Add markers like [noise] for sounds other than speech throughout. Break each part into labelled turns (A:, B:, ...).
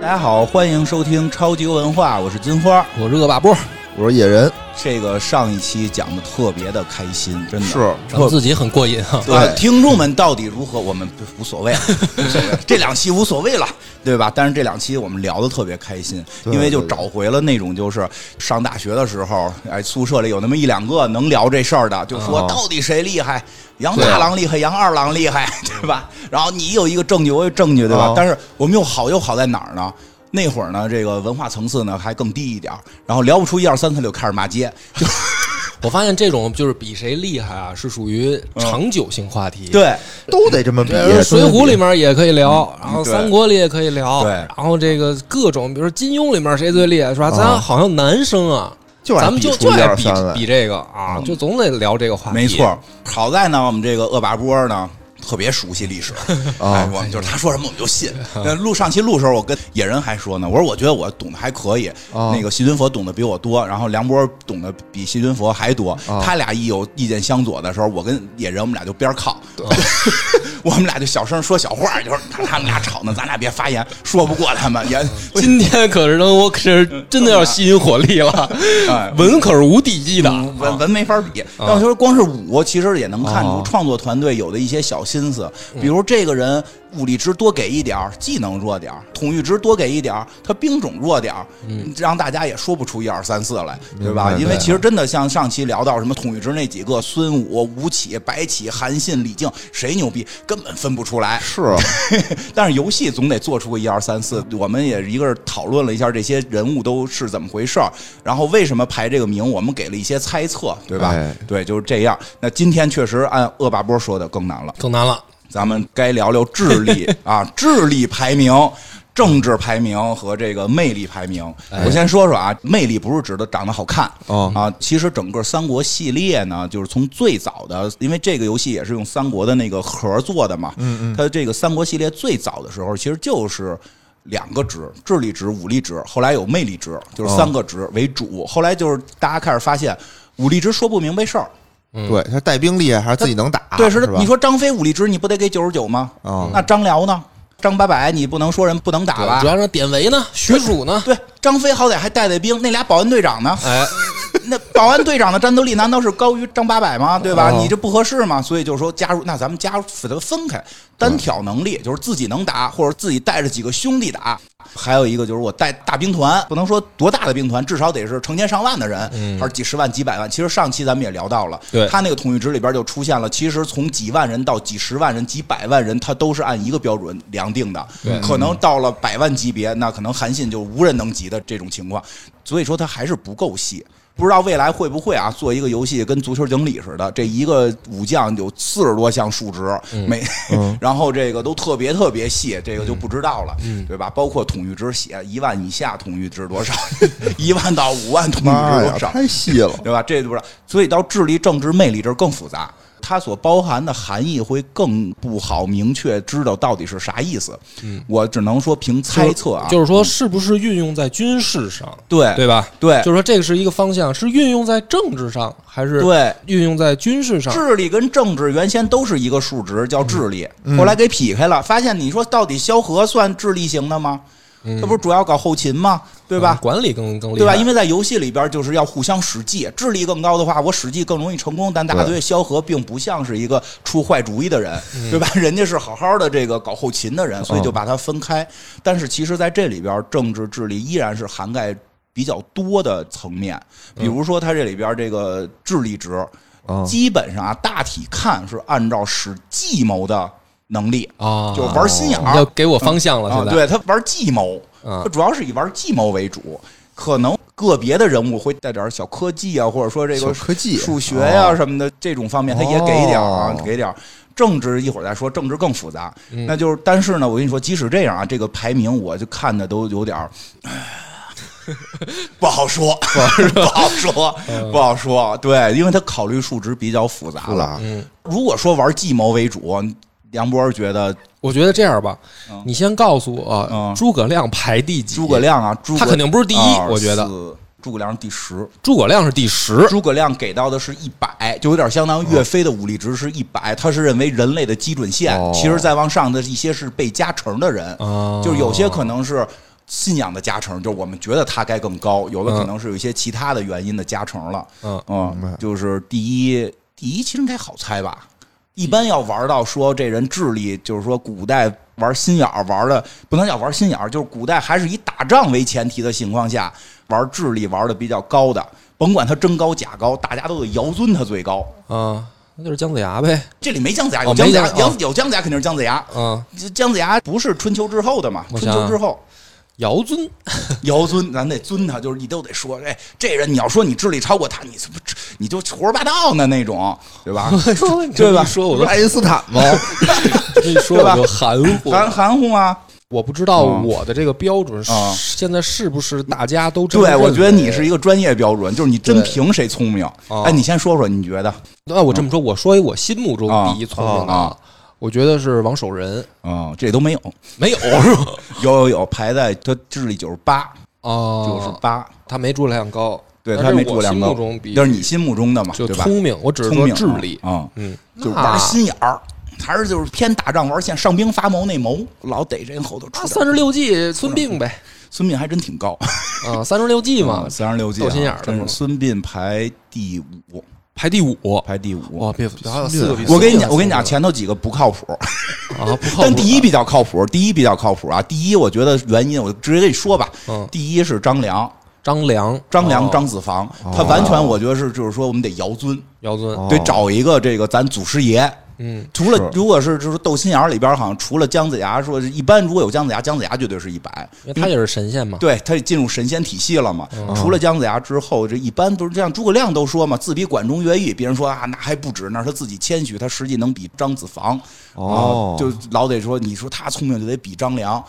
A: 大家好，欢迎收听超级文化，我是金花。
B: 我是恶霸波，
C: 我说野人
A: 这个上一期讲的特别的开心，真的
C: 是
B: 咱们自己很过瘾啊。
A: 对、
C: 对
A: 呃听众们到底如何，我们无所
C: [laughs]
A: 谓，无所谓这两期无所谓了，对吧？但是这两期我们聊的特别开心，
C: 对
A: 因为就
C: 对对
A: 找回了那种就是上大学的时候，哎，宿舍里有那么一两个能聊这事儿的，就说
B: 哦
A: 到底谁厉害，杨
C: 对
A: 大郎厉害，杨二郎厉害， [laughs] 对吧？然后你有一个证据，我有证据，对吧？
C: 哦
A: 但是我们又好又好在哪儿呢？那会儿呢，这个文化层次呢还更低一点儿，然后聊不出一二三四六，开始骂街。
B: 我发现这种就是比谁厉害啊，是属于长久性话题。
A: 对，
C: 都得这么比。啊
B: 呃，《水浒》里面也可以聊，
C: 嗯
B: 然后《
A: 对
B: 三国》里也可以聊，
A: 对
B: 然后这个各种，比如说金庸里面谁最厉害，是吧？咱
C: 啊
B: 好像男生啊，
C: 就爱
B: 咱们
C: 比
B: 就
C: 出
B: 就
C: 一
B: 爱
C: 二
B: 比
C: 三来嗯
B: 比这个啊，就总得聊这个话题。
A: 没错，，好在呢，我们这个恶霸波呢。特别熟悉 [laughs] 历史，
C: 啊
A: 哎，我们就是他说什么我们就信。那录上期录的时候，我跟野人还说呢，我说我觉得我懂得还可以，
C: 啊
A: 那个细菌佛懂得比我多，然后梁波懂得比细菌佛还多。
C: 啊
A: 他俩一有意见相左的时候，我跟野人我们俩就边儿靠， [laughs] 我们俩就小声说小话，就是看他们俩吵呢，咱俩别发言，说不过他们也
B: 今天可是能，我可是真的要吸引火力
C: [laughs]
B: 了
A: 哎，
B: 文可是无底级的。
C: 嗯啊
A: 文文没法比。但我觉得光是武，其实也能看出
C: 哦
A: 创作团队有的一些小心思，
C: 嗯
A: 比如这个人物理值多给一点儿，技能弱点儿，统御值多给一点儿，他兵种弱点儿，让大家也说不出一二三四来，对吧？
C: 嗯明白
A: 因为
C: 对
A: 其实真的像上期聊到什么统御值那几个，孙武、吴起、白起、韩信、李靖，谁牛逼根本分不出来。
C: 是啊
A: [laughs] 但是游戏总得做出个一二三四，我们也一个是讨论了一下这些人物都是怎么回事儿，然后为什么排这个名，我们给了一些猜测，对吧？
C: 哎
A: 对，就是这样。那今天确实按恶霸波说的更难了，
B: 更难了，
A: 咱们该聊聊智 [laughs] 力啊，智力排名。政治排名和这个魅力排名，我先说说啊，魅力不是指的长得好看，
C: 哦
A: 啊，其实整个三国系列呢，就是从最早的，因为这个游戏也是用三国的那个盒做的嘛，嗯嗯，它这个三国系列最早的时候其实就是。两个值，智力值、武力值，后来有魅力值，就是三个值为主。后来就是大家开始发现，武力值说不明白事儿。
C: 对他带兵厉害还是自己能打？
A: 对，
C: 啊是
A: 是的
C: 吧
A: 你说张飞武力值你不得给九十九吗？
C: 哦
A: 那张辽呢？张八百你不能说人不能打吧
B: 主？要是典韦呢，许褚呢，
A: 对，张飞好歹还带带兵，那俩保安队长呢？
B: 哎，
A: 那保安队长的战斗力难道是高于张八百吗？对吧？
B: 哦
A: 你这不合适嘛？所以就是说，加入那咱们加入把它分开，单
B: 嗯
A: 挑能力就是自己能打，或者自己带着几个兄弟打。还有一个就是我带大兵团，不能说多大的兵团，至少得是成千上万的人，还是几十万、几百万。其实上期咱们也聊到了，
B: 嗯对
A: 他那个统御值里边就出现了，其实从几万人到几十万人、几百万人，他都是按一个标准量定的。
B: 对
A: 可能到了百万级别，那可能韩信就无人能及的这种情况。所以说他还是不够细。不知道未来会不会啊，做一个游戏跟足球经理似的，这一个武将有四十多项数值，
B: 嗯
A: 每、 [laughs] 然后这个都特别特别细，这个就不知道了，对吧？包括统御值写一万以下统御值多
B: [laughs]
A: 少，一万到五万统御
C: 妈
A: 值
C: 哎呀，
A: 多少，
C: 太细了。
A: 对吧？这就不是，所以到智力、政治、魅力这儿更复杂，它所包含的含义会更不好明确知道到底是啥意思。嗯，我只能说凭猜测啊，
B: 就是说是不是运用在军事上？
A: 对
B: 对吧？
A: 对
B: 就是说这个是一个方向，是运用在政治上，还是
A: 对
B: 运用在军事上？
A: 智力跟政治原先都是一个数值，叫智力，后来给劈开了，发现你说到底萧何算智力型的吗？这不是主要搞后勤吗？对吧？
B: 嗯管理更更厉害，
A: 对吧？因
B: 为
A: 为在游戏里边就是要互相使计，智力更高的话，我使计更容易成功。但大家对萧何并不像是一个出坏主意的人，
B: 嗯
A: 对吧？人家是好好的这个搞后勤的人，所以就把它分开。但是其实在这里边，政治智力依然是涵盖比较多的层面，比如说它这里边这个智力值，
C: 嗯
A: 基本上啊大体看是按照使计谋的能力，
B: 啊，
A: 就玩心眼儿。
B: 要给我方向了，
A: 啊，
B: 哦现
A: 对
B: 在
A: 他玩计谋，
B: 嗯
A: 他主要是以玩计谋为主，可能个别的人物会带点小科技啊，或者说这个
C: 小科技
A: 数学呀、
C: 哦
A: 什么的这种方面，他也给一点儿啊
C: 哦，
A: 给点儿。政治一会儿再说，政治更复杂。那就是，但是呢，我跟你说，即使这样啊，这个排名我就看的都有点儿。唉不好说， [laughs] 不好说，不好说。对，因为他考虑数值比较复杂
C: 不
A: 了。
C: 啦，
A: 如果说玩计谋为主，梁博觉得
B: 我觉得这样吧，你先告诉
A: 嗯
B: 我诸葛亮排第几？
A: 诸葛，亮啊，诸葛
B: 他肯定不是第一
A: 二
B: 我觉得
A: 四诸葛亮是第十，
B: 诸葛亮是第十，
A: 诸葛亮给到的是一百，就有点相当于岳飞的武力值是一百，他是认为人类的基准线，
C: 哦
A: 其实再往上的一些是被加成的人，
B: 哦
A: 就是有些可能是。信仰的加成，就是我们觉得他该更高，有的
B: 嗯
A: 可能是有一些其他的原因的加成了。
B: 嗯
A: 嗯，就是第一，第一其实应该好猜吧。一般要玩到说这人智力，就是说古代玩心眼儿玩的，不能叫玩心眼儿，就是古代还是以打仗为前提的情况下，玩智力玩的比较高的，甭管他真高假高，大家都得尧尊他最高。
B: 啊，那就是姜子牙呗，
A: 这里没姜子牙，
B: 哦
A: 有姜子牙
B: 没，姜
A: 姜有姜子牙肯定是姜子牙。
B: 嗯，
A: 这姜子牙不是春秋之后的嘛？
B: 我
A: 春
B: 想
A: 秋之后，
B: 尧尊
A: 尧尊，咱得尊他，就是你都得说，哎，这人你要说你智力超过他，你怎么你就胡说八道呢那种，哎对吧？
B: [laughs]
A: 对吧
B: 一说我
C: 不是
B: 都
C: 爱因斯坦吗？
B: 这一说我就含糊。
A: 含含糊吗？
B: 我不知道
A: 啊
B: 我的这个标准是
A: 啊
B: 现在是不是大家都这么
A: 对，我
B: 认
A: 觉得你
B: 为
A: 是一个专业标准，就是你真
B: 对
A: 凭谁聪明。
B: 哦
A: 哎，你先说说，你觉得？
B: 那我这么说，我说一我心目中
A: 嗯啊
B: 第一聪明的，
A: 啊啊
B: 我觉得是王守仁，
A: 嗯，这都没有，
B: 没 [laughs] 有是吧？
A: 有有有，排在他智力九十八，九十
B: 哦，
A: 八，
B: 他没诸葛亮高，
A: 对
B: 但
A: 他
B: 是
A: 没诸葛亮
B: 我心
A: 高
B: 目中，比
A: 就是你心目中的嘛，
B: 就
A: 对吧？
B: 聪明，我只是
A: 聪
B: 说
A: 明
B: 智力，
A: 啊，
B: 嗯，
A: 嗯就是
B: 那
A: 玩心眼儿，还是就是偏打仗玩线，上兵伐谋那谋，老逮这人后头
B: 那
A: 出点
B: 三十六计孙膑呗，
A: 孙膑还真挺高，
B: 啊，三十六计嘛，
A: 三十六计
B: 斗心眼
A: 啊
B: 儿，的
A: 真
B: 嘛
A: 是孙膑排第五，
B: 排第五，
A: [laughs] 排第五。
B: 哇，别，还有四个比
A: 我跟你讲，
B: 孙膑
A: 我跟你讲，
B: 还聪
A: 前头几个不靠谱，
B: 明啊，不靠
A: [laughs]
B: 谱
A: 但第一比较靠谱，第一比较靠谱啊。第一，我觉得原因我直接跟你说吧，
B: 嗯
A: 第一是张良，
B: 张良，
A: 张良、
B: 哦
A: 张子房，他完全我觉得是就是说我们得尧尊，
B: 尧尊，
C: 哦
A: 得找一个这个咱祖师爷。
B: 嗯，
A: 除了
C: 是
A: 如果是就是斗心眼儿里边，好像除了姜子牙，说一般如果有姜子牙，姜子牙绝对是一百，
B: 因为他也是神仙嘛，
A: 对他也进入神仙体系了嘛。
B: 嗯
A: 除了姜子牙之后，这一般都是这样。诸葛亮都说嘛，自比管仲、乐毅，别人说啊，那还不止，那是他自己谦虚，他实际能比张子房。
C: 哦
A: 啊就老得说，你说他聪明就得比张良。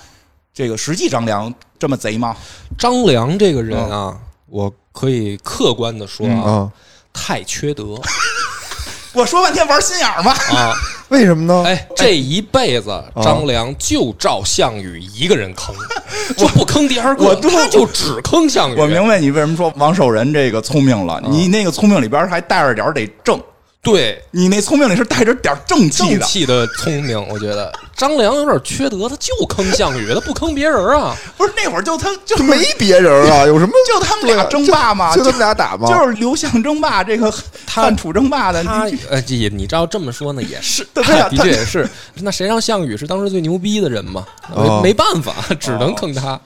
A: 这个实际张良这么贼
B: [laughs]
A: 吗？
B: 张良这个人
A: 哦
B: 啊，我可以客观的说
A: 嗯
B: 啊，
C: 啊，
B: 太缺德
A: 我说半天玩心眼儿
B: [laughs]
A: 嘛。
B: 啊。
C: 为什么呢？
B: 哎，这一辈子
A: 啊
B: 张良就照项羽一个人
A: [laughs]
B: 坑，就不坑第二
A: 我
B: 个，
A: 对
B: 他就只坑项羽。
A: 我明白你为什么说王守仁这个聪明了，你那个聪明里边还带着点儿得正，
B: 对
A: 你那聪明里是带着点儿正气
B: 正
A: 的。
B: 气的聪明，我觉得张良有点缺德，他就坑项羽，他不坑别人啊。
A: 不是那会儿就他
B: [laughs]
A: 就
C: 就没别人啊，有什么？
A: [laughs] 就他们俩争霸嘛，
C: 就他们俩打嘛。
A: 就是刘项争霸这个汉楚争霸的，
B: 他
A: 哎你
B: 呃，这也你照这么说呢，也是，
A: [laughs] 对呀
B: 的
A: 他
B: 确也是。那谁让项羽是当时最牛逼的人嘛？
C: 哦
B: 没没办法，只
A: 哦
B: 能坑他。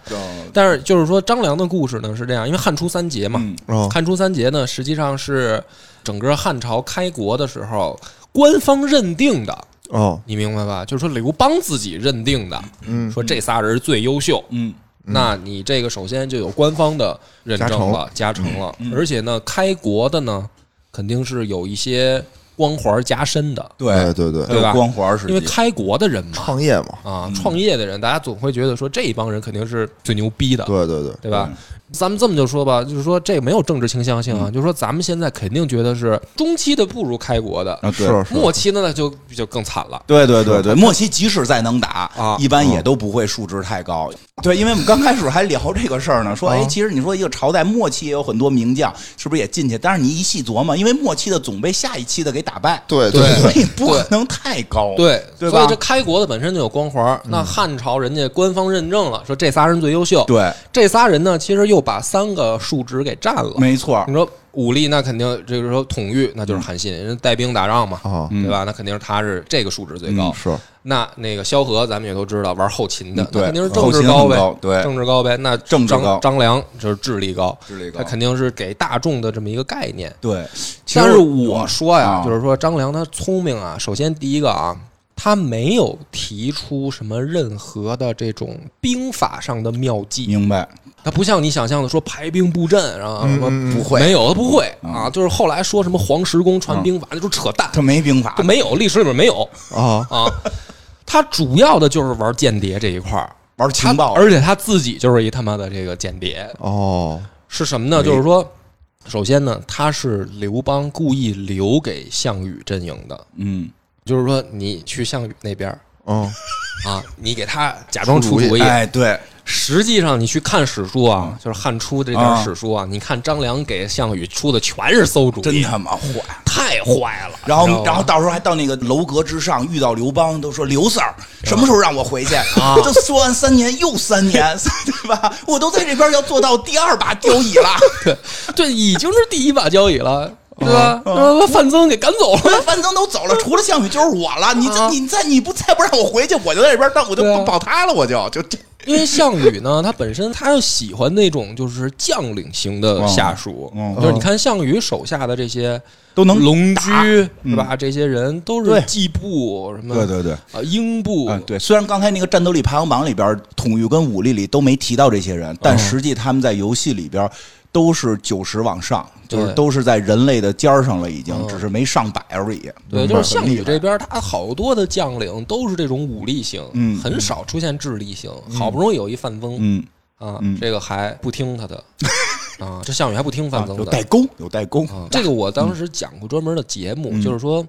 B: 但是就是说张良的故事呢是这样，因为汉初三杰嘛，
A: 嗯
C: 哦
B: 汉初三杰呢实际上是整个汉朝开国的时候官方认定的，
C: 哦，
B: 你明白吧？就是说刘邦自己认定的，
C: 嗯
B: 说这仨人最优秀。
A: 嗯
B: 那你这个首先就有官方的认证了，加成了，而且呢，开国的呢，肯定是有一些光环加深的，
C: 哎，对对，
B: 对吧
A: 呃光环是
B: 因为开国的人嘛，
C: 创业嘛，
B: 啊，创业的人，大家总会觉得说这一帮人肯定是最牛逼
A: 啊
B: 的，
C: 对对对，
A: 嗯
B: 对吧？咱们这么就说吧，就是说这没有政治倾向性啊，就是说咱们现在肯定觉得是中期的不如开国的，
A: 啊，对
C: 是是
B: 末期的呢就就更惨了。
A: 对对对对，莫西即使再能打，
B: 啊
A: 一般也都不会数值太高。对，因为我们刚开始还聊这个事儿呢，说
B: 啊
A: 哎，其实你说一个朝代末期也有很多名将，是不是也进去？但是你一细琢磨，因为末期的总被下一期的给打败，
C: 对
A: 所
C: 对，
A: 以不可能太高。
B: 对，
A: 哦对吧嗯
B: 所以这开国的本身就有光环儿。那汉朝人家官方认证了，说这仨人最优秀。
A: 对，
B: 这仨人呢，其实又把三个数值给占了。
A: 没嗯错
B: 你，说武力，那肯定这个时候统御，那就是韩信，人家带兵打仗嘛，
A: 哦
C: 啊
B: 对吧？那肯定是他是这个数值最
A: 嗯
B: 高。
C: 是
B: 那那个萧何，咱们也都知道玩后勤的
A: 嗯，对
B: 那肯定是政治高
A: 后勤
B: 呗，
A: 很高对
B: 政治高呗。那
A: 政治
B: 张
A: 高
B: 张良就是智力高，
A: 智力高
B: 他肯定是给大众的这么一个概念。
A: 对。其实
B: 但是我说呀，
A: 啊
B: 就是说张良他聪明啊，首先第一个啊，他没有提出什么任何的这种兵法上的妙计，
A: 明白，
B: 他不像你想象的说排兵布阵，然后什么
C: 嗯嗯嗯
B: 不会，没有他不会
A: 嗯
B: 啊，就是后来说什么黄石公传兵法，那都扯淡，
A: 他没兵法
B: 这，没有历史里面没有
C: 啊，
B: 啊。他主要的就是玩间谍这一块儿，
A: 玩
B: 他
A: 情报，
B: 而且他自己就是一他妈的这个间谍，
C: 哦，
B: 是什么
A: 哎
B: 呢？就是说，首先呢，他是刘邦故意留给项羽阵营的，
A: 嗯，
B: 就是说你去项羽那边儿
C: 嗯，
B: 啊，你给他假装出主意，
A: 哎，对，
B: 实际上你去看史书啊，就是汉初这
A: 啊
B: 点史书啊，你看张良给项羽出的全是馊主
A: 真
B: 意，
A: 他妈坏。
B: 太坏了。
A: 然
B: 你
A: 后，
B: 知道吧
A: 然后到时候还到那个楼阁之上遇到刘邦，都说刘 Sir 什么时候让我回去？
B: 啊
A: 就说完三年又三年， [laughs] 对吧？我都在这边要做到第二把交椅
B: [laughs]
A: 了，
B: 对，这已经是第一把交椅了，对吧？
A: 啊
B: 然后把范增给赶走了。
A: 范增都走了，除了项羽就是我了。你这
B: 啊
A: 你再你不再不让我回去，我就在这边，但我就
B: 对啊
A: 保他了，我就就这。
B: 因为项羽呢，他本身他就喜欢那种就是将领型的下属，
A: 嗯嗯
B: 就是你看项羽手下的这些
A: 都能
B: 龙
A: 打
B: 驹是吧？这些人都
A: 对
B: 是季布什么
A: 对，
B: 啊英布
A: 嗯，对。虽然刚才那个战斗力排行榜里边，统御跟武力里都没提到这些人，
B: 啊
A: 但实际他们在游戏里边都是九十往上，就是
B: 对
A: 都是在人类的尖儿上了，已经
B: 嗯
A: 只是没上百而已。
B: 对，
A: 嗯
B: 就是项
A: 很厉
B: 羽
A: 害
B: 这边，他好多的将领都是这种武力型，
A: 嗯
B: 很少出现智力型。好不容易有一范增、
A: 嗯，
B: 啊，
A: 嗯
B: 这个还不听
A: [laughs]
B: 他的啊，这项羽还不听范
A: 啊
B: 增
A: 有
B: 的
A: 代沟，有代沟。
B: 啊。这个我当时讲过专门的节
A: 嗯
B: 目，就是说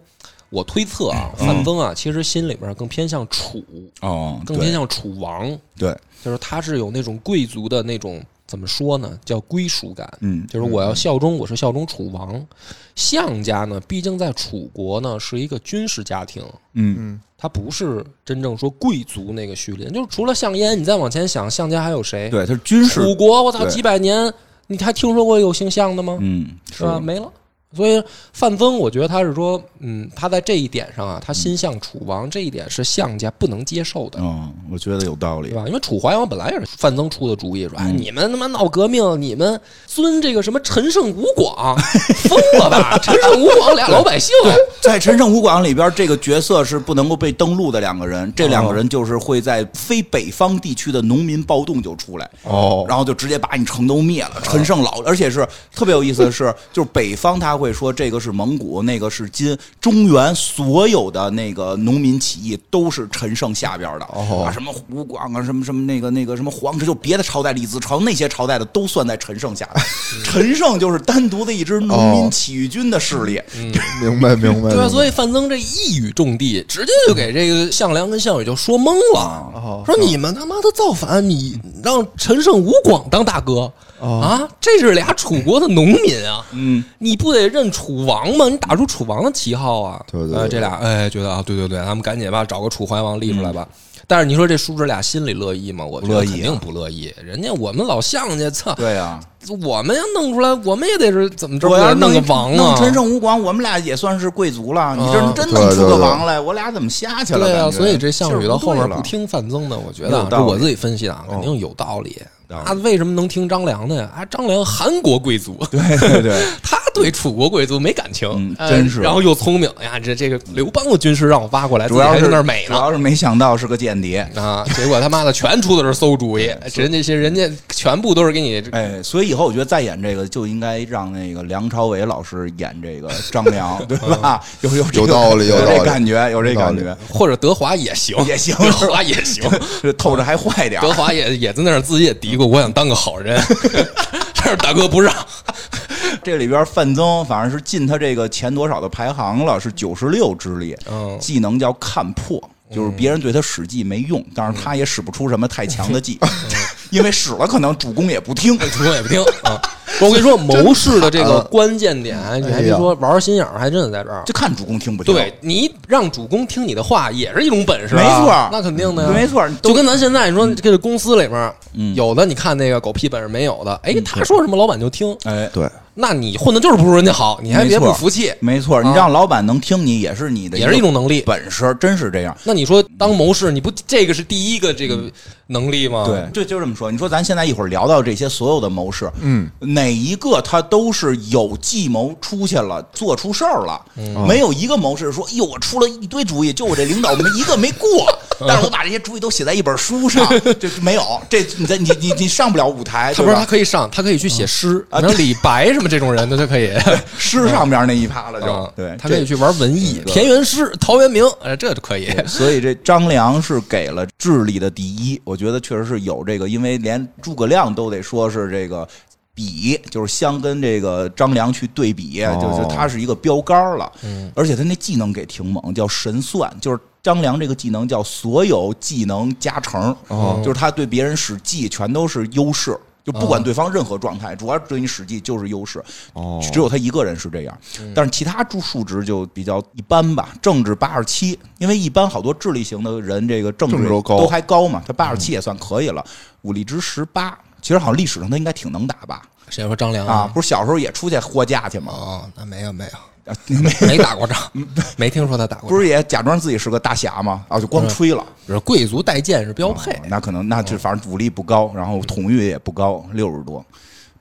B: 我推测啊，范增啊，其实心里边更偏向楚，
A: 哦，
B: 更偏向楚王，
A: 对，对
B: 就是他是有那种贵族的那种怎么说呢，叫归属感。
A: 嗯，
B: 就是我要效忠，我是效忠楚王。项家呢，毕竟在楚国呢是一个军事家庭，
A: 嗯
B: 他不是真正说贵族那个序列，就是除了项燕，你再往前想，项家还有谁？，
A: 对，他是军事，
B: 楚国，我操，
A: 对
B: 几百年，你还听说过有姓项的吗？
A: 嗯，
B: 是吧？没了。所以范增，我觉得他是说，嗯，他在这一点上啊，他心向楚王，这一点是项家不能接受的。
A: 嗯，我觉得有道
B: 对
A: 理。
B: 吧？因为楚怀王本来也是范增出的主意，说：“哎，你们他妈闹革命，你们尊这个什么陈胜吴广， [laughs] 疯了吧？ [laughs] 陈胜吴广俩老百姓，
A: 在《陈胜吴广》里边，这个角色是不能够被登录的两个人，这
C: 哦
A: 两个人就是会在非北方地区的农民暴动就出来，
C: 哦，
A: 然后就直接把你城都灭了。陈胜老，而且是特别有意思的是，就是北方他会说这个是蒙古，那个是金，中原所有的那个农民起义都是陈胜下边的
C: 哦
A: 啊，什么吴广啊，什么什么那个那个什么皇室，就别的朝代李自成那些朝代的都算在陈胜下
C: [laughs]
A: 边。陈胜就是单独的一支农民
C: 哦嗯
A: 起义军的势力，
C: 明白明白。
B: 对
A: 啊
B: 吧？所
C: 以
B: 以范增这一语中的，直接就给这个项梁跟项羽就说懵了，
C: 哦
B: 说你们他妈的造反，你让陈胜吴广当大哥啊？这是俩楚国的农民啊，
A: 嗯，
B: 你不得认楚王吗？你打出楚王的旗号啊！
C: 对对对
B: 呃这俩哎，觉得啊，对对对，他们赶紧吧，找个楚怀王立出来吧。但是你说这叔侄俩心里乐意吗？我觉
A: 不乐
B: 得
A: 意啊
B: 肯定不乐意。人家我们老项家，操，
A: 对啊
B: [laughs]
A: 呀、
B: 我们要弄出来，我们也得是怎么着，
A: 我要
B: 也
A: 是
B: 弄
A: 弄
B: 个
A: 一
B: 王
A: 弄
B: 啊！
A: 陈胜吴广，我们俩也算是贵族了。你
B: 啊
A: 这真弄
C: 对
A: 出
C: 对
A: 个
C: 对
A: 王来，我俩怎么下去了？
B: 对啊，
A: 感觉
B: 所以这项羽到后面
A: 劲儿
B: 不
A: 不对了
B: 听范增的，我觉得啊
A: 有道
B: 这
A: 理哦
B: 我自己分析啊，肯定有道理。
A: 道理
B: 他为什么能听张良的呀？啊，张良韩国贵族，
A: [laughs] 对对
B: [laughs]
A: 对，
B: 他对楚国贵族没感情，
A: 嗯
B: 呃
A: 真是
B: 然后又聪明哎呀，这这个刘邦的军师让我挖过来，
A: 主要
B: 自己
A: 是
B: 还在那儿美
A: 主
B: 呢
A: 要是没想到是个间谍。
B: 啊！结果他妈的全出的是馊
A: [laughs]
B: 主意，人家些人家全部都是给你
A: 哎，所以以后我觉得再演这个就应该让那个梁朝伟老师演这个张
B: [laughs]
A: 良，对吧？有有这个
C: 有道理有
A: 有
C: 道
A: 这
C: 理
A: 感觉，有这
C: 有道
A: 感
C: 理
A: 觉，
B: 或者德华也行，
A: 也行 [laughs]
B: 德华也行，
A: 这透着还坏点儿
B: 德华也也在那儿自己也嘀咕，我想当个好
A: [laughs]
B: 人，但是大哥不让。
A: 这里边范增反正是进他这个前多少的排行了，是九十六之力，
B: 嗯
A: 技能叫看破。就是别人对他使计没用，但是他也使不出什么太强的
B: 嗯
A: 技， [laughs] 因为使了可能主公也不听。
B: 主公也不听
A: [laughs]
B: 啊！我跟你说，谋士的这个
A: 嗯
B: 关键点，
A: 哎
B: 你还别说玩心眼儿，还真的在这儿。
A: 就看主公听不听。
B: 对你让主公听你的话，也是一种本事、啊，
A: 没错
B: 那肯定的呀，
A: 没错你都嗯
B: 就跟咱现在你说这个公司里面，有的你看那个狗屁本事没有的，哎，
A: 嗯
B: 他说什么老板就听，
A: 哎，
C: 对，
B: 那你混的就是不如人家好，你还别
A: 没错
B: 不服气，
A: 没错，你
B: 啊
A: 让老板能听你，也是你的
B: 也是一种能力。
A: 本事，真是这样。
B: 那你说当谋士，你不这个是第一个这个能力吗？
A: 对，就啊就这么说。你说咱现在一会儿聊到这些所有的谋士，
C: 嗯，
A: 哪一个他都是有计谋出去了，做出事儿了，
B: 嗯
A: 没有一个谋士说：“哎哟，我出了一堆主意，就我这领导没一个没过。”
B: 嗯
A: 但是我把这些主意都写在一本书上，这这没有，这你在你你你上不了舞台，
B: 他
A: 对
B: 不是他
A: 吧？
B: 可以上，他可以去写诗，
A: 啊
B: 然后李白什么这种人的
A: [laughs]
B: 他可以。
A: 诗上边那一趴了就
B: 啊，
A: 对，
B: 他可
A: 这
B: 以去玩文艺，
A: 对
B: 田园诗、陶渊明，哎，这就可以。
A: [laughs] 所以这张良是给了智力的第一，我觉得确实是有这个，因为连诸葛亮都得说是这个比，就是相跟这个张良去对比，
C: 哦
A: 就是他是一个标杆了。
B: 嗯，
A: 而且他那技能给挺猛，叫神算，就是张良这个技能叫所有技能加成，
B: 哦
A: 就是他对别人使技全都是优势。就不管对方任何状态，主要对你使技就是优势，
C: 哦，嗯
A: 只有他一个人是这样，但是其他数数值就比较一般吧。政治八十七，因为一般好多智力型的人，这个政治
C: 政治都高嗯
A: 都还高嘛，他八十七也算可以了。武力值十八，其实好像历史上他应该挺能打吧？
B: 谁说张良
A: 啊，？
C: 嗯
A: 不是小时候也出去豁架去吗？
B: 哦，那没有没有
A: 啊 [laughs] 没
B: [laughs] 没打过仗，没听说他打
A: 嗯
B: 过
A: 不
B: 仗。
A: 是也假装自己是个大侠吗？啊，就光吹了。
B: 不是贵族带剑是标配
A: 哦，那可能那就反正武力不高，然后统御也不高，六十多，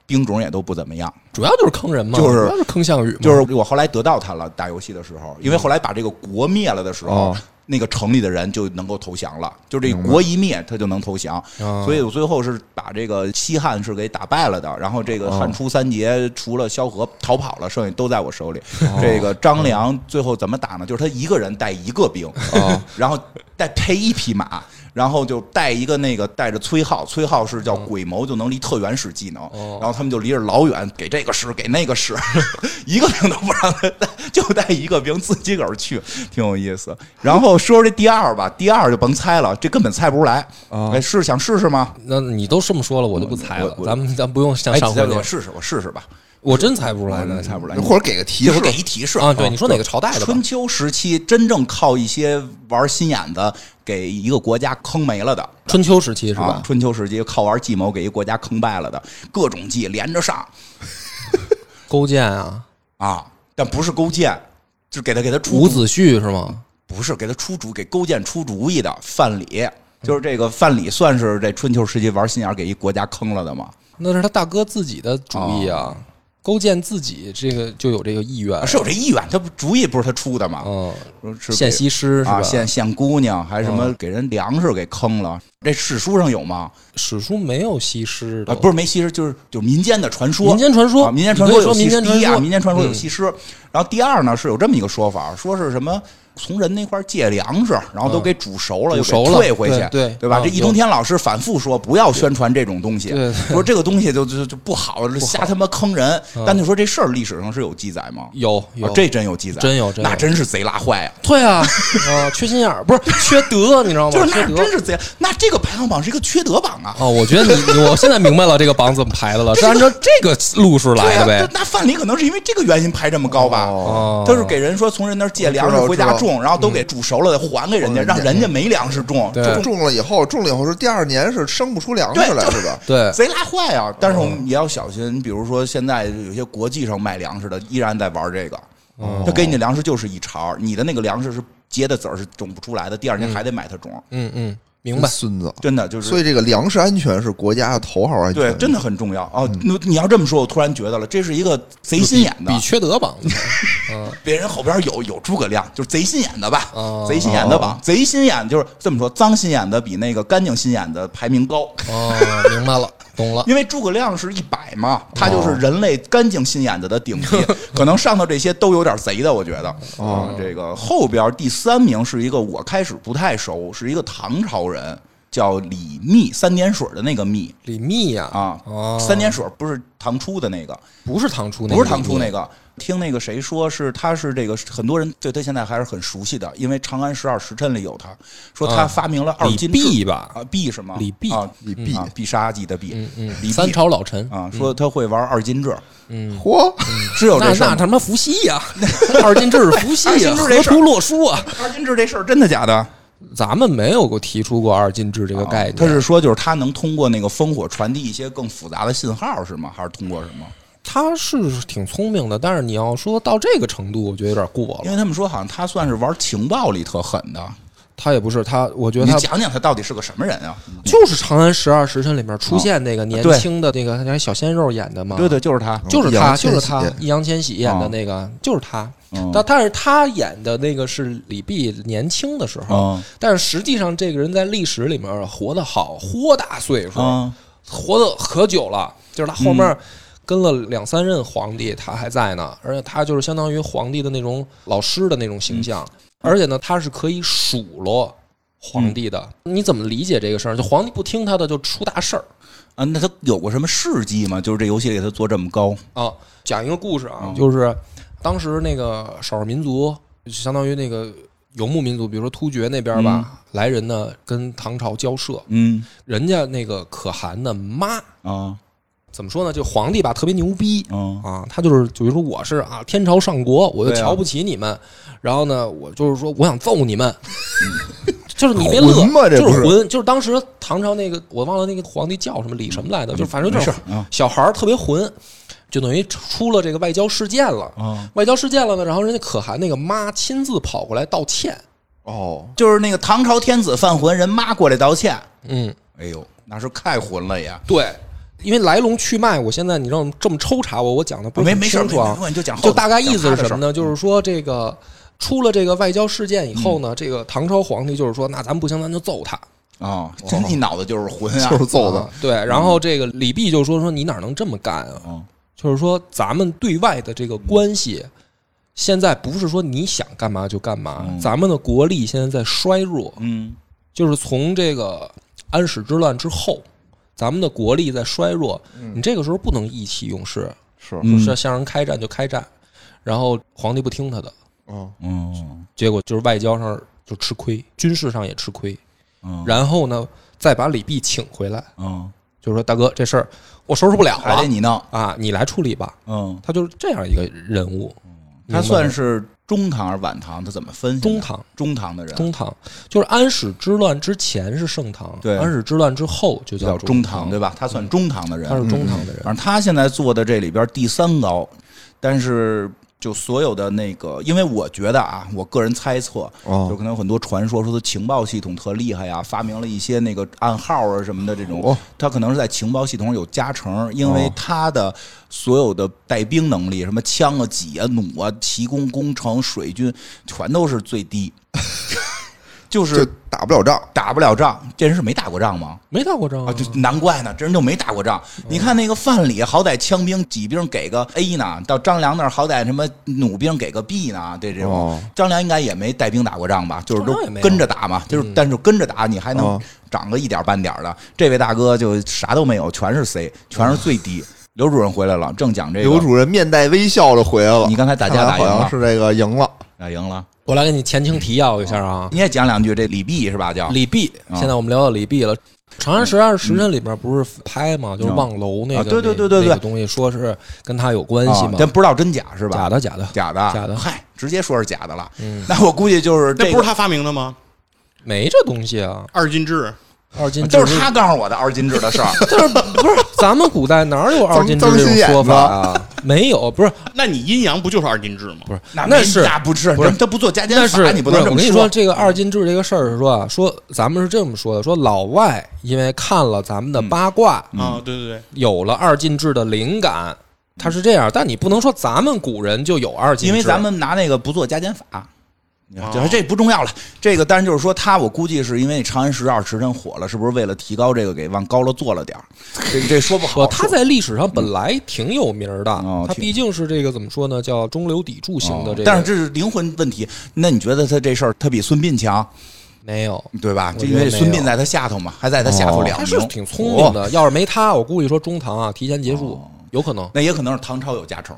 A: 兵种也都不怎么样。
B: 主要就是坑人嘛，
A: 就是
B: 主要是坑项羽嘛，
A: 就是 [laughs] 我后来得到它了，打游戏的时候，因为后来把这个国灭了的时候，
C: 哦
A: 那个城里的人就能够投降了，就这国一灭，他就能投降。
B: 哦
A: 所以我最后是把这个西汉是给打败了的，然后这个汉初三杰除了萧何逃跑了，剩下都在我手里。
B: 哦
A: 这个
B: 嗯
A: 张良最后怎么打呢？就是他一个人带一个兵，
B: 哦
A: 然后带配一匹马。然后就带一个那个带着崔浩，崔浩是叫鬼谋，就能离特原使技能，
B: 嗯哦
A: 然后他们就离着老远给这个使给那个使， [laughs] 一个兵都不让他带，就带一个兵自己个儿去，挺有意思。然后说说这第二吧，第二就甭猜了，这根本猜不出来。
B: 哦
C: 啊
A: 哎，是想试试吗？
B: 那你都这么说了，我就不猜了
A: 我。我
B: 咱们咱不用像
A: 哎，
B: 上回嗯那
A: 我
B: 样，
A: 试试，我试试吧，
B: 我真猜不出来，
A: 我猜不出来。
C: 或者给个提
A: 一会
C: 示
A: 儿，给一提示
B: 啊！对，你说哪个朝代的吧
A: 春？秋时期真正靠一些玩心眼子给一个国家坑没了的，
B: 春秋时期是
A: 啊
B: 吧？？
A: 春秋时期靠玩计谋给一个国家坑败了的，各种计连着上
B: 勾践啊，
A: 啊，但不是勾践，就给他给他出
B: 伍
A: 主
B: 子胥是吗？
A: 不是给他出主给勾践出主意的范蠡，就是这个范蠡算是这春秋时期玩心眼儿给一国家坑了的吗？
B: 那是他大哥自己的主意啊。勾践自己这个就有这个意愿
A: 哦啊，是有这意愿，他不主意不是他出的吗？
B: 嗯，
A: 是哦给
B: 献西施是吧
A: 啊，？献献姑娘，还什么给人粮食给坑了？这史书上有吗？
B: 史书没有西施
A: 啊，
B: 的，
A: 不是没西施，就是就是民间的传说，
B: 民间传说
A: 啊，民间
B: 你
A: 传
B: 可以
A: 说
B: 说
A: 有
B: 民
A: 西施
B: 间传
A: 第一
B: 说
A: 啊，民间传说有
B: 嗯
A: 西施。然后第二呢，是有这么一个说法，说是什么从人那块儿借粮食，然后都给煮熟了，
B: 嗯煮
A: 又
B: 熟
A: 给
B: 了
A: 退回去，
B: 对对
A: 吧？
B: 嗯
A: 这易中天老师反复说不要宣传这种东西
B: 对对，
A: 说这个东西就就就不好，瞎他妈坑人。但你说这事儿历史上是有记载吗？
B: 有嗯有
A: 啊这真有记载，
B: 真有真有
A: 那真是贼拉坏啊！
B: 对啊，啊，缺心眼
A: [laughs]
B: 儿不是缺德，你知道
A: 就
B: 吗？
A: 是
B: 哦缺
A: 那
B: 德
A: 真是贼，那这个排行榜是一个缺德榜啊！
B: 哦，我觉得你，你我现在明白了这个榜怎么排的了，是按照这个路数
A: 对
B: 来
A: 呀
B: 的，呗
A: 那。那范蠡可能是因为这个原因排这么高吧？啊
B: 哦
A: 他是给人说从人那儿借粮食回家
C: 我知道
A: 种，然后都给煮熟了还给人家，
C: 嗯
A: 让人家没粮食种，
B: 对
A: 这种
C: 种了以后，种了以后是第二年是生不出粮食来，
A: 对
C: 是
A: [laughs]
C: 吧？
B: 对，
A: 贼拉坏啊！但是
C: 哦
A: 我们也要小心，比如说现在有些国际上卖粮食的依然在玩这个，
B: 哦
A: 他给你的粮食就是一茬儿，你的那个粮食是结的籽儿是种不出来的，第二年还得买它种，
B: 嗯嗯，明白。
C: 孙子。
A: 真的就是
C: 所以这个粮食安全是国家的头号安全。
A: 对，真的很重要哦。
C: 嗯
A: 那你要这么说，我突然觉得了，这是一个贼心眼的
B: 比，缺德榜，
A: [laughs]
B: 嗯，
A: 别人后边有有诸葛亮，就是贼心眼的吧？
B: 哦
A: 贼心眼的吧？贼心眼就是这么说，脏心眼的比那个干净心眼的排名高，
B: 哦，明白了，懂了。
A: 因为诸葛亮是一百嘛，他就是人类干净心眼子的顶替，
B: 哦
A: [laughs] 可能上头这些都有点贼的，我觉得。啊，这个后边第三名是一个我开始不太熟，是一个唐朝人。叫李密，三点水的那个密
B: 李密呀，
A: 啊，
B: 哦
A: 三点水不是唐初的那个，
B: 不是唐初那个，
A: 不是唐初那
B: 个，
A: 个。听那个谁说是他是这个很多人对他现在还是很熟悉的，因为《长安十二时辰》里有他，说他
B: 嗯
A: 发明了二
B: 李
A: 进制
B: 泌吧，
A: 啊币是吗？
B: 李泌
A: 啊
C: 李泌
A: 啊必杀技的必，
B: 嗯嗯，
A: 李
B: 三
A: 泌
B: 朝嗯老臣，
A: 啊说他会玩二进制，
C: 嚯，
A: 是有
B: 嗯那
A: 这事
B: 那
A: 儿吗。
B: 他妈伏羲
A: [laughs]
B: 呀，二进制是伏羲
A: 二
B: 呀，
A: 进制这
B: 河
A: 事儿
B: 图洛书啊，
A: 二进制这事儿真的假的？
B: 咱们没有过提出过二进制这个概念。
A: 啊他是说就是他能通过那个烽火传递一些更复杂的信号是吗？还是通过什么？
B: 他是挺聪明的，但是你要说到这个程度，我觉得有点过
A: 因
B: 了。
A: 为他们说好像他算是玩情报里特狠的，
B: 他也不是他，我觉得
A: 你
B: 他
A: 讲讲他到底是个什么人啊？
B: 就是《长安十二时辰》里面出现那个年
A: 对
B: 轻的那个那小鲜肉演的嘛，
A: 对对，就是他。
B: 就是
C: 易
B: 他，
C: 烊千
B: 就
C: 玺
B: 是他，易烊千玺演的那
A: 啊
B: 个，就是他。
A: 嗯
B: 但但是他演的那个是李泌年轻的时候，
A: 嗯
B: 但是实际上这个人在历史里面活得好，豁大岁数，
A: 嗯
B: 活得可久了，就是他后面跟了两三任皇帝，他还在呢，而且他就是相当于皇帝的那种老师的那种形象，而且呢，他是可以数落皇帝的。你怎么理解这个事儿？就皇帝不听他的，就出大事儿
A: 啊，那他有过什么事迹吗？就是这游戏里他做这么高，
B: 啊。讲一个故事啊，就是当时那个少数民族，就相当于那个游牧民族，比如说突厥那边吧，来人呢跟唐朝交涉，
A: 嗯
B: 人家那个可汗的妈
A: 啊
B: 怎么说呢？就皇帝吧，特别牛逼。
A: 嗯
B: 啊，他就是，比如说我是啊，天朝上国，我就
A: 对啊
B: 瞧不起你们，然后呢，我就是说我想揍
A: [laughs]
B: 你们，就是你别
C: 混
B: 乐，
C: 吗这
B: 就
C: 不
B: 是
C: 是
B: 混，就是当时唐朝那个我忘了那个皇帝叫什么李什么来的，就是反正就
A: 没事
B: 是
A: 儿啊
B: 小孩儿特别混，就等于出了这个外交事件了，
A: 啊，
B: 外交事件了呢，然后人家可汗那个妈亲自跑过来道歉，
C: 哦，
A: 就是那个唐朝天子犯浑，人妈过来道歉，
B: 嗯，
A: 哎呦，那是太混了也，
B: 对，因为来龙去脉，我现在你让我这么抽查我，我讲的不是
A: 没
B: 很
A: 没事儿
B: 清楚啊
A: 没没，你就讲后
B: 就大概意思
A: 讲
B: 是什么
A: 他的事儿嗯
B: 呢？就是说这个出了这个外交事件以后呢，这个唐朝皇帝就是说，那咱们不行，咱就揍他。
A: 啊，这一脑子就是浑
B: [laughs]
A: 啊，
C: 就是揍
B: 啊
C: 的，
B: 对，然后这个李泌就说说你哪能这么干啊？
A: 嗯
B: 就是说咱们对外的这个关系，现在不是说你想干嘛就干嘛，
A: 嗯
B: 咱们的国力现在在衰弱，
A: 嗯
B: 就是从这个安史之乱之后，咱们的国力在衰弱，你这个时候不能意气用事，
C: 是，
A: 嗯
B: 就是向人开战就开战，然后皇帝不听他的，
C: 嗯，
A: 嗯
B: 结果就是外交上就吃亏，军事上也吃亏，
A: 嗯，
B: 然后呢再把李泌请回来，
A: 嗯
B: 就是说大哥这事儿我收拾不了
A: 还得
B: 了
A: 你弄，
B: 啊，你来处理吧，
A: 嗯，
B: 他就是这样一个人物，
A: 他算
B: 是
A: 是中唐还是晚唐？他怎么分？
B: 中唐。
A: 中唐的人，
B: 中唐就是安史之乱之前是盛唐，
A: 对
B: 安史之乱之后就
A: 叫
B: 叫
A: 中
B: 唐
A: 唐，嗯对吧？他算中唐的人
B: 他，是中唐的人，
A: 反正他现在做的这里边第三高，但是就所有的那个，因为我觉得啊，我个人猜测，就
C: 哦，
A: 可能有很多传说说他情报系统特厉害呀、发明了一些那个暗号啊什么的这种
C: 哦，
A: 他可能是在情报系统上有加成，因为
C: 哦
A: 他的所有的带兵能力，什么枪啊、戟啊、弩啊、骑攻、工程、水军，全都是最低， [laughs] 就
C: 就是打不了仗，
A: 打不了仗。这人是没打过仗吗？
B: 没打过仗
A: 啊，就难怪呢，这人就没打过仗。你看那个范蠡，好歹枪兵、戟兵给个 A 呢，到张良那儿好歹什么弩兵给个 B 呢，对这种。
C: 哦
A: 张良应该也没带兵打过仗吧？就是都
B: 张良也没有嗯
A: 跟着打嘛，就是但是跟着打，你还能
C: 哦
A: 长个一点半点儿的。这位大哥就啥都没有，全是 C，全是最低。刘主任回来了，正讲这个。
C: 刘主任面带微笑的回来了。
A: 你刚才打架打
C: 看
A: 赢
C: 来好
A: 了
C: 像，是这个赢了，
A: 打赢了。
B: 我来给你前情提要一下啊，
A: 你也讲两句，这李泌是吧？叫
B: 李泌，
A: 啊
B: 现在我们聊到李泌了，《长安十二时辰》里边不是拍嘛，就是望楼那
A: 啊
B: 个，
A: 对对对对
B: 那
A: 对
B: 那个东西说是跟他有关系
A: 啊
B: 嘛，
A: 咱不知道真假是吧？
B: 假的假的，
A: 假的，
B: 假的嗯
A: 嗨，直接说是假的了。那我估计就是这
D: 那
A: 个
D: 不是他发明的吗？
B: 没这东西啊，
D: 二进制，
B: 二进制
A: 啊就是他，告诉我的二进制的事儿。
B: [laughs] 但是不是咱们古代哪有二进制
C: 脏
B: 这
C: 脏心
B: 种
C: 眼
B: 说
C: 子
B: 法啊？没有，不是
D: 那你阴阳不就是二进制吗？
B: 不是，
A: 那
B: 那
A: 没
B: 是
A: 那不是，
B: 不是
A: 他不做加减
B: 但
A: 法，
B: 是
A: 你
B: 不
A: 能
B: 是
A: 这
B: 我
A: 么
B: 跟你
A: 说。
B: 这个二进制这个事儿是说啊，说咱们是这么说的，说老外因为看了咱们
A: 嗯
B: 的八卦，
D: 啊，对对对，
B: 有了二进制的灵感。他是这样，但你不能说咱们古人就有二进制，
A: 因为咱们拿那个不做加减法。
D: 哦
A: 这这不重要了，这个当然就是说，他我估计是因为《长安十二时辰》火了，是不是为了提高这个给往高了做了点儿？这这说不好
B: 不，。他在历史上本来挺有名儿的，
A: 哦
B: 他
A: 挺
B: 毕竟是这个怎么说呢，叫中流砥柱型的
A: 哦
B: 这个，
A: 但是这是灵魂问题。那你觉得他这事儿他比孙膑强，
B: 没有，
A: 对吧？
B: 我
A: 就
B: 觉
A: 因
B: 得
A: 为孙
B: 没
A: 膑
B: 有哦
A: 在他下头嘛，还在他下头哦两
B: 他
A: 名，哦
B: 是挺聪明的。要是没他，我估计说中唐啊提前结束、有可能
A: 哦。。那也可能是唐朝有加成，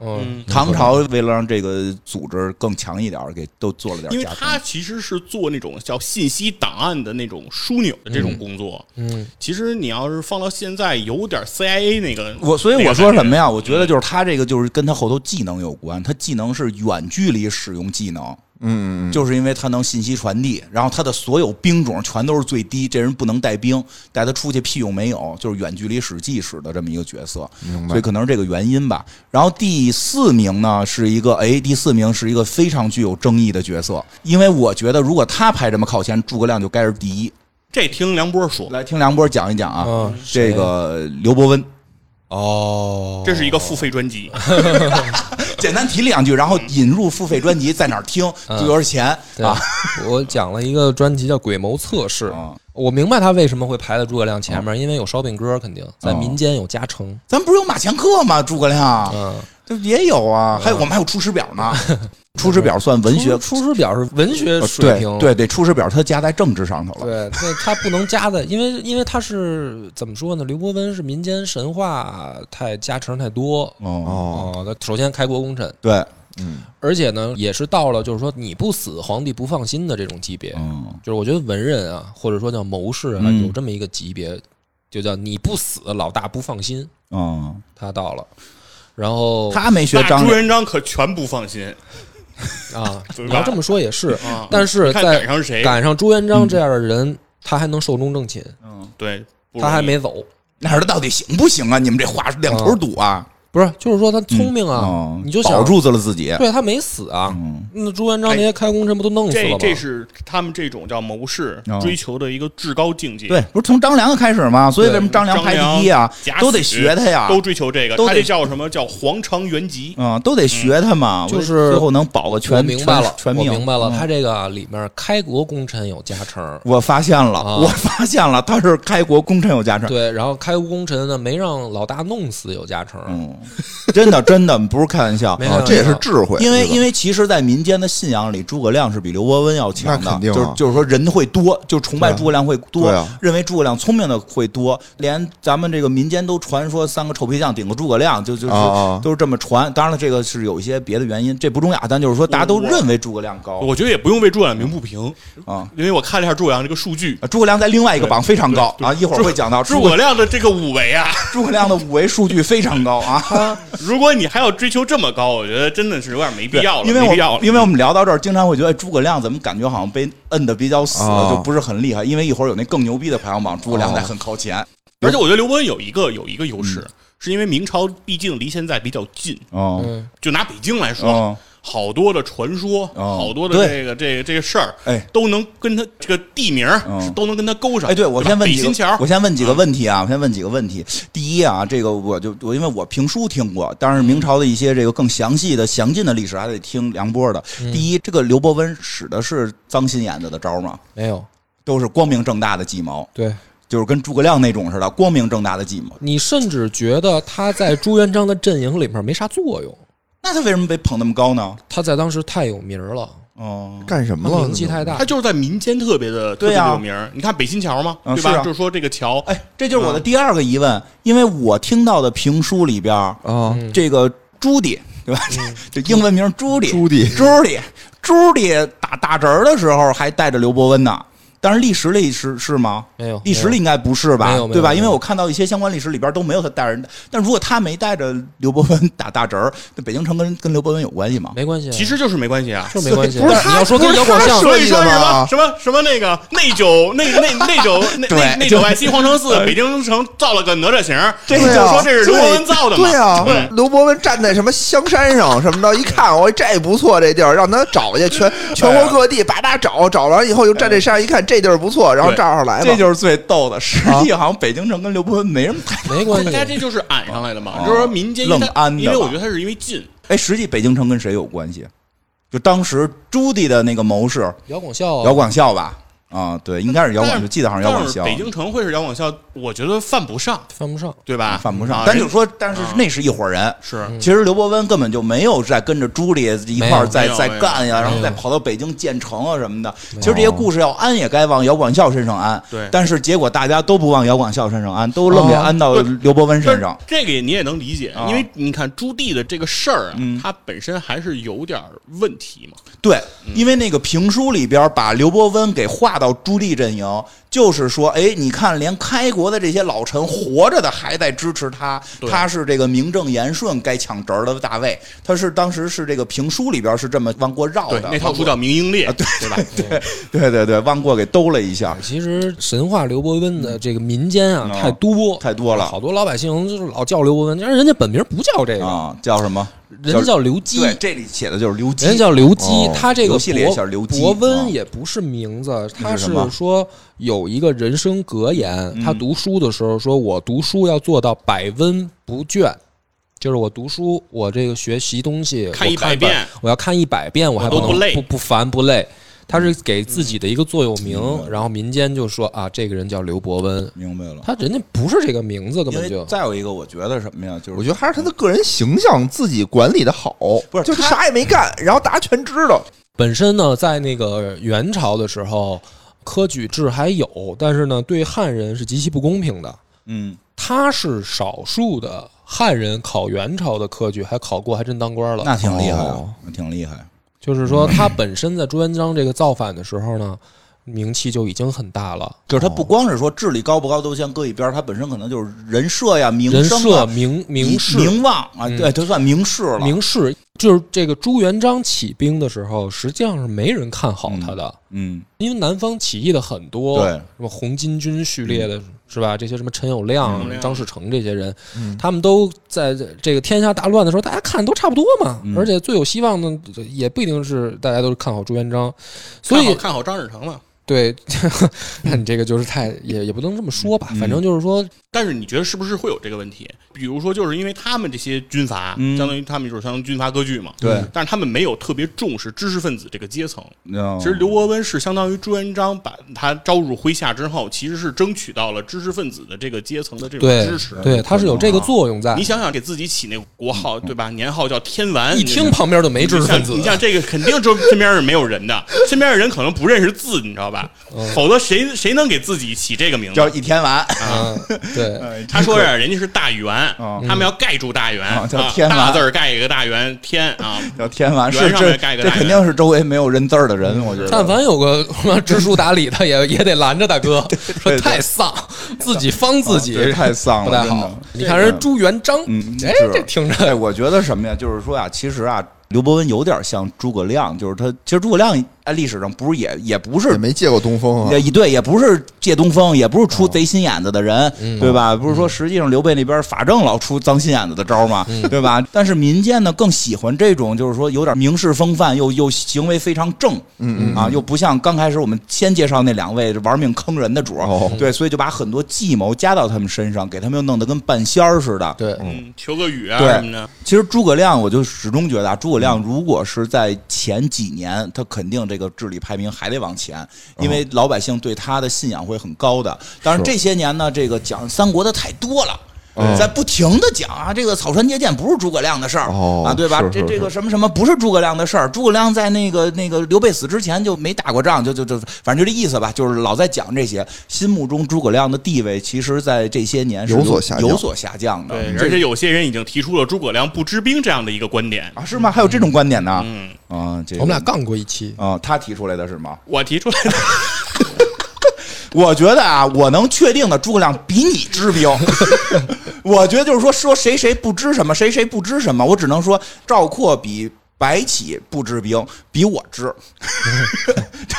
B: 嗯，
A: 唐朝为了让这个组织更强一点儿，给都做了点儿
D: 因为
A: 加成。
D: 他其实是做那种叫信息档案的那种枢纽的这种工作。
B: 嗯，
D: 其实你要是放到现在，有点 CIA 那个。
A: 我所以
D: 那个
A: 我说
D: 感觉
A: 什么呀？我觉得就是他这个就是跟他后头技能有关，他技能是远距离使用技能，
C: 嗯，嗯
A: 就是因为他能信息传递，然后他的所有兵种全都是最低，这人不能带兵，带他出去屁用没有，就是远距离使技使的这么一个角色，
C: 明白
A: 所以可能是这个原因吧。然后第四名呢是一个，哎，第四名是一个非常具有争议的角色，因为我觉得如果他排这么靠前，诸葛亮就该是第一。
D: 这听梁波说，
A: 来听梁波讲一讲啊，
B: 嗯
A: 这个刘伯温。
B: 哦，
D: 这是一个付费专辑，
A: 简单提两句，然后引入付费专辑，在哪儿听多少钱
B: 嗯对
A: 啊？
B: 我讲了一个专辑叫《鬼谋测试》
A: 啊
B: 我明白他为什么会排在诸葛亮前面，因为有烧饼歌，肯定在
A: 哦
B: 民间有加成。
A: 咱不是有马前课吗？诸葛亮，
B: 嗯，
A: 这也有啊，还有我们还有《出师表》
B: [laughs]
A: 呢，《出师表》算文学
B: 出出师表是文学
A: 呃
B: 水平，
A: 对对对，《出师表》它加在政治上头了，
B: 对，那他不能加的，因为因为他是怎么说呢？刘伯温是民间神话太加成太多
A: 哦，
C: 哦，
B: 哦。他首先开国功臣，
A: 对，
C: 嗯
B: 而且呢也是到了就是说你不死皇帝不放心的这种级别，
A: 嗯，
B: 就是我觉得文人啊，或者说叫谋士啊，
A: 嗯
B: 有这么一个级别，就叫你不死老大不放心，
A: 嗯，
B: 他到了。然后
A: 他没学
D: 那
A: 张
D: 朱
A: 良，
D: 元璋可全不放心 [laughs]
B: 啊，
D: 对
B: 你
D: 吧
B: 要这么说也是，
D: 啊！
B: 但是
D: 看
B: 在
D: 赶上谁？
B: 赶上朱元璋这样的人，他还能寿终正寝，
A: 嗯，
D: 对，不容易
B: 他还没走。
A: 那儿到底行不行啊？你们这话两头堵啊，
B: 不是，就是说他聪明啊，
A: 嗯
B: 你就
A: 保
B: 想，
A: 住了自己，
B: 对他没死啊。
A: 嗯哎
B: 那朱元璋那些开功臣不都弄死了
D: 这
B: 吗？
D: 这是他们这种叫谋士
A: 哦
D: 追求的一个至高境界。
A: 对，，不是从张良开始吗？所以为什么张良排第一啊
D: 贾？
A: 都得
D: 诩
A: 学他呀，
D: 都追求这个，
A: 都得
D: 他这叫什么叫皇城元吉？
A: 嗯，都得学他嘛，
B: 就
A: 我
B: 是
A: 最后能保个
B: 我
A: 全
B: 明白了，
A: 全全
B: 我
A: 命，
B: 明白了，
A: 嗯
B: 他这个啊里面开国功臣有加成，
A: 我发现了，
B: 啊
A: 我发现了，他是开国功臣有加成。
B: 对，然后开国功臣呢没让老大弄死有加成，
A: 嗯，真的真的 [laughs] 不是开玩笑啊
B: 没，
C: 哦，
A: 嗯
C: 这也是智慧，
A: 因为
C: 对吧
A: 因为其实，在民间的信仰里，诸葛亮是比刘伯温要强
C: 那
A: 的，
C: 肯定啊
A: 就是就是说人会多，就崇拜
C: 对啊
A: 诸葛亮会多，
C: 对啊
A: 认为诸葛亮聪明的会多，连咱们这个民间都传说三个臭皮匠顶个诸葛亮，就就是、
C: 啊啊
A: 都是这么传。当然了，这个是有一些别的原因，这不重要，但就是说大家都认为诸葛亮高
D: 我觉得也不用为诸葛亮鸣不平，
A: 啊。
D: 因为我看了一下诸葛亮这个数据，
A: 啊诸葛亮在另外一个榜非常高啊，一会儿会讲到
D: 诸
A: 诸
D: 葛
A: 葛
D: 亮的这个五维啊， [laughs]
A: 诸葛亮的五维数据非常高啊。
D: 如果你还要追求这么高，我觉得真的是有点没必要了，
A: 因为
D: 没
A: 我
D: 必要了。
A: 因为我们聊到这儿，经常会觉得哎诸葛亮怎么感觉好像被摁的比较死，
C: 哦
D: 啊
A: 就不是很厉害。因为一会儿有那更牛逼的排行榜，诸葛亮在很靠前。
D: 而且我觉得刘伯温有一个有一个优
A: 嗯
D: 势，是因为明朝毕竟离现在比较近，
A: 哦
B: 嗯，
D: 就拿北京来说，
A: 哦，
D: 好多的传说，
A: 哦
D: 好多的
A: 对
D: 这个这个这个事儿，
A: 哎
D: 都能跟他这个地名儿
A: 嗯
D: 是都能跟他勾上。
A: 哎，对，我
D: 吧
A: 先问
D: 北
A: 几
D: 新
A: 个
D: 桥，
A: 我，先问几个问题啊，我先问几个问题。第一啊，这个我就我因为我评书听过，当然明朝的一些这个更详细的、详尽的历史还得听梁波的。
D: 嗯
A: 第一，这个刘伯温使的是脏心眼子的招吗？
B: 没有，
A: 都是光明正大的计谋，
B: 对
A: 就是跟诸葛亮那种似的，光明正大的计谋。
B: 你甚至觉得他在朱元璋的阵营里面没啥作用，
A: 那他为什么被捧那么高呢？
B: 他在当时太有名儿了，
A: 哦，
C: 干什
B: 他
C: 么了？
B: 名气太大
D: 他，就是在民间特别的特
A: 对
D: 别
A: 呀
D: 有名儿。你看北新桥嘛，
A: 嗯
D: 对
A: 是
D: 吧？
A: 啊
D: 就是说这个桥，
A: 哎，这就是我的第二个疑问，因为我听到的评书里边儿，
C: 啊，
B: 嗯
A: 这个朱迪对吧？ [laughs] 这英文名嗯朱迪，
C: 朱棣
A: 朱迪，朱迪打打侄儿的时候还带着刘伯温呢。但是历史里是是吗？
B: 没有
A: 历史里应该不是吧
B: 没有没有？
A: 对吧？
B: 没有
A: 因为我看到一些相关历史里边都没有他带人，但如果他没带着刘伯温打大侄儿，那北京城跟跟刘伯温有关系吗？
B: 没关系啊，
D: 其实就是没关系啊。
B: 就是没关系啊。
C: 不是
B: [laughs] 你要说跟
C: 不是
B: 姚广
C: 他
B: 相
D: 所以说
C: 设计
D: 什
C: 的
D: 么
C: 嘛
D: 什么什么那个内九内内内九内
A: 对
D: 内内九外西皇城寺北京城造了个哪吒形儿，
A: 这
D: 就
A: 个
C: 对啊
D: 说这是刘伯温造的嘛？
C: 对啊，
A: 嗯
D: 对，
C: 刘伯温站在什么香山上什么的，一看我这不错，这地儿让他找去，全全国各地把他找，找完以后又站这山上一看，这地儿不错，然后照上来
A: 这
C: 吧。
A: 就是最逗的。实际好像北京城跟刘伯温没什么太
B: 没关
D: 大家
B: 系，啊
D: 这就是安上来的嘛
A: 哦，
D: 就是说民间因为它
A: 愣安的吧
D: 因为我觉得他是因为近，
A: 哎，实际北京城跟谁有关系？就当时朱棣的那个谋士
B: 姚广孝啊
A: 姚广孝吧？啊，对，应该是姚
D: 哦但
A: 广，就
D: 是
A: 记得好像姚广孝
D: 但是北京城会是姚广孝，我觉得犯不上，
B: 犯不上。
D: 对吧？
A: 犯不上
D: 啊。
A: 咱
D: 人
A: 就说，嗯但是那是一伙人。
D: 是
A: 其实刘伯温根本就没有在跟着朱棣一块儿在
D: 没有没
A: 在
D: 有嗯
A: 干呀，然后
B: 有
A: 再跑到北京建城啊什么的。其实这些故事要安也该往姚广孝身上安，
D: 对
A: 但是结果大家都不往姚广孝身上安，都愣给
B: 哦
A: 安到
D: 对
A: 刘伯温身
D: 但是
A: 上。
D: 这个也你也能理解
A: 啊，
D: 因为你看朱棣的这个事儿啊
A: 嗯，
D: 他本身还是有点儿问题嘛。
A: 对，因为那个评书里边把刘伯温给划到朱棣阵营，就是说，哎，你看，连开国的这些老臣活着的还在支持他，
D: 对
A: 他是这个名正言顺该抢侄儿的大卫，他是当时是这个评书里边是这么往过绕
D: 对
A: 的，，啊
D: 那套书叫《明英烈》，对吧？
A: 对对对，往过给兜了一下，
B: 其实神话刘伯温的这个民间啊
A: 嗯
B: 太多
A: 太多了
B: 好多老百姓就是老叫刘伯温，但是人家本名不叫这个，
A: 啊，叫什么？
B: 人家叫刘基，
A: 对，
B: 人
A: 这里写的就是刘基
B: 家，叫刘基
C: 哦，
B: 他这个
A: 游戏里也叫
B: 伯
A: 刘基
B: 伯
A: 啊
B: 温也不是名字，他
A: 是什
B: 是
A: 么嗯
B: 说有一个人生格言，他读书的时候说，我读书要做到百温不倦。就是我读书，我这个学习东西，
D: 看一
B: 我看
D: 百遍
B: 本，我要看一百遍，我还
D: 我都
B: 能
D: 不累
B: 不不烦不累。他是给自己的一个座右铭，
A: 明白
B: 然后民间就说啊，这个人叫刘伯温，
A: 明白了。
B: 他人家不是这个名字，根
A: 因
B: 本
A: 为
B: 就
A: 再有一个，我觉得什么呀，就是
C: 我觉得还是他的个人形象自己管理的好，
A: 不是
C: 就是
A: 他
C: 啥也没干，然后大家全知道。
B: 本身呢，在那个元朝的时候，科举制还有，但是呢，对汉人是极其不公平的。
A: 嗯，
B: 他是少数的汉人考元朝的科举，还考过，还真当官了。
A: 那挺厉害啊
C: 哦，
A: 那挺厉害。
B: 就是说，他本身在朱元璋这个造反的时候呢，名气就已经很大了，
A: 就是他不光是说智力高不高都先搁一边儿，他本身可能就是人设呀、名
B: 人
A: 声
B: 设、
A: 啊、
B: 名名
A: 名
B: 士、
A: 名望啊，
B: 嗯
A: 对，就算名士了。
B: 名士，就是这个朱元璋起兵的时候，实际上是没人看好他的，
A: 嗯，
B: 因为南方起义的很多，
A: 对
B: 什么红巾军序列的，是吧？这些什么陈友谅、
D: 嗯
B: 张士诚这些人，
C: 嗯
B: 他们都在这个天下大乱的时候，大家看都差不多嘛，
A: 嗯
B: 而且最有希望的也不一定是大家都是看好朱元璋，所
D: 看好
B: 以
D: 看好张士诚了。
B: 对， [laughs] 那你这个就是太也也不能这么说吧，
A: 嗯
B: 反正就是说
D: 但是你觉得是不是会有这个问题？比如说，就是因为他们这些军阀，
A: 嗯
D: 相当于他们就是相当于军阀割据嘛。
A: 对
D: 但是他们没有特别重视知识分子这个阶层。
B: 哦
A: 你知道吗
D: 其实刘伯温是相当于朱元璋把他招入麾下之后，其实是争取到了知识分子的这个阶层的这种
B: 对
D: 支持。
B: 对，它是有这个作用在
D: 你。想想，给自己起那国号对吧？年号叫天完，
B: 一听旁边就没
D: 你
B: 知识分
D: 像
B: 子，
D: 你像这个肯定就身边是没有人的，身边的人可能不认识字，你知道吧？否则谁谁能给自己起这个名
A: 叫
D: 字？
A: 一天完， [laughs]
B: 嗯， [laughs] 对，
D: 他说呀，人家是大元
A: 啊，
D: 他们要盖住大元
A: 啊叫
D: 啊
A: 天完
D: 大字儿盖一个大元天啊，
A: 叫天完，
D: 原
A: 是
D: 上
A: 这
D: 面盖个
A: 这
D: 大
A: 肯
D: 圆
A: 定是周围没有认字儿的人，我觉得。
B: 但凡有个什么知书达理的，也 [laughs] 也得拦着大哥，说
A: 对
B: 太丧，自己方自
A: 啊
B: 己
A: 对太丧了
B: 不太
A: 真
B: 好
A: 的。
B: 你看人朱元璋，
A: 嗯，
B: 哎
A: 是，
B: 这听
A: [laughs] 对，
B: 着
A: 我觉得什么呀？就是说啊，其实啊，刘伯温有点像诸葛亮，就是他其实诸葛亮在历史上不是也也不
C: 也
A: 是。哎
C: 没借过东风啊，哦
A: 也对，也不是借东风，也不是出贼心眼子的人，
C: 嗯
A: 对吧？不是说实际上刘备那边法正老出脏心眼子的招嘛，
C: 嗯
A: 对吧？但是民间呢更喜欢这种，就是说有点名士风范，又又行为非常正，
C: 嗯嗯
A: 啊，又不像刚开始我们先介绍那两位就玩命坑人的主儿，
C: 哦
A: 对，所以就把很多计谋加到他们身上，给他们又弄得跟半仙儿似的，
B: 对，
D: 嗯，求个雨啊
A: 对
D: 什么的，
A: 其实诸葛亮，我就始终觉得啊，诸葛亮如果是在前几年，他肯定这个智力排名还得往前，因为老百姓对他的信仰会很高的。当然
C: 嗯是
A: 这些年呢，这个讲三国的太多了。
C: 嗯
A: 在不停的讲啊，这个草船借箭不是诸葛亮的事儿、
C: 哦
A: 啊，对吧？
C: 是是
A: 这这
C: 是
A: 个什么什么不是诸葛亮的事儿？诸葛亮在那个那个刘备死之前就没打过仗，就就就反正就这意思吧，就是老在讲这些。心目中诸葛亮的地位，其实在这些年是
C: 有所下降
A: 有所下降的。
D: 对，
A: 这
D: 而且有些人已经提出了诸葛亮不知兵这样的一个观点。
A: 啊，是吗？还有这种观点呢？
D: 嗯，
A: 啊，这个
B: 我们俩杠过一期，
A: 啊、他提出来的是吗？
D: 我提出来的，
A: 我觉得啊，我能确定的，诸葛亮比你知兵。我觉得就是说，说谁谁不知什么，谁谁不知什么，我只能说赵括比白起不知兵，比我知，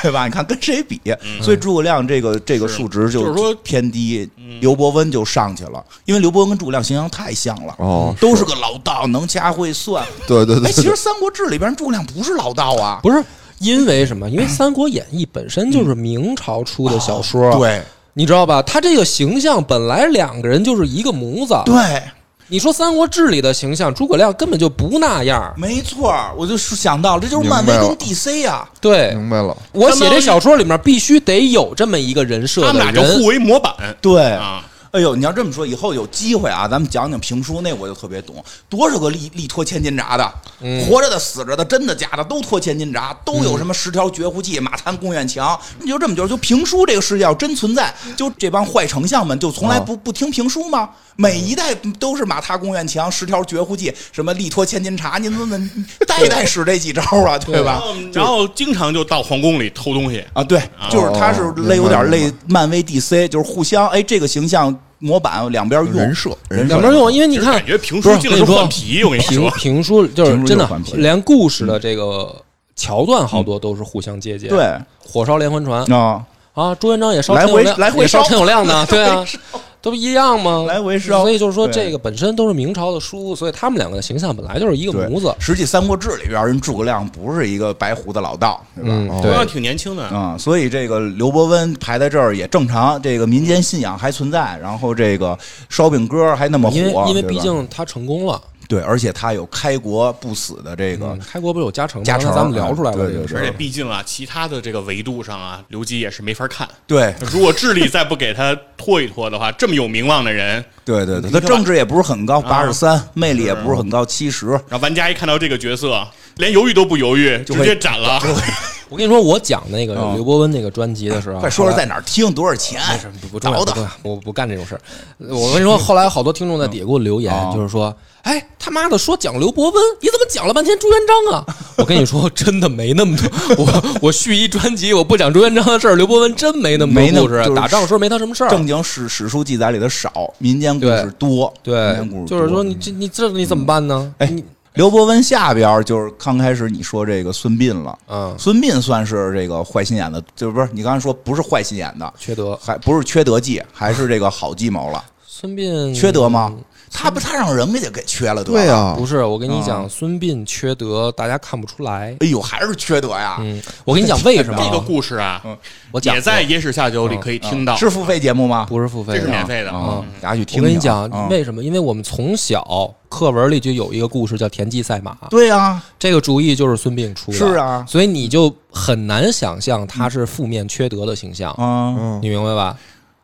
A: 对吧？你看跟谁比？所以诸葛亮这个这个
D: 嗯是
A: 数值
D: 就是说嗯
A: 偏低，刘伯温就上去了，因为刘伯温跟诸葛亮形象太像了。
C: 哦，
A: 都是个老道，能掐会算。
C: 对对
A: 哎，
C: 对
A: 其实
C: 对
A: 《三国志》里边诸葛亮不是老道啊，
B: 不是因为什么？因为《三国演义》本身就是明朝出的小说，，
A: 对
B: 你知道吧？他这个形象本来两个人就是一个模子，
A: 对，
B: 你说《三国志》里的形象，诸葛亮根本就不那样，
A: 没错儿，我就想到了，这就是漫威
C: 明白
A: 跟
C: 了
A: DC 呀、啊。
B: 对。
C: 明白了，
B: 我写这小说里面必须得有这么一个人设
D: 他
B: 的人，
D: 们俩就互为模板
A: 对，
D: 啊。
A: 哎呦，你要这么说，以后有机会啊，咱们讲讲评书，那我就特别懂。多少个力力托千斤闸的，
C: 嗯
A: 活着的、死着的，真的假的，都托千斤闸，都有什么十条绝户计、马滩宫苑墙。你就这么觉得，就评书这个世界要真存在，就这帮坏丞相们就从来
C: 嗯
A: 不、不听评书吗？每一代都是马踏宫苑墙、十条绝户计、什么力托千斤闸，您怎么代代使这几招啊，对吧
D: 然？后然后经常就到皇宫里偷东西，
A: 啊，对，
B: 哦
A: 就是他是类有点
C: 明
A: 类漫威 DC，就是互相哎，这个形象模板两边用
C: 人设
A: 人
B: 两边
A: 设
B: 用，因为你
D: 就是
B: 看
D: 感觉评
B: 不
D: 书
B: 是
D: 净
B: 我跟
D: 的是
B: 你说
D: 换皮，我跟你
B: 评
D: 说，
B: 评书就是
A: 评书
B: 真
A: 就是换
B: 的
A: 皮，
B: 连故事的这个桥段好多都是互相借鉴。
A: 嗯对，
B: 火烧连环船
A: 啊，
B: 啊，朱元璋也烧
A: 来
B: 陈友
A: 回
B: 谅，
A: 来回
B: 也烧
A: 烧
B: 陈友谅呢，对啊，都不一样吗？
A: 来回烧
B: 所以就是说
A: 对
B: 这个本身都是明朝的书，所以他们两个的形象本来就是一个
A: 对
B: 模子。
A: 实际《三国志》里边人诸葛亮不是一个白胡子老道，对吧？
C: 哦
B: 嗯，
D: 同样
B: 对，
D: 啊挺年轻的。
A: 啊、所以这个刘伯温排在这儿也正常，这个民间信仰还存在，然后这个烧饼歌还那么火，啊
B: 因为因
A: 对
B: 为
A: 吧
B: 毕竟他成功了，
A: 对，而且它有开国不死的这个
B: 嗯，开国不是有加成吗？
A: 加成啊
B: 刚才咱们聊出来了
A: 对
B: 这
A: 对
B: 个事
A: 对
B: 儿
D: 而且毕竟啊，其他的这个维度上啊，刘基也是没法看。
A: 对
D: 如果智力再不给他拖一拖的话，这么有名望的人，
A: 对对对，
D: 你
A: 他
D: 看吧
A: 政治也不是很
B: 啊
A: 高，八十三，魅力也不是很高，七十。
D: 然后玩家一看到这个角色，连犹豫都不犹豫，
A: 就
D: 直
A: 会
D: 接斩了。
B: 我跟你说，我讲那个
A: 嗯
B: 刘伯温那个专辑的时候，啊
A: 快说说
B: 后来
A: 在哪儿听多少钱？
B: 不不重要，
A: 倒
B: 不
A: 的
B: 重要，我不干这种事儿。我跟你说，后来好多听众在底下给我留言，
A: 嗯哦
B: 就是说，哎，他妈的说讲刘伯温，你怎么讲了半天朱元璋啊？我跟你说， [laughs] 真的没那么多。我我续一专辑，我不讲朱元璋的事儿，刘伯温真没那么
A: 没那么
B: 多故事
A: 就。是
B: 打仗的时候没他什么事儿
A: 正。经史史书记载里的少，民间故事多。
B: 对
A: 民间故事，多嗯
B: 就是说你这你这你怎么办呢？
A: 哎
B: 你，
A: 刘伯温下边儿就是刚开始你说这个孙膑了，
B: 嗯，
A: 孙膑算是这个坏心眼的，就不是你刚才说不是坏心眼的，
B: 缺德。
A: 还不是缺德计，还是这个好计谋了，
B: 孙膑
A: 缺德吗？他不他让人家给缺了得了
C: 对啊，
B: 不是，我跟你讲，孙膑缺德，大家看不出来。
A: 哎呦还是缺德呀，
B: 嗯，我跟你讲为什么啊？
D: [laughs] 这个故事啊，
A: 嗯
B: 我讲
D: 也在《
B: 过
D: 野史下酒》里可以听到。
A: 是付费节目吗？
B: 不是付费
D: 这
B: 的，嗯
D: 是免费的
A: 啊，大家去听听。
B: 我跟你讲，
A: 嗯
B: 为什么？因为我们从小课文里就有一个故事叫田忌赛马，
A: 对啊，
B: 这个主意就是孙膑出的，
A: 是啊
B: 所以你就很难想象他是负面缺德的形象，
A: 啊，
C: 嗯，
B: 你明白吧？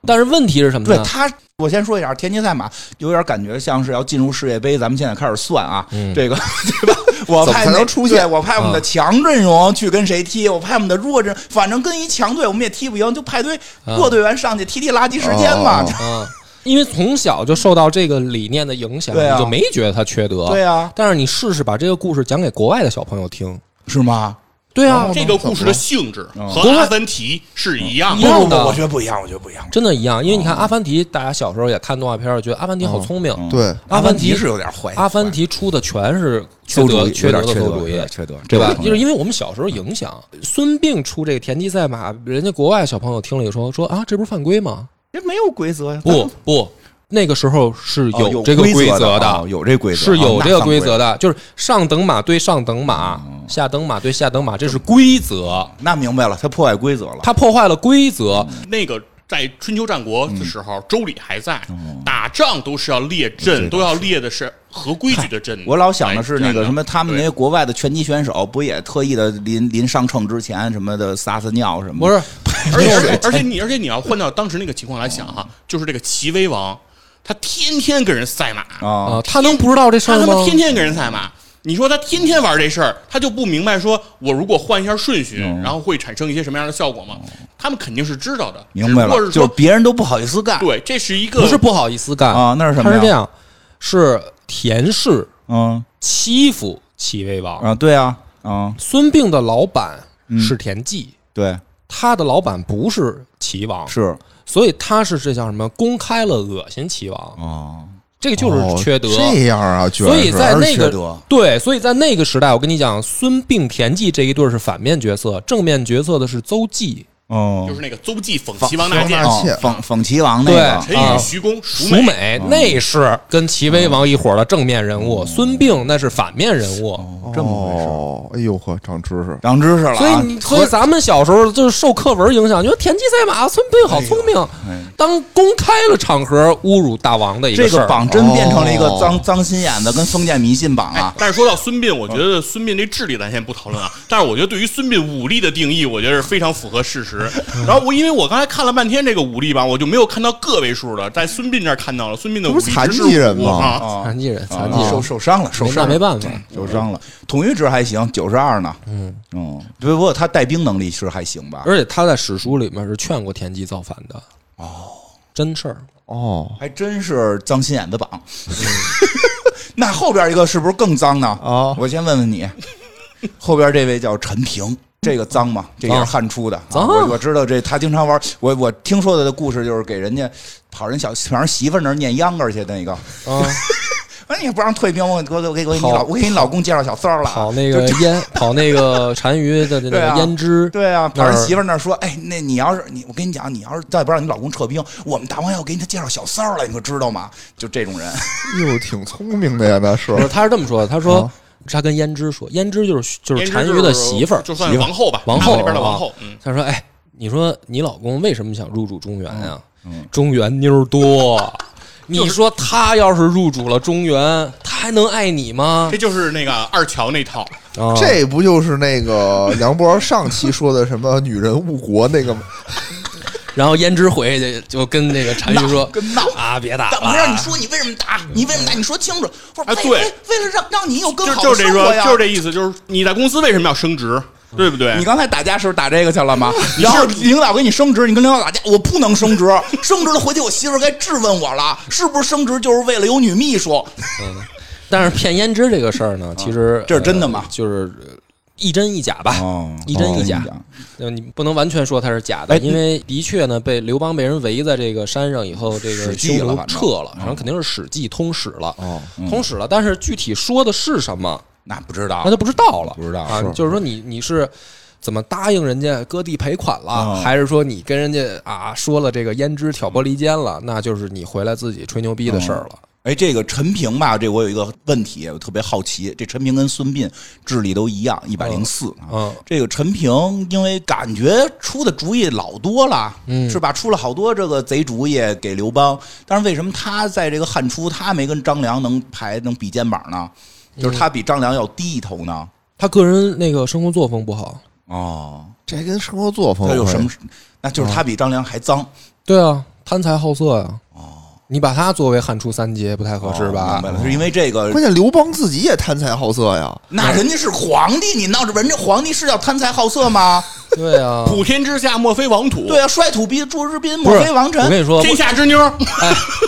B: 但是问题是什么
A: 对
B: 呢？
A: 他，我先说一下，田忌赛马有点感觉像是要进入世界杯，咱们现在开始算啊，
B: 嗯
A: 这个 [laughs] 对吧？我
C: 怎么
A: 派
C: 才能
A: 那
C: 出现
A: 对我派我们的强阵容去跟谁踢，我派我们的弱阵，反正跟一强队我们也踢不赢，就派队
B: 啊
A: 弱队员上去踢踢垃圾时间嘛。
C: 哦
B: 嗯，因为从小就受到这个理念的影响，
A: 对啊
B: 你就没觉得他缺德。
A: 对啊，
B: 但是你试试把这个故事讲给国外的小朋友听，
A: [laughs] 是吗？
B: 对啊，
D: 这个故事的性质和
B: 嗯
D: 《阿凡提》是一样
B: 一
D: 的。
B: 样
A: 不不不我
B: 的
A: 觉。得不一样，我觉得不一样。
B: 真的一样，因为你看《阿凡提》，大家小时候也看动画片儿，觉得阿凡提好聪明。
A: 嗯
C: 对，
B: 阿凡提
A: 提是有点坏，
B: 阿凡提出的全是缺
A: 馊主
B: 德、
A: 意，
B: 缺
A: 有
B: 德
A: 点
B: 的
A: 缺
B: 馊
A: 德，有
B: 主意，
A: 点缺德，
B: 对吧
A: 这？我
B: 就是
A: 承认
B: 因为我们小时候影响，孙膑出这个田忌赛马，人家国外小朋友听了以后说啊，这不是犯
A: [laughs]
B: 规吗？
A: 这没有规则呀，
B: 不不，那个时候是
A: 哦
B: 有这个
A: 规
B: 则
A: 的，哦有这规则
B: 是有这个规则
A: 的。哦
B: 的，就是上等马对上等马，下等马对下等马，这是规则。
A: 那明白了，他破坏规则了。
B: 他破坏了规则，
A: 嗯
D: 那个在春秋战国的时候，周礼还在，
A: 嗯
D: 打仗都是要列阵，都要列的是合规矩的阵。
A: 我老想的是那个什么，他们那
D: 啊哎对
A: 些国外的拳击选手不也特意的临临上秤之前什么的撒撒尿什么的？ [laughs]
B: 不是，
D: 而且而且
B: 啊
D: 而且你而且你要换到当时那个情况来想哈，就是这个齐威王，他天天跟人赛马，
A: 啊
B: 啊，，他能不知道这事
D: 他
B: 儿
D: 他
B: 吗
D: 妈？天天跟人赛马。你说他天天玩这事儿，他就不明白说，我如果换一下顺序，然后会产生一些什么样的效果吗？他们肯定是知道的，
A: 明白
D: 只不过
A: 了，就
D: 是
A: 是
D: 说
A: 别人都不好意思干。
D: 对，这是一个
B: 不是不好意思干
A: 啊那是什么
B: 他
A: 呀
B: 是这样，是田氏
A: 嗯
B: 欺负齐威王，
A: 啊，对啊，啊，
B: 孙膑的老板是田忌，
A: 对，
B: 他的老板不是齐王，
A: 嗯是
B: 所以他是这叫什么？公开了恶心齐王，
A: 啊，
B: 这个就是缺德。
C: 哦这样啊，居然
B: 所以
C: 是
B: 在
A: 是
B: 那
A: 缺
B: 个
A: 德
B: 对，所以在那个时代，我跟你讲，孙膑、田忌这一对是反面角色，正面角色的是邹忌、
A: 哦
D: 就是那个邹忌讽齐王大
C: 冯
D: 建
C: 大，
A: 哦
C: 切
A: 讽讽齐王那个
B: 对
D: 陈
B: 啊
D: 宇、徐公、
B: 蜀
D: 美，
B: 美，
A: 嗯
B: 那是跟齐威王一伙儿的正面人物，孙膑那是反面人物。
A: 哦这么回事，
C: 哦，哎呦呵，长知识，
A: 长知识了
B: 所
A: 啊
B: 以，你，所以咱们小时候就是受课文影响，觉得田忌赛马，孙膑好聪明。当公开了场合侮辱大王的一
A: 哎这
B: 事
A: 个
B: 儿，
A: 榜真变成了一个
C: 哦
A: 脏脏心眼子跟封建迷信榜
D: 哎
A: 啊，。
D: 但是说到孙膑，我觉得孙膑这智力咱先不讨论啊。但是我觉得对于孙膑武力的定义，我觉得是非常符合事实。然后我因为我刚才看了半天这个武力吧，我就没有看到个位数的，在孙膑这儿看到了孙膑的武
C: 这不
D: 力
C: 是
D: 只
C: 残疾人
D: 五
C: 吗
D: 啊，
A: 啊
B: 哎
A: 嗯
B: 残疾人，残疾
A: 啊
B: 人
A: 受受伤了，受
B: 没
A: 伤了
B: 那没办法，
A: 受伤了，统一值还行，九十二呢。嗯嗯，不不过他带兵能力是还行吧，
B: 而且他在史书里面是劝过田忌造反的。哦，真事儿。
C: 哦
A: 还真是脏心眼子榜。 [laughs] 那后边一个是不是更脏呢？
C: 啊
B: 哦
A: 我先问问
B: [laughs]
A: 你，后边这位叫陈平，这个脏吗？这也是汉初的。
B: 哦脏
A: 啊我我知道这他经常玩。我我听说的故事就是给人家跑人小跑人媳妇儿那儿念秧歌去那个。 [laughs]
B: 啊，
A: 哎，你不让退兵，我给我给我给你
B: 跑
A: 老我给你老公介绍小三儿了啊。
B: 跑那个腌，跑那个单于的那
A: 对
B: 个
A: 啊
B: 胭脂，
A: 对啊，
B: 那
A: 跑
B: 儿
A: 人媳妇儿那儿说，哎，那你要是你，我跟你讲，你要是再不让你老公撤兵，我们大王要给你介绍小三儿了，你可知道吗？就这种人，
C: 哟，挺聪明的呀，那是
B: 不是，他是这么说的，他说
C: 啊
B: 他跟胭脂说，胭脂就是就是
D: 颜值
B: 单于的媳妇儿，
D: 就算王后吧，
B: 王
D: 他
B: 后
D: 们那边的王
B: 啊
D: 后，嗯，
B: 他说：“哎，你说你老公为什么想入主中原呀、中原妞儿多，你说他要是入主了中原，还能爱你吗
D: 这？就是那个二乔那套，
B: [laughs] 啊
C: 这不就是那个梁博上期说的什么“女人误国”那个吗？
B: 然后胭脂回去就跟那个单于说：“啊，嗯啊别打
A: 怎么让你
B: 了。
A: 说你为什么打？你为什么打？你说清楚。我说
D: 哎
A: 为
D: 对
A: 为为了让让你有 [laughs] 更
D: 就
A: 好
D: 就
A: 的
D: 是这
A: 生
D: 说
A: 活，呀。嗯
D: 就是这意思，就是你在公司为什么要升职，对不对
A: 你？刚才打架时候打这个去了吗？然后领导给嗯你升职，你跟领导打架，我不能升 [laughs] 职，升职了回去我媳妇儿该质问我了，是不是升职就是为了有女秘书？”
B: 但是骗胭脂这个事儿呢，其实
A: 啊这是真的吗哦
B: 呃就是一真一假吧，一真一假。呃，你不能完全说它是假的，
A: 哎
B: 因为的确呢，被刘邦被人围在这个山上以后，这个
A: 史记
B: 匈
A: 了
B: 奴
A: 反正哦嗯
B: 撤了，然后肯定是史记通史了，
C: 哦
B: 通史了。但是具体说的是什么，
A: 那不知道
B: 那，就不知道了，
A: 啊不知道
B: 啊
A: 是。
B: 就是说你你是。怎么答应人家割地赔款了，
A: 嗯
B: 还是说你跟人家啊说了这个胭脂挑拨离间了？那就是你回来自己吹牛逼的事儿了。
A: 哎，这个陈平吧，这我有一个问题，我特别好奇。这陈平跟孙膑智力都一样，一百零四啊
B: 嗯
A: 这个陈平因为感觉出的主意老多了，
B: 嗯
A: 是吧？出了好多这个贼主意给刘邦，但是为什么他在这个汉初他没跟张良能排能比肩膀呢？
B: 嗯
A: 就是他比张良要低一头呢？
B: 他个人那个生活作风不好，
A: 哦，
C: 这跟生活作风
A: 他有
C: 关
A: 什
C: 系
A: 么？那就是他比张良还脏，
B: 对啊，贪财好色呀、你把他作为汉初三杰不太合适吧？
A: 明
B: 嗯
A: 白了，是因为这个
C: 关键刘邦自己也贪财好色呀，
A: 那人家是皇帝，你闹着人家皇帝是要贪财好色吗？
B: 对啊，
D: 普天之下莫非王土，
A: 对啊，率土逼诸之宾，莫
B: 不是
A: 非王
B: 我
A: 臣
B: 跟。你说
D: 天下之妞，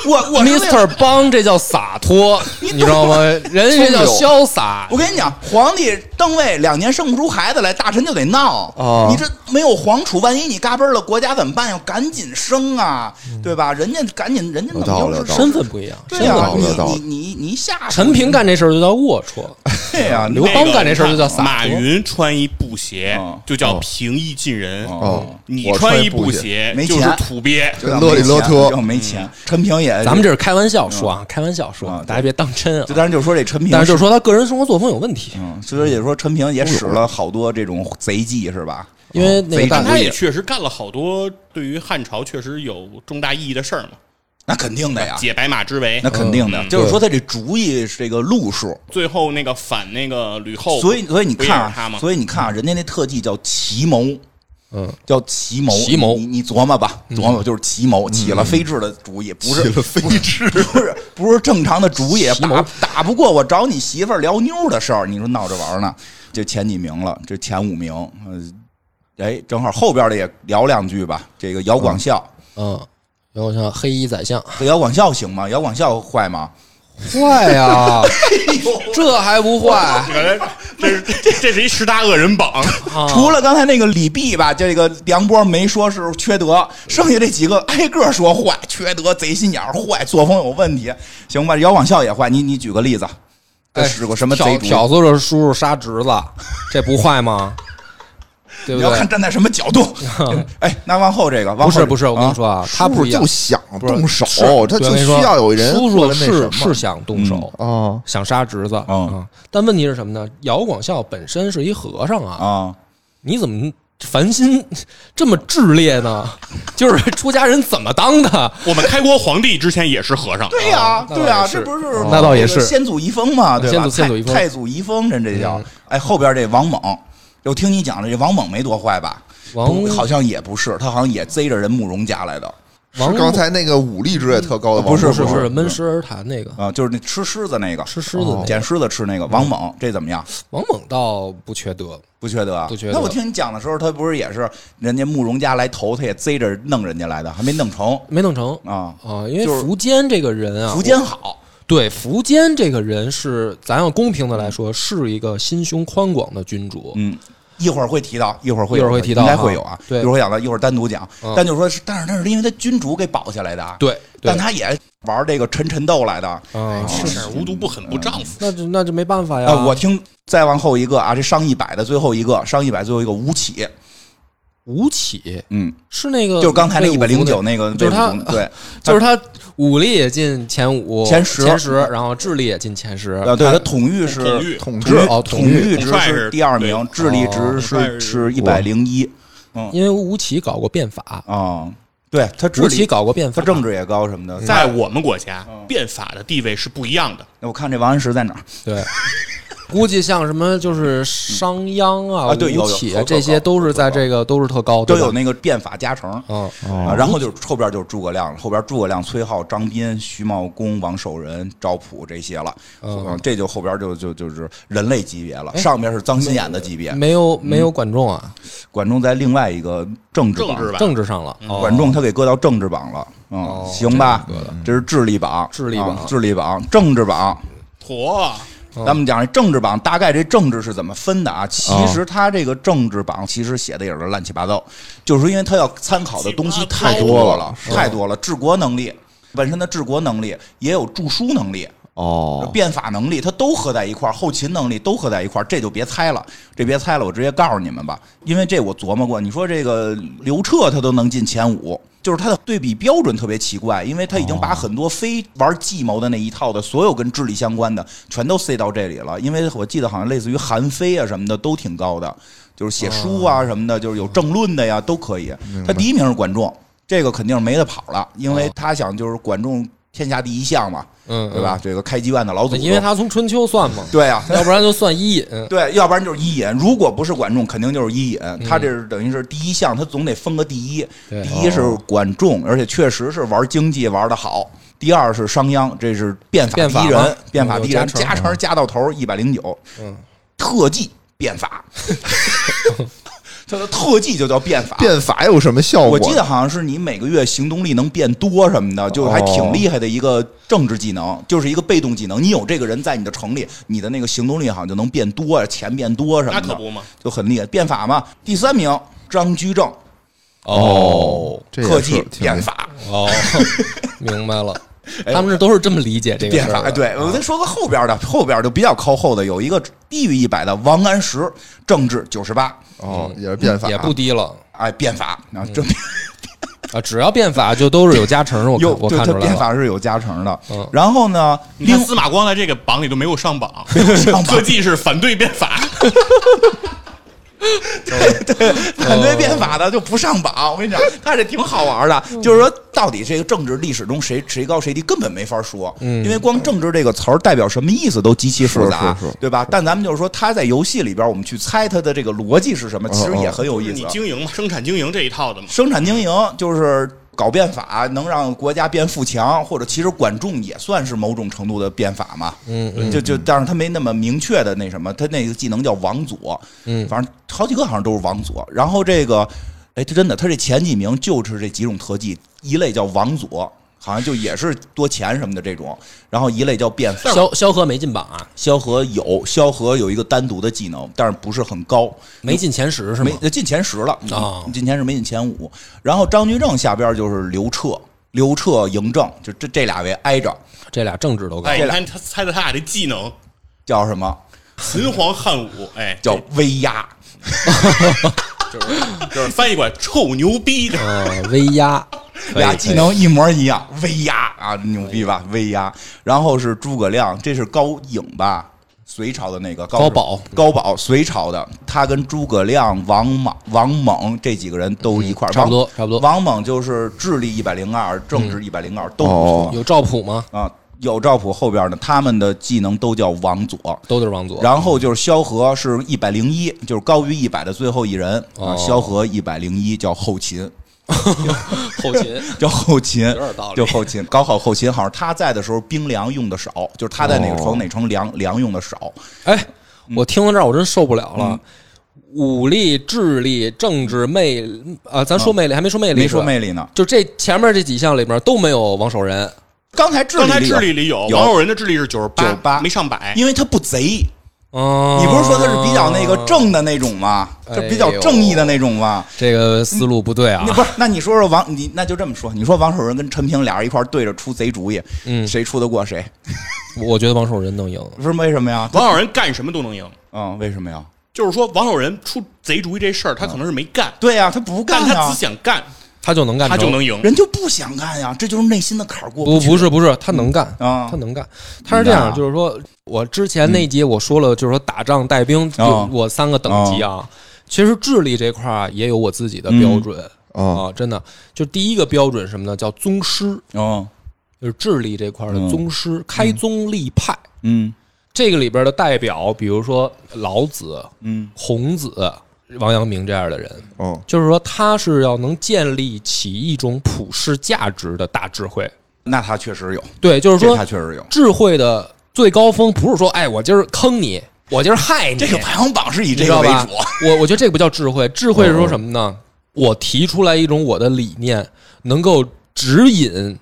A: 我我是为了
B: ，Mr. 邦这叫洒
A: [laughs]
B: 脱，你知道吗？人家叫潇洒
A: 我。跟你讲，皇帝登位两年生不出孩子来，大臣就得闹。
C: 哦
A: 你这没有皇储，万一你嘎嘣儿了，国家怎么办？要赶紧生啊，对吧？人家赶紧，人家怎么
C: 嗯有道理
A: 就是
C: 有道理
B: 身份不一样，
A: 对呀、啊
C: 有道理有道
A: 你
C: 理
A: 你你你下
B: 陈平干这事儿就叫龌
A: [laughs]
B: 龊，
A: 对啊呀、
C: 嗯
B: 刘邦干这事儿就叫洒脱哦
D: 马云穿一布鞋
A: 嗯
D: 就叫平易近人，
A: 哦
D: 你
C: 我
D: 穿
C: 穿
D: 一
C: 一
D: 布
C: 布
D: 鞋
A: 没
D: 就是
A: 钱
D: 土鳖。
A: 就像
C: 勒里
A: 没
C: 嗯
A: 钱
C: 勒特
A: 就没钱。陈平也，
B: 咱们这是开玩笑说啊，开玩笑说
A: 啊
B: 啊，
A: 对
B: 大家别当真啊
A: 就。当然就说这陈平，
B: 但是就是说他个人生活作风有问题，
A: 嗯，所以也说陈平也使了好多这种贼计是吧？哦
B: 因为那
A: 贼
B: 个
A: 大
B: 大
D: 但
A: 主
D: 他
A: 意
D: 也确实干了好多对于汉朝确实有重大意义的事儿嘛，
A: 那肯定的呀，
B: 嗯
D: 解白马之围
A: 那，肯定的。
D: 嗯
A: 就是说他这主意是这个路数，
D: 最后那个反那个吕后，
A: 所以，所以你
D: 不也是
A: 看
D: 他
A: 啊，
D: 吗？
A: 所以你看啊，人家那特技叫奇谋，
B: 嗯，
A: 叫奇谋，
B: 奇谋
A: 你你琢磨吧，琢磨就是奇谋，起了飞智的主意，不是
C: 起了飞
A: 智，不是不是正常的主意，
B: 奇谋
A: 打打不过我找你媳妇儿聊妞的事儿，你说闹着玩儿呢？这前几名了，这前五名，嗯，哎，正好后边的也聊两句吧。这个姚广孝，
B: 嗯，然后像黑衣宰相，
A: 这姚广孝行吗？姚广孝坏吗？[laughs]
B: 坏呀，
A: 哎
B: 这还不坏？
D: 原来这是这这是一十大恶人榜， [laughs]
B: 啊
A: 除了刚才那个李泌吧，这个梁波没说是缺德，剩下这几个挨个说坏，缺德、贼心眼儿、坏，作风有问题，行吧？姚广孝也坏，你你举个例子，他使过什么
B: 挑
A: 贼主意？
B: 挑唆着叔叔杀侄子，这不坏吗？对
A: 你
B: 不
A: 要看
B: 对？
A: 站在什么角
B: [laughs]
A: 度。哎，那往后这个，往
B: 不
A: 后
B: 是不是，我跟你，说啊，他
C: 叔叔
B: 不一样
C: 就。想动手
B: 是，
C: 哦他
B: 对
C: 就
B: 我跟你
C: 需
B: 说
C: 要有人
B: 叔
C: 过
B: 叔
C: 来那
B: 是
C: 什么
B: 是想动手，
C: 哦，
B: 想杀侄子啊、
A: 嗯
B: 但问题是什么呢？姚广孝本身是一和尚啊，
A: 啊，
B: 你怎么烦心这么炽烈呢？ [laughs] 就是出家人怎么当的？
D: 我们开国皇帝之前也是和尚，
A: 对呀
B: 那倒
A: 对呀，
B: 也是
A: 这不是
B: 那倒也
A: 这个
B: 是
A: 先祖遗风嘛，对吧？
B: 先祖先祖遗风
A: 太太祖遗风，人这叫
B: 嗯。
A: 哎，后边这王猛，我听你讲的这王猛没多坏吧？
B: 王
A: 不好像也不是，他好像也贼着人慕容家来的。
B: 王
C: 是刚才那个武力值也特高的王
A: 不是
B: 不
C: 勃
B: 是
A: 不
B: 不
A: 是
B: 是闷石而谈那个、
A: 啊，就是那吃狮子那个，
B: 吃狮子那个、
A: 捡狮子吃那个王猛，这怎么样？
B: 王猛倒不缺德，
A: 不缺德啊？
B: 不缺德
A: 那我听你讲的时候，他不是也是人家慕容家来投，他也贼着弄人家来的，还没弄成
B: 没弄成啊
A: 啊。
B: 因为
A: 就是
B: 苻坚这个人啊，
A: 苻坚好，
B: 对苻坚这个人是，咱要公平的来说，是一个心胸宽广的君主。
A: 嗯。一会儿会提到，一会儿会有
B: 一会儿会提到
A: 应该
B: 哈
A: 会有啊。
B: 对
A: 一会儿会讲到，一会儿单独讲。
B: 嗯
A: 但就是说是，但是那是因为他君主给保下来的啊，
B: 对，对
A: 但他也玩这个陈陈斗来的。
B: 啊，
A: 哦
D: 这事儿无毒不狠不丈夫。
B: 那就那就没办法呀。
A: 啊，我听再往后一个啊，这上一百的最后一个，上一百最后一个吴起，
B: 吴起
A: 嗯，
B: 是那个，
A: 就是刚才那
B: 那
A: 一百零九，那个，
B: 就是他啊
A: 对，
B: 就是他武力也进前五、
A: 前十
B: 前十，然后智力也进前十。
A: 呃，对他统御是
D: 统御
C: 统
A: 统
C: 治
A: 御
B: 哦
A: 统
B: 统御
A: 值
D: 统帅
A: 是
D: 是
A: 第二名
D: 对，
A: 智力值
B: 哦
A: 是
D: 统帅是
A: 是一百零一
B: 因为吴起搞过变法，
A: 啊。对他治
B: 吴起
A: 理，
B: 搞过嗯变
A: 他
B: 法，
A: 政治也高什么的。
D: 在我们国家，
A: 嗯
D: 变法的地位是不一样的。
A: 那我看这王安石在哪儿？
B: 对。估计像什么就是商鞅啊、
A: 啊对有
B: 吴
A: 有
B: 起
A: 特
B: 啊，
A: 高
B: 这些都是在这个都是特高，
A: 都
B: 对吧
A: 有那个变法加成。
B: 嗯，
A: 啊，然后就是后边就是诸葛亮了，后边诸葛亮、崔浩、张斌、徐茂公、王守仁、赵普这些了，
B: 哦
A: 嗯，这就后边就就就是人类级别了，上边是脏心眼的级别。
B: 哎没有没
A: 嗯
B: 有管仲啊，
A: 管仲在另外一个政治
D: 政
A: 榜，
D: 治吧，
B: 政治上了，哦
A: 管仲他给搁到政治榜了，嗯，
B: 哦
A: 行吧，这是智力榜，
B: 智力榜
A: 啊智力榜，政治榜。
D: 妥，
A: 咱们讲这政治榜，大概这政治是怎么分的啊？其实他这个政治榜其实写的也是乱七八糟，就是因为他要参考的东西太多了，太多了，治国能力。本身的治国能力也有著书能力、
C: 哦，
A: 变法能力，它都合在一块儿，后勤能力都合在一块儿，这就别猜了，这别猜了，我直接告诉你们吧，因为这我琢磨过，你说这个刘彻他都能进前五，就是他的对比标准特别奇怪，因为他已经把很多非玩计谋的那一套的所有跟智力相关的全都塞到这里了，因为我记得好像类似于韩非啊什么的都挺高的，就是写书啊什么的，就是有政论的呀都可以，他第一名是管仲。这个肯定是没得跑了，因为他想就是管仲天下第一相嘛，
B: 嗯
A: 对吧？这个开基院的老祖宗，
B: 因为他从春秋算嘛，
A: 对啊，
B: [laughs] 要不然就算伊尹，嗯
A: 对，要不然就是伊尹。如果不是管仲，肯定就是伊尹。他这是等于是第一项，他总得分个第一。
B: 对
A: 第一是管仲，而且确实是玩经济玩得好。第二是商鞅，这是变法
B: 变法
A: 第一人
B: 嘛，
A: 变法
B: 有
A: 第一人，
B: 加成
A: 加成加到头一百零九。
B: 嗯，
A: 特技变
B: [laughs]
A: 法，他的特技就叫变法。
C: 变法有什么效
A: 我
C: 果？
A: 记得好像是你每个月行动力能变多什么
B: 哦
A: 的，就还挺厉害的一个政治技能，就是一个被动技能。你有这个人在你的城里，你的那个行动力好像就能变多，钱变多什么
D: 那
A: 的，
D: 可不嘛。
A: 就很厉害。变法嘛，第三名张居正，
C: 哦，这也
A: 特
C: 是
A: 技
C: 挺
A: 变法。
B: 哦， [laughs] 明
A: [laughs]
B: 白了，他们这都是这么理解这个
A: 哎变
B: 事
A: 法
B: 儿
A: 哎，
B: 的。
A: 对我再说个后边的，后边就比较靠后的，有一个低于一百的王安石，政治九十八，
C: 哦，也是变法，
B: 也不低了
A: 哎，变法，然后这
B: 啊，只要变法就都是有加成，我看
A: 有
B: 我
A: 对
B: 看
A: 它
B: 出来
A: 变
B: 了。
A: 法是有加成的
B: 嗯。
A: 然后呢，
D: 你看
A: 另
D: 司马光在这个榜里都没有上榜， [laughs]
A: 上榜
D: 特技是反对变法，
A: [laughs] 反对
C: 哦
A: 变法的就不上榜。我跟你讲，他这挺好玩的，[laughs]
C: 嗯
A: 就是说到底这个政治历史中谁谁高谁低根本没法说，因为光政治这个词儿代表什么意思都极其复杂
C: 嗯是是是，
A: 对吧？但咱们就是说他在游戏里边，我们去猜他的这个逻辑是什
C: 哦
A: 么，其实也很 [laughs] 有意
D: [laughs] 你
A: 思。啊
D: 经营嘛，生产经营这一套的嘛。
A: 生产经营就是。搞变法能让国家变富强，或者其实管仲也算是某种程度的变法嘛，
B: 嗯嗯，
A: 就就，但是他没那么明确的那什么，他那个技能叫王佐，
B: 嗯
A: 反正好几个好像都是王佐。然后这个，哎，他真的，他这前几名就是这几种特技，一类叫王佐，好像就也是多钱什么的这种，然后一类叫变法。
B: 萧萧何没进榜啊，
A: 萧何有，萧何有一个单独的技能，但是不是很高，
B: 没进前十是
A: 没
B: 吗？
A: 呃进前十了
B: 啊
A: 进前十没进前五。然后张居正下边就是刘彻，刘彻、嬴政，就这这俩位挨着，
B: 这俩政治都高
D: 哎，
A: 这
D: 你
A: 俩
D: 看他猜的他俩这技能，
A: 叫什么？
D: 秦皇汉武，哎，
A: 叫威压。
D: 就是翻译过来臭牛逼的。
B: 呃，威压
A: [laughs]
B: 可以
A: 俩
B: 可以
A: 技能一模一样，威压啊，牛逼吧，威压。然后是诸葛亮，这是高颖吧，隋朝的那个
B: 高保，
A: 高保，隋朝的，他跟诸葛亮、王莽、王猛这几个人都一块儿、
B: 嗯差不多差不多嗯
A: 王猛就是智力一百零二，政治一百零二，都不错、
B: 哎有赵普吗？
A: 啊。有赵普后边呢，他们的技能都叫王佐。
B: 都是王佐。
A: 然后就是萧何是一百零一，就是高于一百的最后一人啊。
B: 哦
A: 萧何一百零一叫后秦，
B: 后勤
A: [laughs] 叫后勤，
B: 有点道理
A: 就后勤，搞好后勤。好像他在的时候兵粮用的少，就是他在哪个城、
C: 哦
A: 哪城粮粮用的少。
B: [laughs] 哎，我听到这儿我真受不了
A: 嗯
B: 了。武力、智力、政治、魅啊，咱说魅力还没说魅力，
A: 嗯没说
B: 力，
A: 魅力呢，
B: 就这前面这几项里边都没有王守仁。
A: 刚才智
D: 刚才
A: 力啊
D: 智力里有
A: 有
D: 王守仁的智力是九十八，
A: 98
D: 没上百。
A: 因为他不贼。
B: 哦，
A: 你不是说他是比较那个正的那种吗？
B: 哎
A: 就
B: 呦
A: 比较正义的那种吗？
B: 这个思路不对啊
A: 那！不是，那你说说王，你那就这么说，你说王守仁跟陈平俩人一块儿对着出贼主意，
B: 嗯
A: 谁出得过谁？
B: 我觉得王守仁能赢。
A: 是为什么呀？
D: 王守仁干什么都能赢，
A: 嗯，为什么呀？
D: 就是说王守仁出贼主意这事儿，他可能是没干，
A: 嗯对呀、他不
D: 但
A: 干
D: 他
A: 啊
D: 只，想干，
B: 他就能干
D: 他
B: 成，
D: 就能赢。
A: 人就不想干呀、这就是内心的坎儿过
B: 不
A: 去。
B: 不是不是，他能干
A: 啊
B: 他能干。他是这
A: 你看
B: 样，
A: 啊
B: 就是说我之前那集我说了，就是说打仗带兵，
A: 啊嗯
B: 有我三个等级啊。其实智力这块儿啊也有我自己的标准，
C: 啊
A: 嗯
B: 啊，真的，就第一个标准是什么呢？叫宗师，
A: 哦，
B: 就是智利这块儿的宗师，开宗立派。
A: 嗯
B: 这个里边的代表，比如说老子、
A: 嗯
B: 孔子、王阳明这样的人，
C: 哦
B: 就是说他是要能建立起一种普世价值的大智慧。
A: 那他确实有，
B: 对，就是
A: 这
B: 说
A: 他确实有。
B: 智慧的最高峰，不是说哎，我今儿坑你，我今儿害你，
A: 这个排行榜是以
B: 你
A: 这
B: 知
A: 个
B: 道
A: 为
B: 吧
A: 主，？啊
B: [laughs]
A: 嗯
B: 我我觉得这个不叫智慧，智慧是说什么呢？我提出来一种我的理念，能够指引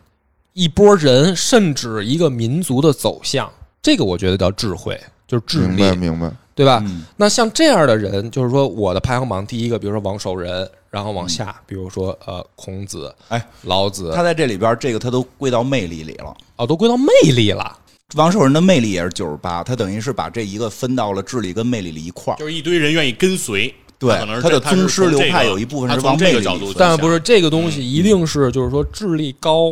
B: 一波人，甚至一个民族的走向，这个我觉得叫智慧，就是智
C: 明
B: 力。
C: 白明白，
B: 对吧？
A: 嗯
B: 那像这样的人，就是说我的排行榜第一个，比如说王守仁，然后往下，比如说呃孔子、
A: 哎、
B: 老子
A: 嗯他，在这里边，这个他都归到魅力里了。
B: 哦，都归到魅力了。
A: 王守仁的魅力也是九十八，他等于是把这一个分到了智力跟魅力里一块儿。
D: 就是一堆人愿意跟随。
A: 对
D: 可能，是
A: 他的
D: 这是
A: 宗师
D: 从
A: 流
D: 这
A: 派
D: 个
A: 有一部分
D: 他
A: 是
D: 从
A: 往
D: 这
A: 魅
D: 个
A: 力
D: 角
A: 里
D: 度
A: 分
D: 出
A: 的，
B: 但是不是这个东西
A: 嗯
B: 一定是就是说智力高，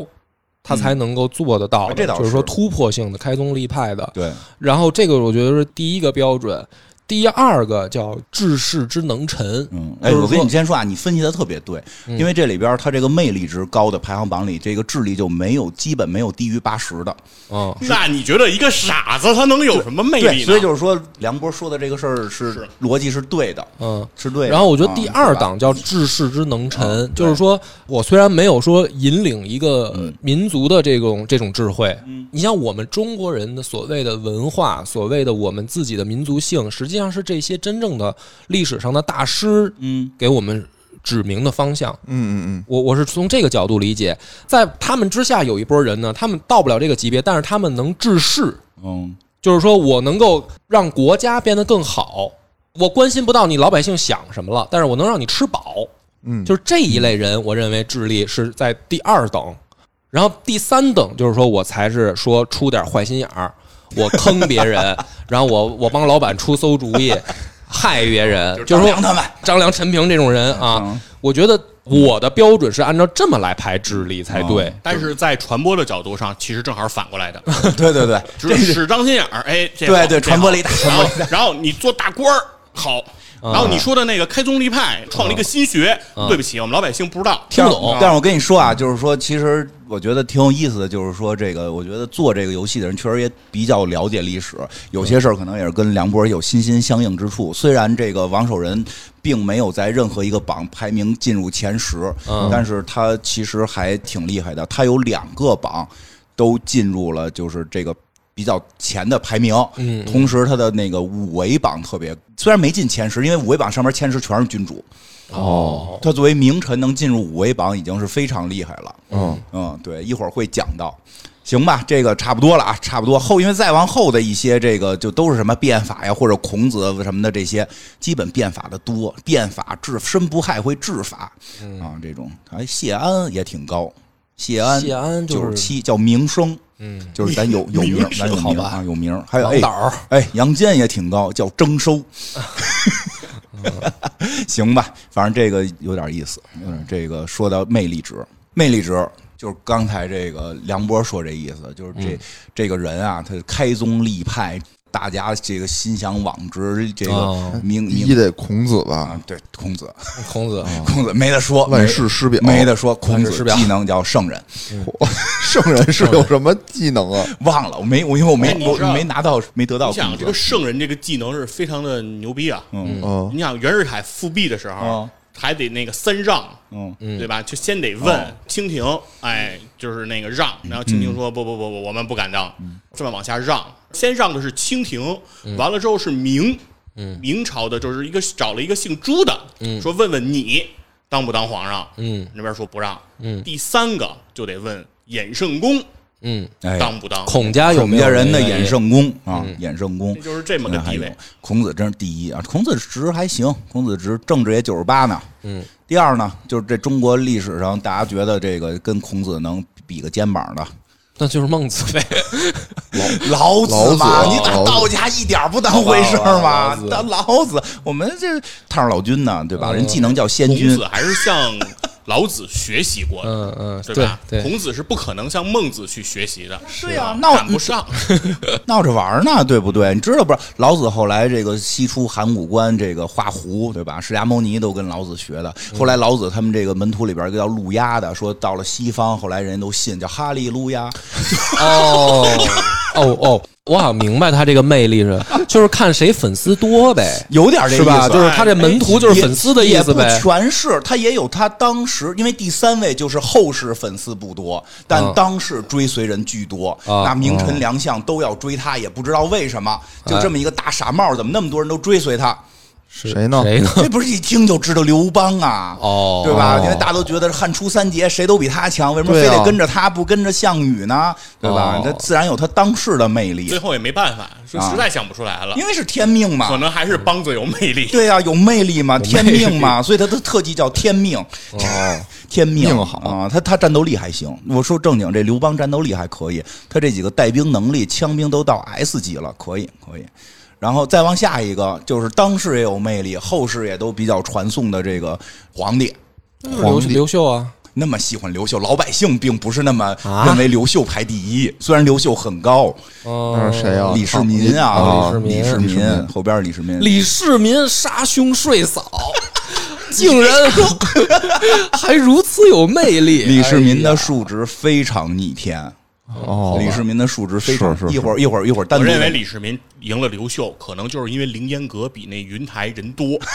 B: 他才能够做得到的
A: 啊这倒
B: 就是说
A: 是
B: 突破性的、开宗立派的。
A: 对，
B: 然后这个我觉得是第一个标准，第二个叫治世之能臣。
A: 嗯，哎，
B: 就是
A: 我跟
B: 说
A: 你先说啊，你分析的特别对，
B: 嗯
A: 因为这里边他这个魅力值高的排行榜里，这个智力就没有基本没有低于八十的，
B: 嗯，
D: 那你觉得一个傻子他能有什么魅力
A: 对，
D: 呢？
A: 所以就是说梁波说的这个事儿是
D: 是
A: 逻辑是对的，
B: 嗯。
A: 是对的。
B: 然后我觉得第二
A: 啊
B: 档叫治世之能
A: 嗯
B: 臣，
A: 对嗯
B: 就是说我虽然没有说引领一个民族的这种这种智慧，你像我们中国人的所谓的文化，所谓的我们自己的民族性，实际上是这些真正的历史上的大师
A: 嗯
B: 给我们指明的方向。
C: 嗯嗯
B: 我我是从这个角度理解，在他们之下有一波人呢，他们到不了这个级别，但是他们能治世，
A: 嗯 [laughs]
B: 就是说我能够让国家变得更好。我关心不到你老百姓想什么了，但是我能让你吃饱，
C: 嗯，
B: 就是这一类人，我认为智力是在第二等，然后第三等就是说我才是说出点坏心眼儿，我坑
A: [laughs]
B: 别人，然后我我帮老板出馊主意，害别人，就是
A: 张
B: 说
A: 良他们
B: 张良、陈平这种人啊
A: 嗯，
B: 我觉得我的标准是按照这么来排智力才对
A: 嗯。
D: 但是在传播的角度上，其实正好反过
A: [laughs]
D: 来的，
A: 对对对，
D: 只是使张心眼儿，哎，这
A: 对
D: 好
A: 对
D: 这
A: 传播
D: 好
A: 力大嗯
D: 然后 [laughs] 然后你做大官儿好，然后你说的那个开宗立派，创立一个新学，对不起，我们老百姓不知道，
B: 听不懂
A: 但是我跟你说啊，就是说，其实我觉得挺有意思的，就是说这个，我觉得做这个游戏的人确实也比较了解历史，有些事儿可能也是跟梁博有心心相印之处。虽然这个王守仁并没有在任何一个榜排名进入前十，
B: 嗯
A: 但是他其实还挺厉害的，他有两个榜都进入了，就是这个。比较前的排名，
B: 嗯
A: 同时他的那个五维榜特别，虽然没进前十，因为五维榜上面前十全是君主，
B: 哦，
A: 他作为名臣能进入五位榜已经是非常厉害了。
C: 嗯
A: 嗯，对，一会儿会讲到。行吧，这个差不多了啊，差不多后，因为再往后的一些这个就都是什么变法呀，或者孔子什么的这些，基本变法的多，变法治身不害会治法
B: 嗯
A: 啊，这种哎，谢安也挺高，谢安
B: 谢安就
A: 九
B: 是
A: 十七叫名声，
B: 嗯，
A: 就是咱有有名儿，咱有
D: 好
A: 名儿
D: 吧
A: 啊，有名儿，还有
B: 王
A: 哎
B: 导儿
A: 哎，杨坚也挺高，叫征收。行吧，反正这个有点意思。有点这个说到魅力值，魅力值就是刚才这个梁波说这意思，就是
B: 嗯
A: 这、这个人啊，他开宗立派，大家这个心向往之，这个
B: 哦
A: 名
C: 第一
A: 名
C: 得孔子吧
A: 啊，，对，孔子，
B: 孔子
A: 孔子没得说，
C: 万世师表，
A: 没没得说，
B: 万
A: 孔
B: 世
A: 子
B: 师表
A: 技能叫圣人，
C: [laughs] 圣人是有什么技能啊？
A: 忘了，我没我因为我没
D: 哎你
A: 我
D: 知道
A: 没拿到没得到
D: 你想
A: 孔子
D: 这个圣人这个技能是非常的牛逼啊！
A: 嗯
C: 嗯
D: 你想袁世凯复辟的时
A: 嗯
D: 候，还得那个三让，
A: 嗯
D: 对吧？就先得
B: 哦
D: 问清廷，哎，就是那个让，
B: 嗯
D: 然后清廷说不不不不，我们不敢让，这么往下让，先让的是清廷，
B: 嗯
D: 完了之后是明，明朝的就是一个找了一个姓朱的，说问问你当不当皇上，
B: 嗯
D: 那边说不让，
B: 嗯
D: 第三个就得问衍圣公
B: 嗯，
A: 哎
D: 当不当，
B: 孔家有
A: 孔
B: 没有
A: 家人的
B: 那个
A: 衍圣公啊，
B: 嗯
A: 衍圣公
D: 这就是这么个
A: 那还
D: 地
A: 有
D: 位。
A: 孔子真是第一啊！孔子值还行，孔子值政治也九十八呢。
B: 嗯，
A: 第二呢，就是这中国历史上大家觉得这个跟孔子能比个肩膀的
B: 那就是孟子呗。
A: 老
C: 老
A: 子
C: 子
A: 嘛，
C: 啊
A: 你
C: 老
A: 把
C: 子
A: 道家一点不当回事儿
B: 老
A: 吗
B: 子？
A: 当老子，我们这太上老君呢，对吧？
B: 嗯
A: 人技能叫仙
D: 孔啊
A: 君
D: 子，还是向老子学习过的，
B: 嗯嗯，
D: 对吧？
B: 对，
D: 孔子是不可能向孟子去学习的，是
A: 呀
D: 吧
A: 那我
D: 赶不上。
A: 闹着玩儿呢，对不对？你知道不是？老子后来这个西出函谷关，这个画胡，对吧？释迦牟尼都跟老子学的。后来老子他们这个门徒里边儿一个叫路亚的，说到了西方，后来人都信叫哈利路亚。
B: 哦哦哦，我好像明白他这个魅力 [laughs] 是，就是看谁粉丝多呗，
A: 有点这
B: 是吧？
A: 意思啊
B: 就是他这哎门徒就是
A: 也
B: 粉丝的意思
A: 也
B: 呗
A: 不。全是，他也有他当时，因为第三位就是后世粉丝不多，但
B: 嗯
A: 当时追随人巨多。
B: 啊
A: 那名臣良相都要追他，也不知道为什么，就这么一个大傻帽，怎么那么多人都追随他？
C: 谁呢？
B: 谁呢？
A: [laughs] 这不是一听就知道刘邦啊？
B: 哦
A: 对吧？因为大家都觉得汉初三杰谁都比他强，为什么非
C: 对啊
A: 得跟着他不跟着项羽呢？对吧
B: 哦？
A: 他自然有他当世的魅力
D: 最，后也没办法，说
B: 啊
D: 实在想不出来了，
A: 因为是天命嘛
D: 可。能还是梆子有魅力。
A: 对呀、啊有魅力嘛，天命嘛，所以他的特技叫天命。
C: 哦，
A: [laughs] 天命
C: 命好
A: 啊，他他战斗力还行。我说正经，这刘邦战斗力还可以，他这几个带兵能力、枪兵都到 S 级了，可以可以。然后再往下一个，就是当时也有魅力，后世也都比较传颂的这个皇帝。
B: 刘刘秀啊，
A: 那么喜欢刘秀，老百姓并不是那么
B: 啊
A: 认为刘秀排第一。虽然刘秀很高，
B: 嗯
C: 那，是谁？啊？
A: 李世民
C: 啊
A: 啊，
B: 哎李
A: 李
B: 世
A: 世
C: 民李世民
A: 后边是李世民，
B: 李世民杀兄睡 [laughs] 嫂，竟然 [laughs] 还如此有魅力。
A: 李世民
B: 哎
A: 的
B: 呀
A: 数值非常逆天，
C: 哦，
A: 李世民的数值非常
C: 是是是
A: 一会儿一会儿一会儿单
D: [laughs] 我
A: 独
D: 认为
A: 的
D: 李世民赢了刘秀，可能就是因为凌烟阁比那云台人多。
A: 啊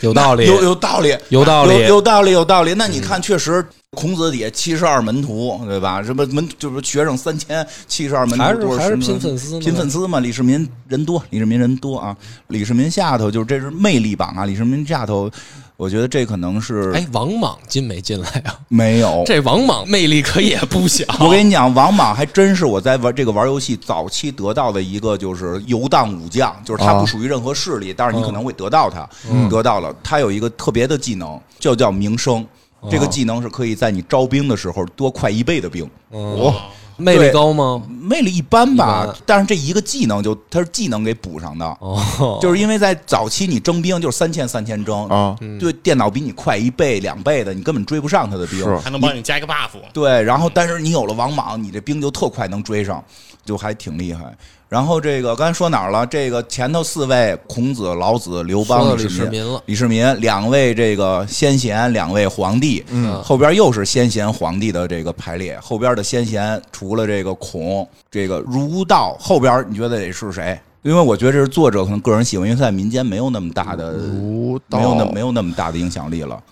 B: 有道理，
A: 有有道理，
B: 有道理嗯
A: 有有道理，有道理。那你看，确实孔子底下七十二门徒，对吧？什么门就是学生三千，七十二门徒
B: 还是
A: 多少
B: 还是
A: 什么
B: 拼粉丝呢
A: 拼粉丝嘛。李世民人多，李世民人多啊。李世民下头就是这是魅力榜啊，李世民下头，我觉得这可能是
B: 哎，王莽进没进来啊？
A: 没有。
B: 这王莽魅力可也不小。
A: 我跟你讲，王莽还真是我在玩这个玩游戏早期得到的一个，就是游荡武将，就是他
C: 啊
A: 不属于任何势力，但是你可
B: 嗯
A: 能会得到他，得到了。他有一个特别的技能，就叫名声。
B: 哦
A: 这个技能是可以在你招兵的时候多快一倍的兵，
B: 哦，魅力
A: 对
B: 高吗？
A: 魅力一般
B: 一
A: 吧
B: 般。
A: 但是这一个技能就它是技能给补上的，
B: 哦，
A: 就是因为在早期你征兵就是三千三千征
C: 啊，
B: 嗯
A: 对电脑比你快一倍两倍的，你根本追不上他的兵。
C: 是
D: 还能帮你加一个 buff。
A: 对，然后但是你有了王莽，你这兵就特快能追上，就还挺厉害。然后这个刚才说哪儿了？这个前头四位孔子、老子、刘
B: 说
A: 邦、
B: 到李世
A: 世
B: 民了
A: 李世民两位这个先贤，两位皇帝，
B: 嗯
A: 后边又是先贤皇帝的这个排列。后边的先贤除了这个孔，这个儒道，后边你觉得得是谁？因为我觉得这是作者可能个人喜欢，因为在民间没有那么大的，
C: 儒道
A: 没有那没有那么大的影响力了。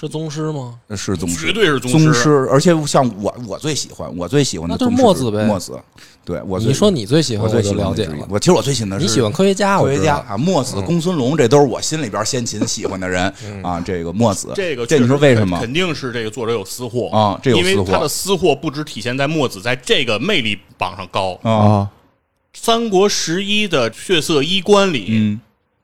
B: 是宗师吗？
A: 是宗师，
D: 绝对是宗师
A: 宗而且像我我最喜欢，我最喜欢的
B: 那就
A: 宗
B: 是
A: 师
B: 墨子呗
A: 墨子，对我最
B: 你说你最喜欢，
A: 我最喜
B: 就
A: 欢
B: 了解
A: 的之一
B: 了。
A: 我其实我最喜欢的是
B: 你喜欢科学家，
A: 科
B: 我
A: 学
B: 知
A: 家
B: 道。嗯
A: 啊，墨子、公孙龙，这都是我心里边先秦喜欢的
B: [laughs]
A: 人啊。这个墨子，
D: 这个
A: 这你说
D: 确实
A: 为什么？
D: 肯定是这个作者有私货
A: 啊这有
D: 因为
A: 私货
D: 他的私货不只体现在墨子在这个魅力榜上高，
A: 啊，
C: 啊，
D: 三国十一的血色衣冠里、
A: 嗯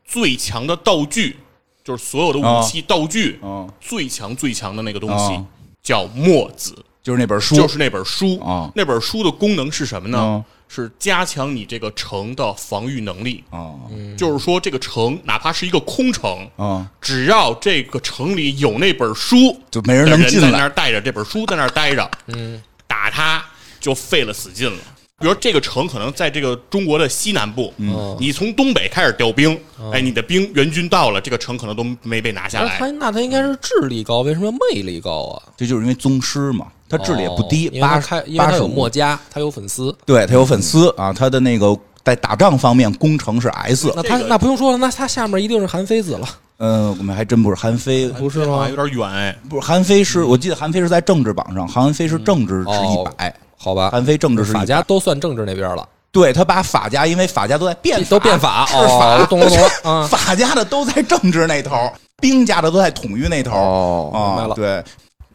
D: 最强的道具，就是所有的武器道具，
A: 嗯，
D: 最强最强的那个东西、
A: 啊
D: 叫墨子，
A: 就是那本书，
D: 就是那本书
A: 啊
D: 那本书的功能是什么呢？
A: 啊
D: 是加强你这个城的防御能力，
A: 啊
D: 就是说这个城哪怕是一个空城，
A: 啊，
D: 只要这个城里有那本书，
A: 就没人能进
D: 在那
A: 来
D: 儿带着这本书在那儿待着，嗯，打他就费了死劲了。比如这个城可能在这个中国的西南部，
B: 嗯
D: 你从东北开始调兵，哎，你的兵援军到了，这个城可能都没被拿下
A: 哎
B: 那哎他
D: 来。
B: 那他应该是智力高，为什么要魅力高啊？
A: 这就是因为宗师嘛，他智力也不低
B: 哦因，为他
A: 八
B: 开，因为
A: 八
B: 他
A: 十
B: 有墨
A: 五，
B: 家，他有粉丝。
A: 对他有粉丝啊，他的那个。在打仗方面，攻城是 S，
B: 那他
D: 这个
B: 那不用说了，那他下面一定是韩非子了，
A: 嗯、我们还真不是韩非，
B: 不是
D: 好像
B: 吗？
D: 有点远哎，
A: 不是韩非是，我记得韩非是在政治榜上，韩非是政治是一
B: 嗯哦
A: 百、
B: 好吧，
A: 韩非政治是
B: 法
A: 100
B: 家都算政治那边了，
A: 对他把法家，因为法家都在变法，
B: 都变法
A: 是
B: 哦
A: 法，
B: 我懂了懂了啊
A: 法家的都在政治那头，兵家的都在统御那头。
C: 哦，
A: 啊
B: 明白了
A: 对，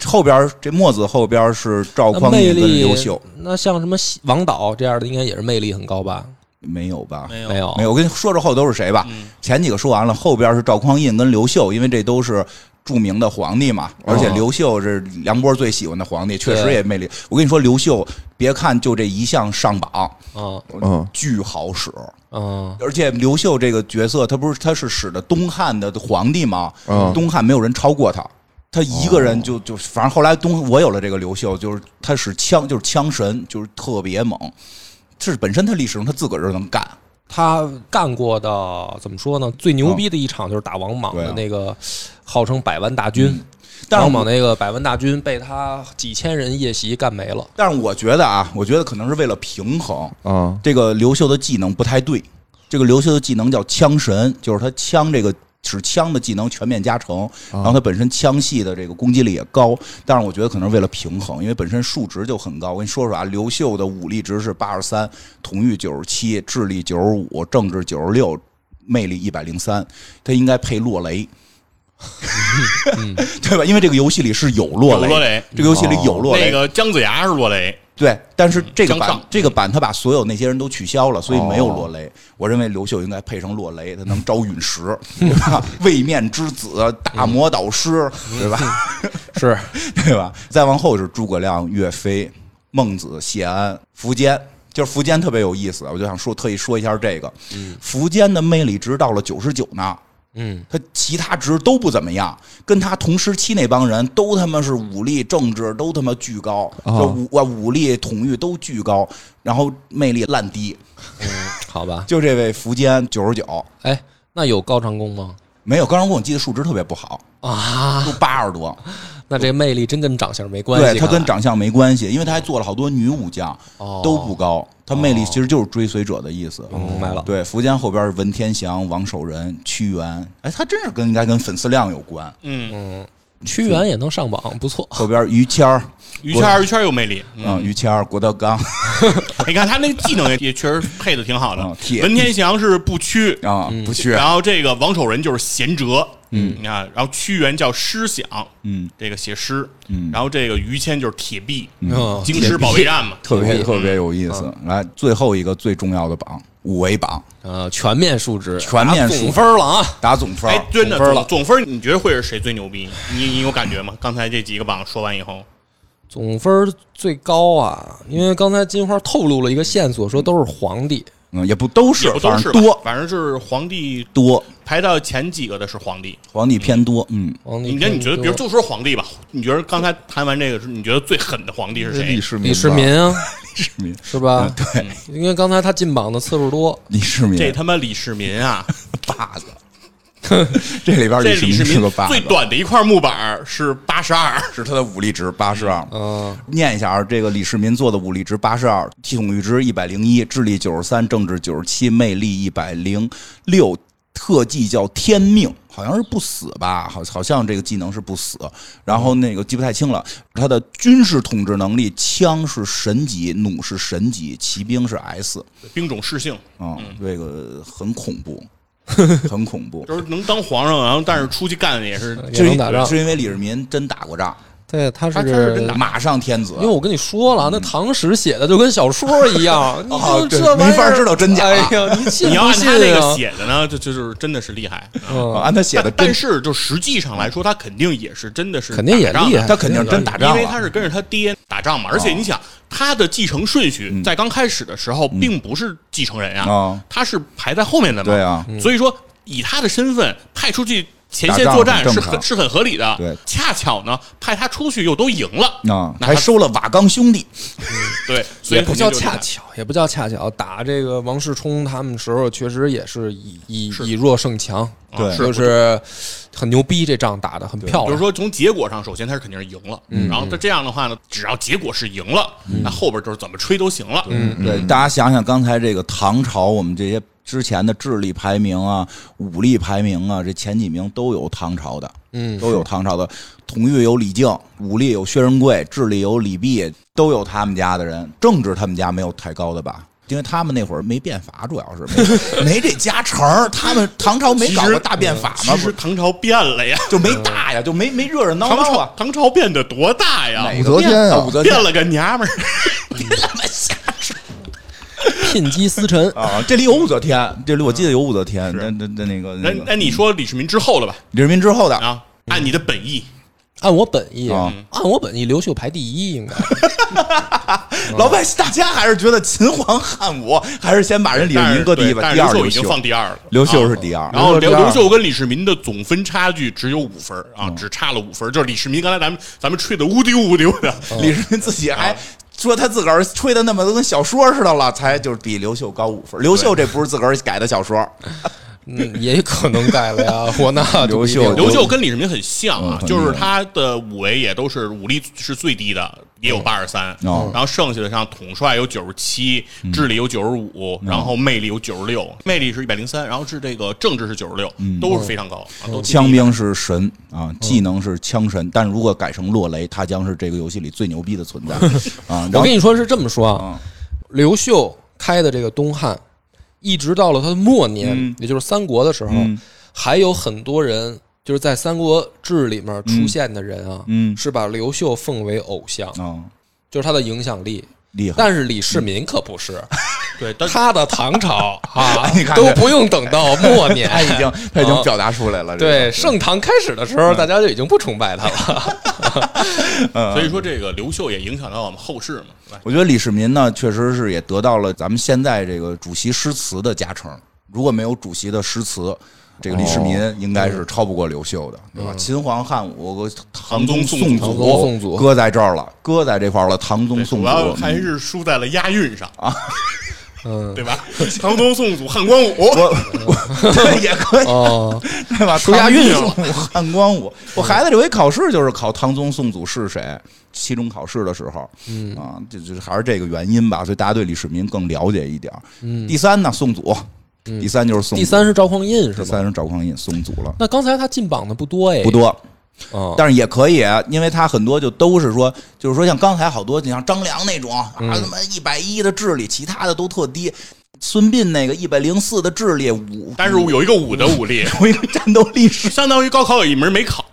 A: 后边儿这墨子后边儿是赵
B: 那
A: 匡
B: 魅
A: 胤跟
B: 力
A: 刘秀，
B: 那像什么西王导这样的，应该也是魅力很高吧？
A: 没有吧？
D: 没有
B: 没有，
A: 没有，我跟你说说后都是谁吧。
D: 嗯
A: 前几个说完了，后边是赵匡胤跟刘秀，因为这都是著名的皇帝嘛。而且刘秀是梁波最喜欢的皇帝，确实
B: 对
A: 也魅力。我跟你说，刘秀别看就这一项上榜，
B: 嗯
C: 嗯，
A: 巨好使。
B: 嗯，
A: 而且刘秀这个角色，他不是他是使的东汉的皇帝吗？
C: 嗯
A: 东汉没有人超过他。他一个
B: 哦
A: 人就就反正后来东我有了这个刘秀，就是他使枪就是枪神，就是特别猛。是本身他历史上他自个儿就能干，
B: 他干过的怎么说呢？最牛逼的一场就是打王莽
A: 嗯对
B: 的
A: 啊嗯
B: 那个，号称百万大军，
A: 但
B: 王
A: 是
B: 莽
A: 我
B: 那个百万大军被他几千人夜袭干没了。
A: 但是我觉得啊，我觉得可能是为了平衡，
C: 啊，
A: 这个刘秀的技能不太对。这个刘秀的技能叫枪神，就是他枪这个使枪的技能全面加成，
D: 啊
A: 然后他本身枪系的这个攻击力也高。但是我觉得可能是为了平衡，因为本身数值就很高。我跟你说说啊，刘秀的武力值是八十三，统御九十七，智力九十五，政治九十六，魅力一百零三，他应该配落雷。 [laughs] 对吧？因为这个游戏里是有落
D: 嗯有
A: 雷，
D: 落雷，
A: 这个游戏里有落雷，
D: 那个姜子牙是落雷，
A: 对，但是这个
D: 江
A: 版
D: 上
A: 这个版他把所有那些人都取消了，所以没有落雷。我认为刘秀应该配上落雷，他能招陨石，对吧？ [laughs] 位面之子，大魔导师，对吧？ [laughs]
B: 是，
A: 对吧？再往后是诸葛亮、岳飞、孟子、谢安、苻坚。就是苻坚特别有意思，我就想说特意说一下这个。苻坚的魅力值到了九十九呢，
B: 嗯，
A: 他其他值都不怎么样，跟他同时期那帮人都他妈是武力、政治都他妈巨高，就武啊武力、统御都巨高，然后魅力烂低。
B: 嗯好吧。
A: 就这位苻坚九十九，
B: 哎，那有高长恭吗？
A: 没有高长恭，我记得数值特别不好，
B: 啊，
A: 都八十多。
B: [laughs] 那这魅力真跟长相没关系。啊
A: 对他跟
B: 看来
A: 长相没关系，因为他还做了好多女武将，
B: 哦
A: 都不高。他魅力其实就是追随者的意思。
B: 明白了。
A: 对，苻坚后边是文天祥、王守仁、屈原，哎，他真是跟应该跟粉丝量有关。
D: 嗯，
B: 屈原也能上榜，不错。
A: 后边于谦儿，
D: 于谦儿于谦儿有魅力，嗯，
A: 嗯，于谦儿、郭德纲，
D: 你看他那技能也也确实配的挺好的
A: 嗯铁，
D: 文天祥是不屈，
A: 啊，不去，
D: 嗯然后这个王守仁就是贤哲，嗯，你看，然后屈原叫诗想，
A: 嗯，
D: 这个写诗，
A: 嗯
D: 然后这个于谦就是铁臂，
B: 嗯
D: 京师保卫战嘛，
A: 特别特别有意
D: 嗯
A: 思。来，最后一个最重要的榜，五维榜，
B: 呃，全面数值，
A: 嗯全面
B: 打
A: 数
B: 总分了啊！
A: 打总分
D: 哎，
A: 儿。
D: 真的
B: 总分了
D: 总总分，你觉得会是谁最牛逼？你你有感觉吗？刚才这几个榜说完以后，
B: 总分最高啊，因为刚才金花透露了一个线索，说都是皇帝。
A: 嗯，也不都是
D: 也，不都
A: 反
D: 是
A: 正
D: 吧
A: 多
D: 反正就是皇帝
A: 多，
D: 排到前几个的是皇帝。
A: 皇帝偏多，嗯，
B: 皇帝
D: 你
B: 偏多，
D: 那你觉得，比如就说皇帝吧，你觉得刚才谈完这个，你觉得最狠的皇帝是谁？
A: 世
B: 李世民啊，
A: 世
B: [laughs]
A: 民，嗯
B: 是吧？对，因为刚才他进榜的次数多，
A: 李世
D: 这
A: 民
D: 他妈李世民啊！
A: 把子， [laughs] 这里边
D: [laughs]
A: 李
D: 这李世
A: 民是
D: 民
A: 个把子
D: 最，短的一块木板儿是八十二，
A: 是他的武力值八十二。
B: 嗯，
A: 念一下啊，这个李世民做的武力值八十二，统御值一百零一，智力九十三，政治九十七，魅力一百零六，特技叫天命，好像是不死吧？好，好像这个技能是不死。然后那个记不太清了，他的军事统治能力，枪是神级，弩是神级，骑兵是 S，
D: 兵种适性，
A: 啊、
B: 嗯
A: 这个很恐
B: [laughs]
A: 怖，很恐怖。
D: 就是能当皇上，然后但是出去干也是
B: 也能打仗
A: 是因为李世民真打过仗，
B: 对，他
D: 他他是真
B: 是
D: 打。
A: 马上天子。
B: 因为我跟你说了，那唐史写的就跟小说一 [laughs] 样，你
A: 哦
B: 就
A: 对
B: 这玩意儿
A: 没法知道真假
B: 哎呀，你信
D: 你要
B: 不
D: 按
B: 信
D: 他那个
B: 啊？
D: 写的呢，就就就是真的是厉害。
A: 啊
B: 嗯，
A: 按他写的真
D: 但但，是就实际上来说，他肯定也是真的是
B: 肯定也
D: 打仗的
B: 厉害嗯
A: 他肯定是真打仗了。
D: 因
A: 哦
D: 为他是跟着他爹打仗嘛，而且你想，他的继承顺序在刚开始的时候并不是继承人
A: 嗯哦
D: 啊，他是排在后面的嘛，
A: 对啊，
D: 所以说以他的身份派出去前线
A: 打仗
D: 作战
A: 很
D: 是
A: 正常
D: 很是很合理的，
A: 对
D: 恰巧呢，派他出去又都赢了，
A: 啊，
D: 那
A: 还
D: 他
A: 收了瓦岗兄弟，
D: 对，所以
B: 也不
D: 肯定
B: 叫
D: 就
B: 恰
A: 啊
D: 厉害
B: 巧，也不叫恰巧，打这个王世充他们时候，确实也是以以
D: 是啊
B: 以弱胜强，
A: 对
B: 就
D: 我
B: 是很牛逼，这仗打的很漂亮。
D: 就是说，从结果上，首先他是肯定是赢了，
A: 嗯
D: 然后他这样的话呢，只要结果是赢了，那后边就是怎么吹都行了。
A: 对，大家想想刚才这个唐朝，我们这些之前的智力排名啊、武力排名啊，这前几名都有唐朝的，嗯，都有唐朝的。统御有李靖，武力有薛仁贵，智力有李泌，都有他们家的人。政治他们家没有太高的吧。因为他们那会儿没变法，主要是没没这加成儿。他们唐朝没搞过大变法
D: 其
A: 嘛，不
D: 实
A: 是
D: 唐朝变
A: [laughs]
D: 了呀，
A: 就没大呀，就没没热热闹
D: 唐
A: 闹
D: 朝
A: 啊。
D: 唐朝变得多大呀？
A: 哪个
C: 武则天啊
A: 变武则天
D: 变了个
A: [laughs]
D: 娘们儿，
B: 聘鸡司
D: [laughs]
B: 晨，
A: 啊，这里有武则天，这里我记得有武则天。那那那那个
D: 那
A: 那
D: 啊
A: 个
D: 那你说李世民之后了吧？
A: 李世民之后的嗯
D: 啊，按你的本意，
B: 按我本意，
A: 啊
B: 按我本意，刘秀排第一应该。
A: 老百姓大家还是觉得秦皇汉武，还是先把人李世民搁第一吧，
D: 但
A: 第
D: 是
A: 二
D: 刘秀
A: 刘
D: 已经
A: 秀，
D: 放第二了，
A: 刘秀
D: 啊
A: 是第二嗯
D: 然后
C: 刘
D: 刘
C: 秀第二
D: 刘秀跟李世民的总分差距只有五分儿啊，只差了五分儿。就是李世民刚才咱们咱们吹的乌丢乌丢的，
A: 李世民自己还。
D: 啊
A: 说他自个儿吹的那么都跟小说似的了，才就是比刘秀高五分。刘秀这不是自个儿改的小说，
B: 嗯，也可能改了
D: [laughs]
B: 呀，我那
A: 刘
B: 就不一定
A: 秀
D: [laughs] 刘秀跟李世民很像啊
A: 嗯，很
D: 就是
A: 厉害
D: 他的武威也都是武力是最低的，也有八十三，
A: 哦嗯
D: 然后剩下的像统帅有九十七，智力有九十
A: 哦
D: 五，然后魅力有九十六，魅力是一百零三，然后是这个政治是九十六，
A: 嗯
D: 都是非常高，啊都接近
A: 枪兵是神
D: 嗯
A: 啊，技能是枪神，但如果改成落雷，他将是这个游戏里最牛逼的
D: [laughs]
A: 存在啊。然
B: 我
A: 后嗯
B: 跟你说是这么说啊，刘秀开的这个东汉，一直到了他的末年，
A: 嗯
B: 也就是三国的时候，还有很多人就是在《三国志》里面出现的人啊，
A: 嗯嗯
B: 是把刘秀奉为偶像，
A: 啊，
B: 就是他的影响力。
A: 厉害，
B: 但是李世民可
A: [laughs]
B: 不是，
D: 对，但
B: 他的唐朝啊
A: 你看看，哎
B: 都不用等到末年，
A: 他已经他已经
B: 啊
A: 表达出来了。这个
B: 对盛唐开始的时
A: 嗯
B: 候，大家就已经不崇拜他了。
A: 啊
D: 所以说这个刘秀也影响到我们后世嘛，对吧？
A: 我觉得李世民呢，确实是也得到了咱们现在这个主席诗词的加成。如果没有主席的诗词，这个李世民应该是超不过刘秀的，
B: 嗯
A: 对吧？秦皇汉武、唐宗宋
D: 唐
B: 宗宋
A: 祖，
B: 祖
A: 搁在这儿了，搁在这块儿了。唐宗
D: 对
A: 宋
D: 主
A: 祖，啊
D: 要
B: [laughs]
D: 还是输在了押韵上，
A: [laughs]
B: 嗯，
D: 对吧？唐宗宋祖汉光武，
A: 我我对 [laughs] 也可以，
B: 哦，
A: 对吧？
B: 说押
A: 唐
B: 韵
A: 宗宋 [laughs] 祖汉光武，我孩子这回考试就是考唐宗宋祖是谁，期中考试的时候，嗯啊，就就还是这个原因吧，所以大家对李世民更了解一点儿。第三呢，宋祖，第三就是宋祖，
B: 嗯第三是赵匡胤是
A: 第
B: 吧？
A: 三是赵匡胤，宋祖了，
B: 那刚才他进榜的不多哎，
A: 不多，
B: 啊，
A: 但是也可以，因为他很多就都是说，就是说像刚才好多，你像张良那种啊，
B: 嗯
A: 他妈一百一的智力，其他的都特低。孙膑那个一百零四的智力，五
D: [laughs] 但是有一个武的武力，
A: 有一个战斗力是
D: 相当于高考有一门没考，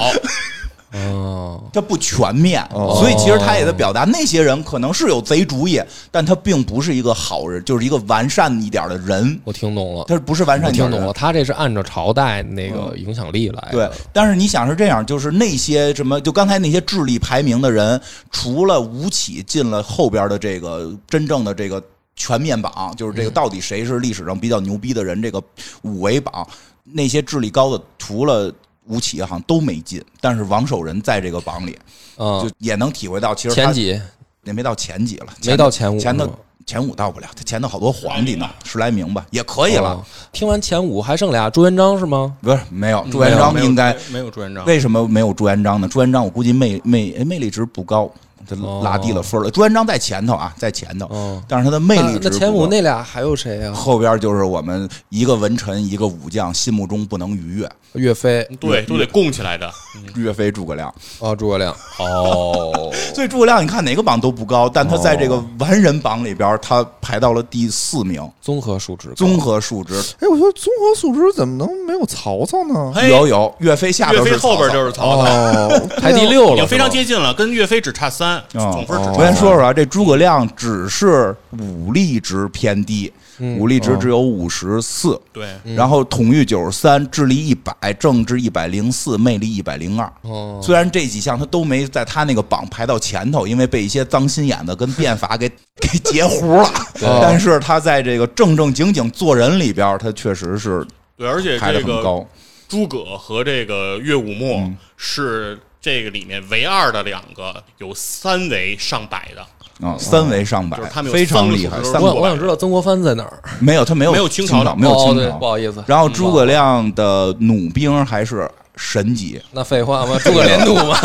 A: 嗯
B: 哦，
A: 它不全面，所以其实他也在表达那些人可能是有贼主意，但他并不是一个好人，就是一个完善一点的人，
B: 我听懂了，
A: 他不是完善
B: 我
A: 一点的
B: 听懂
A: 人
B: 了，。他这是按照朝代那个影响力来
A: 嗯对
B: 的。，
A: 但是你想是这样，就是那些什么，就刚才那些智力排名的人，除了吴起进了后边的这个真正的这个全面榜，就是
B: 嗯
A: 这个到底谁是历史上比较牛逼的人，这个五维榜，那些智力高的除了。吴起好像都没进，但是王守仁在这个榜里，就
B: 嗯，
A: 也能体会到，其实他
B: 前几
A: 也没到前几了，
B: 没到前五
A: 前
B: 是
A: 头
B: 吗
A: 前五到不了，他前头好多皇帝呢，十来名吧，也可以了
B: 哦。听完前五还剩俩，朱元璋是吗？
A: 不是没有朱元
B: 嗯没有
A: 璋
D: 没有
A: 应该
D: 没有朱元璋。
A: 为什么没有朱元璋呢？朱元璋我估计魅魅哎魅力值不高，他
D: 哦
A: 拉低了分了。朱元璋在前头啊，在前头，
B: 哦
A: 但是他的魅力值
B: 那
D: 啊
B: 那
A: 不高
B: 前五那俩还有谁啊？
A: 后边就是我们一个文臣一个武将心目中不能逾越，
B: 岳飞
A: 嗯
D: 对，都得供起来的。
A: 岳飞、诸葛亮。
B: 哦，诸葛亮哦，
A: 所以诸葛亮你看哪个榜都不高，但他在这个完人榜里边，他排到了第四
D: 哦
A: 名，
B: 综合数值高
A: 综合数值。
C: 哎，我说综合素质怎么能没有曹操呢？
D: 嘿
A: 有有，岳飞下
D: 哎岳
A: 边
D: 飞
A: 是
D: 后边
A: 是。
D: 就是曹操，
C: 哦，
B: 排第
D: 已
B: 六了，
D: 经非常
B: 是吗
D: 接近了，跟岳飞只差三，
A: 哦
D: 总分只
A: 我
D: 差
A: 先说说啊，这诸葛亮只是武力值偏低，
D: 嗯
A: 武力
D: 哦
A: 值只有五十四，
D: 对。
A: 然后统御九十三，智力一百，政治一百零四，魅力一百零二。
B: 哦
A: 虽然这几项他都没在他那个榜排到前头，因为被一些脏心眼子跟变法给给截胡了，但是他在这个正正经经做人里边，他确实是
D: 对，而且
A: 排的
D: 这
A: 很
D: 个
A: 高。嗯
D: 诸葛和这个岳武穆是这个里面唯二的两个有三维上百的，
A: 啊、三维上百，
D: 就是他们有
A: 非常
D: 三个
A: 厉
D: 组
A: 害。
D: 织
A: 三
B: 我
A: 国
B: 我想知道曾国藩在哪儿？
A: 没有他没有
D: 没有清朝的
A: 没有
B: 哦
A: 清
B: 对
A: 朝，
B: 不好意思。
A: 然后诸葛亮的弩兵还是神级，
B: 那废话吗？诸葛连弩
A: [laughs]
B: 吗？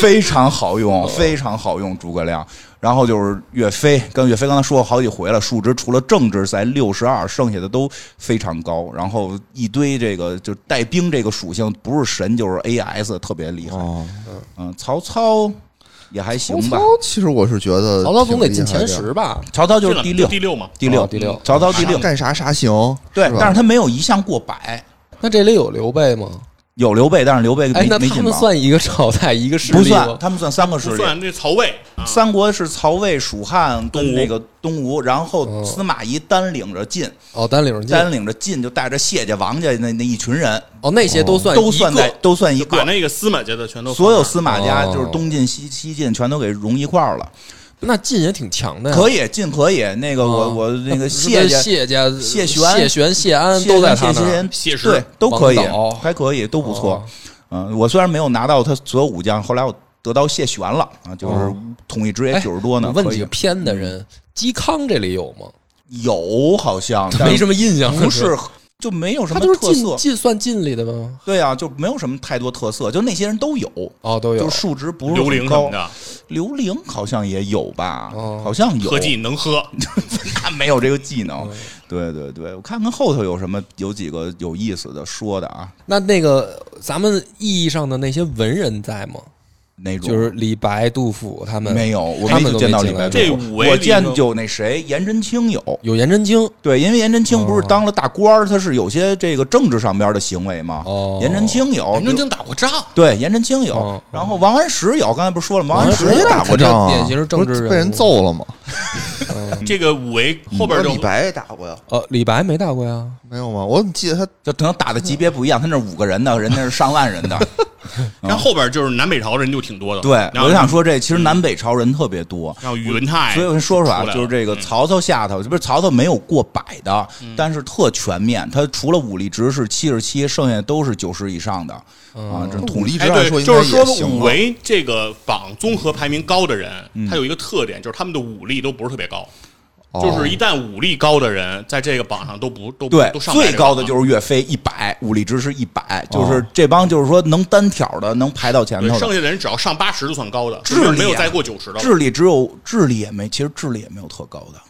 A: 非常好用，非常好用诸葛亮。然后就是岳飞，跟岳飞刚才说过好几回了，数值除了政治在六十二，剩下的都非常高。然后一堆这个就带兵这个属性，不是神就是 AS，特别厉害。
C: 哦，
A: 嗯，曹操也还行
C: 曹
A: 吧
C: 操，其实我是觉得
B: 曹操总得
C: 挺
B: 进
C: 厉害的
B: 前，十吧？
A: 曹操就是
D: 这
A: 第
D: 两
A: 六，
D: 第六嘛，
A: 第六，
B: 哦第六
A: 曹操第六。
C: 干啥啥行。
A: 对，
C: 吧
A: 但是他没有一项过百，
B: 那这里有刘备吗？
A: 有刘备，但是刘备没
B: 哎，那
A: 没
B: 他
A: 进
B: 们
A: 王，
B: 算一个朝代一个势
A: 不
B: 力
A: 算，
B: 吗？
A: 他们算三个势
D: 不
A: 力。
D: 算这曹魏啊，
A: 三国嗯是曹魏、蜀汉
D: 东吴
A: 跟那个东吴，然后
B: 哦
A: 司马懿单领着进，
B: 哦，单领进
A: 单领着进就带着谢家、王家那那一群人，
B: 哦，那些都算
A: 都
B: 一
A: 算
B: 个
A: 在都算一
D: 把
A: 个，
D: 那个司马家的全都
A: 所有司马家
B: 哦
A: 就是东晋、西西晋全都给融一块儿了。
B: 那晋也挺强的呀。
A: 可以进，可以那个我
B: 嗯哦
A: 我那
B: [laughs]
A: 个
B: 是不
A: 谢
B: 是
A: 家。
B: 谢家、
A: 谢玄
B: 谢玄、谢安
A: 谢
B: 都在他
A: 谢
B: 那儿，
A: 贤
D: 谢石
A: 对都可以
B: 王导，
A: 还可以，都不错
B: 哦。
A: 嗯，我虽然没有拿到他所有武将，后来我得到谢玄了啊，就是
B: 哦
A: 统一职也
B: 哎
A: 九十多呢
B: 我，问
A: 可
B: 几
A: 以嗯
B: 个偏的人，嵇康这里有吗？
A: 有好像但
B: 没什么印象，
A: 不是就没有什
B: 他
A: 么
B: 都是
A: 特
B: 晋
A: 色，
B: 晋算晋里的吗？
A: 对啊，就没有什么太多特色，就那些人都有，
B: 哦，都有
A: 就。数值不是
D: 刘伶
A: 很
D: 什么
A: 高。
D: 的，
A: 刘伶好像也有吧，
B: 哦
A: 好像有哦
D: 科，技能喝，
A: 他没有这个技能。对对对，我看看后头有什么，有几个有意思的说的啊，
B: 那那个咱们意义上的那些文人在吗？
A: 那种
B: 就是李白、杜甫他们
A: 没有，我
B: 他们
A: 就
B: 都
A: 见到李
B: 没进
A: 白
B: 来
A: 杜
D: 这
A: 甫
D: 五位
A: 我
D: 里
A: 见
D: 头
A: 就那谁颜真卿有，
B: 有颜真卿，
A: 对，因为颜真卿不是
B: 哦
A: 当了大官儿，他是有些这个政治上边的行为嘛。
B: 哦
A: 颜真卿有，
D: 王正经打过仗，
A: 对，颜真卿有
B: 哦，
A: 然后王安石有，刚才不是说了吗，王安
B: 王安
A: 石
B: 石
A: 也打过
B: 过仗啊
C: 这
B: 不是
C: 被
B: 被
C: 人
B: 人
C: 揍了吗？
A: 嗯
D: 这个五维后边就
C: 李白也打过呀，
B: 呃，李白没打过呀。
C: 没有吗？我怎么记得他
A: 就可能打的级别不一样，他那五个人的，人那是上万人
D: [laughs]
A: 的。
D: 然后后边就是南北朝人就挺多的。
A: 嗯对，
D: 然
A: 我
D: 后嗯
A: 就想，说这其实南北朝人特别多。
D: 然后宇文泰，
A: 所以我先说说啊
D: 出来，了
A: 就是这个曹操下头，不是曹操没有过百的，
D: 嗯
A: 但是特全面。他除了武力值是七十七，剩下都是九十以上的啊，这
C: 武
A: 统
C: 力
A: 力
C: 值
D: 哎，
C: 按
D: 对
C: 说，应该
D: 就
C: 也
D: 是说
C: 行
D: 五
C: 吧。
D: 维这个榜综合排名高的人，
A: 嗯
D: 他有一个特点，就是他们的武力都不是特别高，
A: 哦
D: 就是一旦武力高的人在这个榜上都不都不
A: 对
D: 都，上不来
A: 最
D: 这个
A: 高的
D: 榜
A: 就是岳飞一百，武力值是一百，就是这帮就是说能单挑的，能排到前
D: 对，
A: 头
D: 剩
A: 的。
D: 下的人只要上八十就算高的，
A: 智
D: 就是
A: 力
D: 没有
A: 啊
D: 再过九十的了。
A: 智力只有智力也没，其实智力也没有特高的，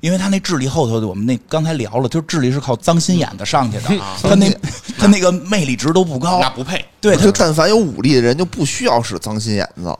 A: 因为他那智力后头的我们那刚才聊了，就是智力是靠脏心眼子上去的，他那他那个魅力值都不高
D: 嗯那。不配，
A: 对，他
C: 就但凡有武力的人，就不需要使脏心眼子。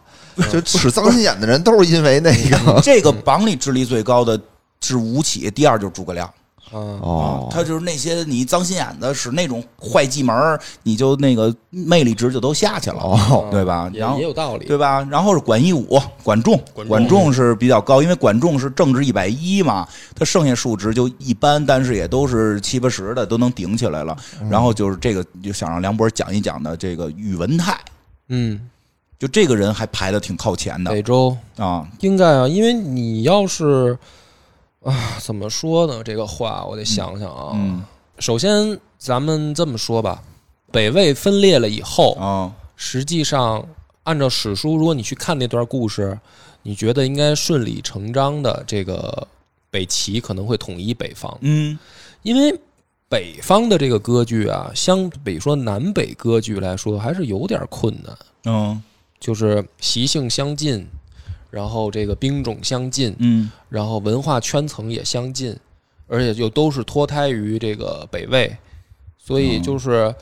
C: 就使脏心眼的人，都是因为那
A: [laughs]
C: 个
A: 这个榜里智力最高的是吴起，第二就是诸葛亮。
B: 嗯，
D: 哦
A: 啊，他就是那些你脏心眼子使那种坏计门儿，你就那个魅力值就都下去了，
C: 哦
A: 对吧？
B: 也
A: 然后
B: 也有道理。
A: 对吧？然后是管义武、管仲，
D: 管仲
A: 管仲是比较高，因为管仲是政治一百一嘛，他剩下数值就一般，但是也都是七八十的，都能顶起来了。
B: 嗯
A: 然后就是这个，就想让梁博讲一讲的这个宇文泰，
B: 嗯，
A: 就这个人还排的挺靠前的
B: 北周
A: 啊。
B: 应该啊，因为你要是啊，怎么说呢？这个话我得想想啊。
A: 嗯
B: 首先，咱们这么说吧，北魏分裂了以后，
A: 啊，
B: 实际上按照史书，如果你去看那段故事，你觉得应该顺理成章的，这个北齐可能会统一北方，
A: 嗯
B: 因为北方的这个割据啊，相比说南北割据来说，还是有点困难。
A: 嗯
B: 就是习性相近，然后这个兵种相近，
A: 嗯
B: 然后文化圈层也相近，而且就都是脱胎于这个北魏，所以就是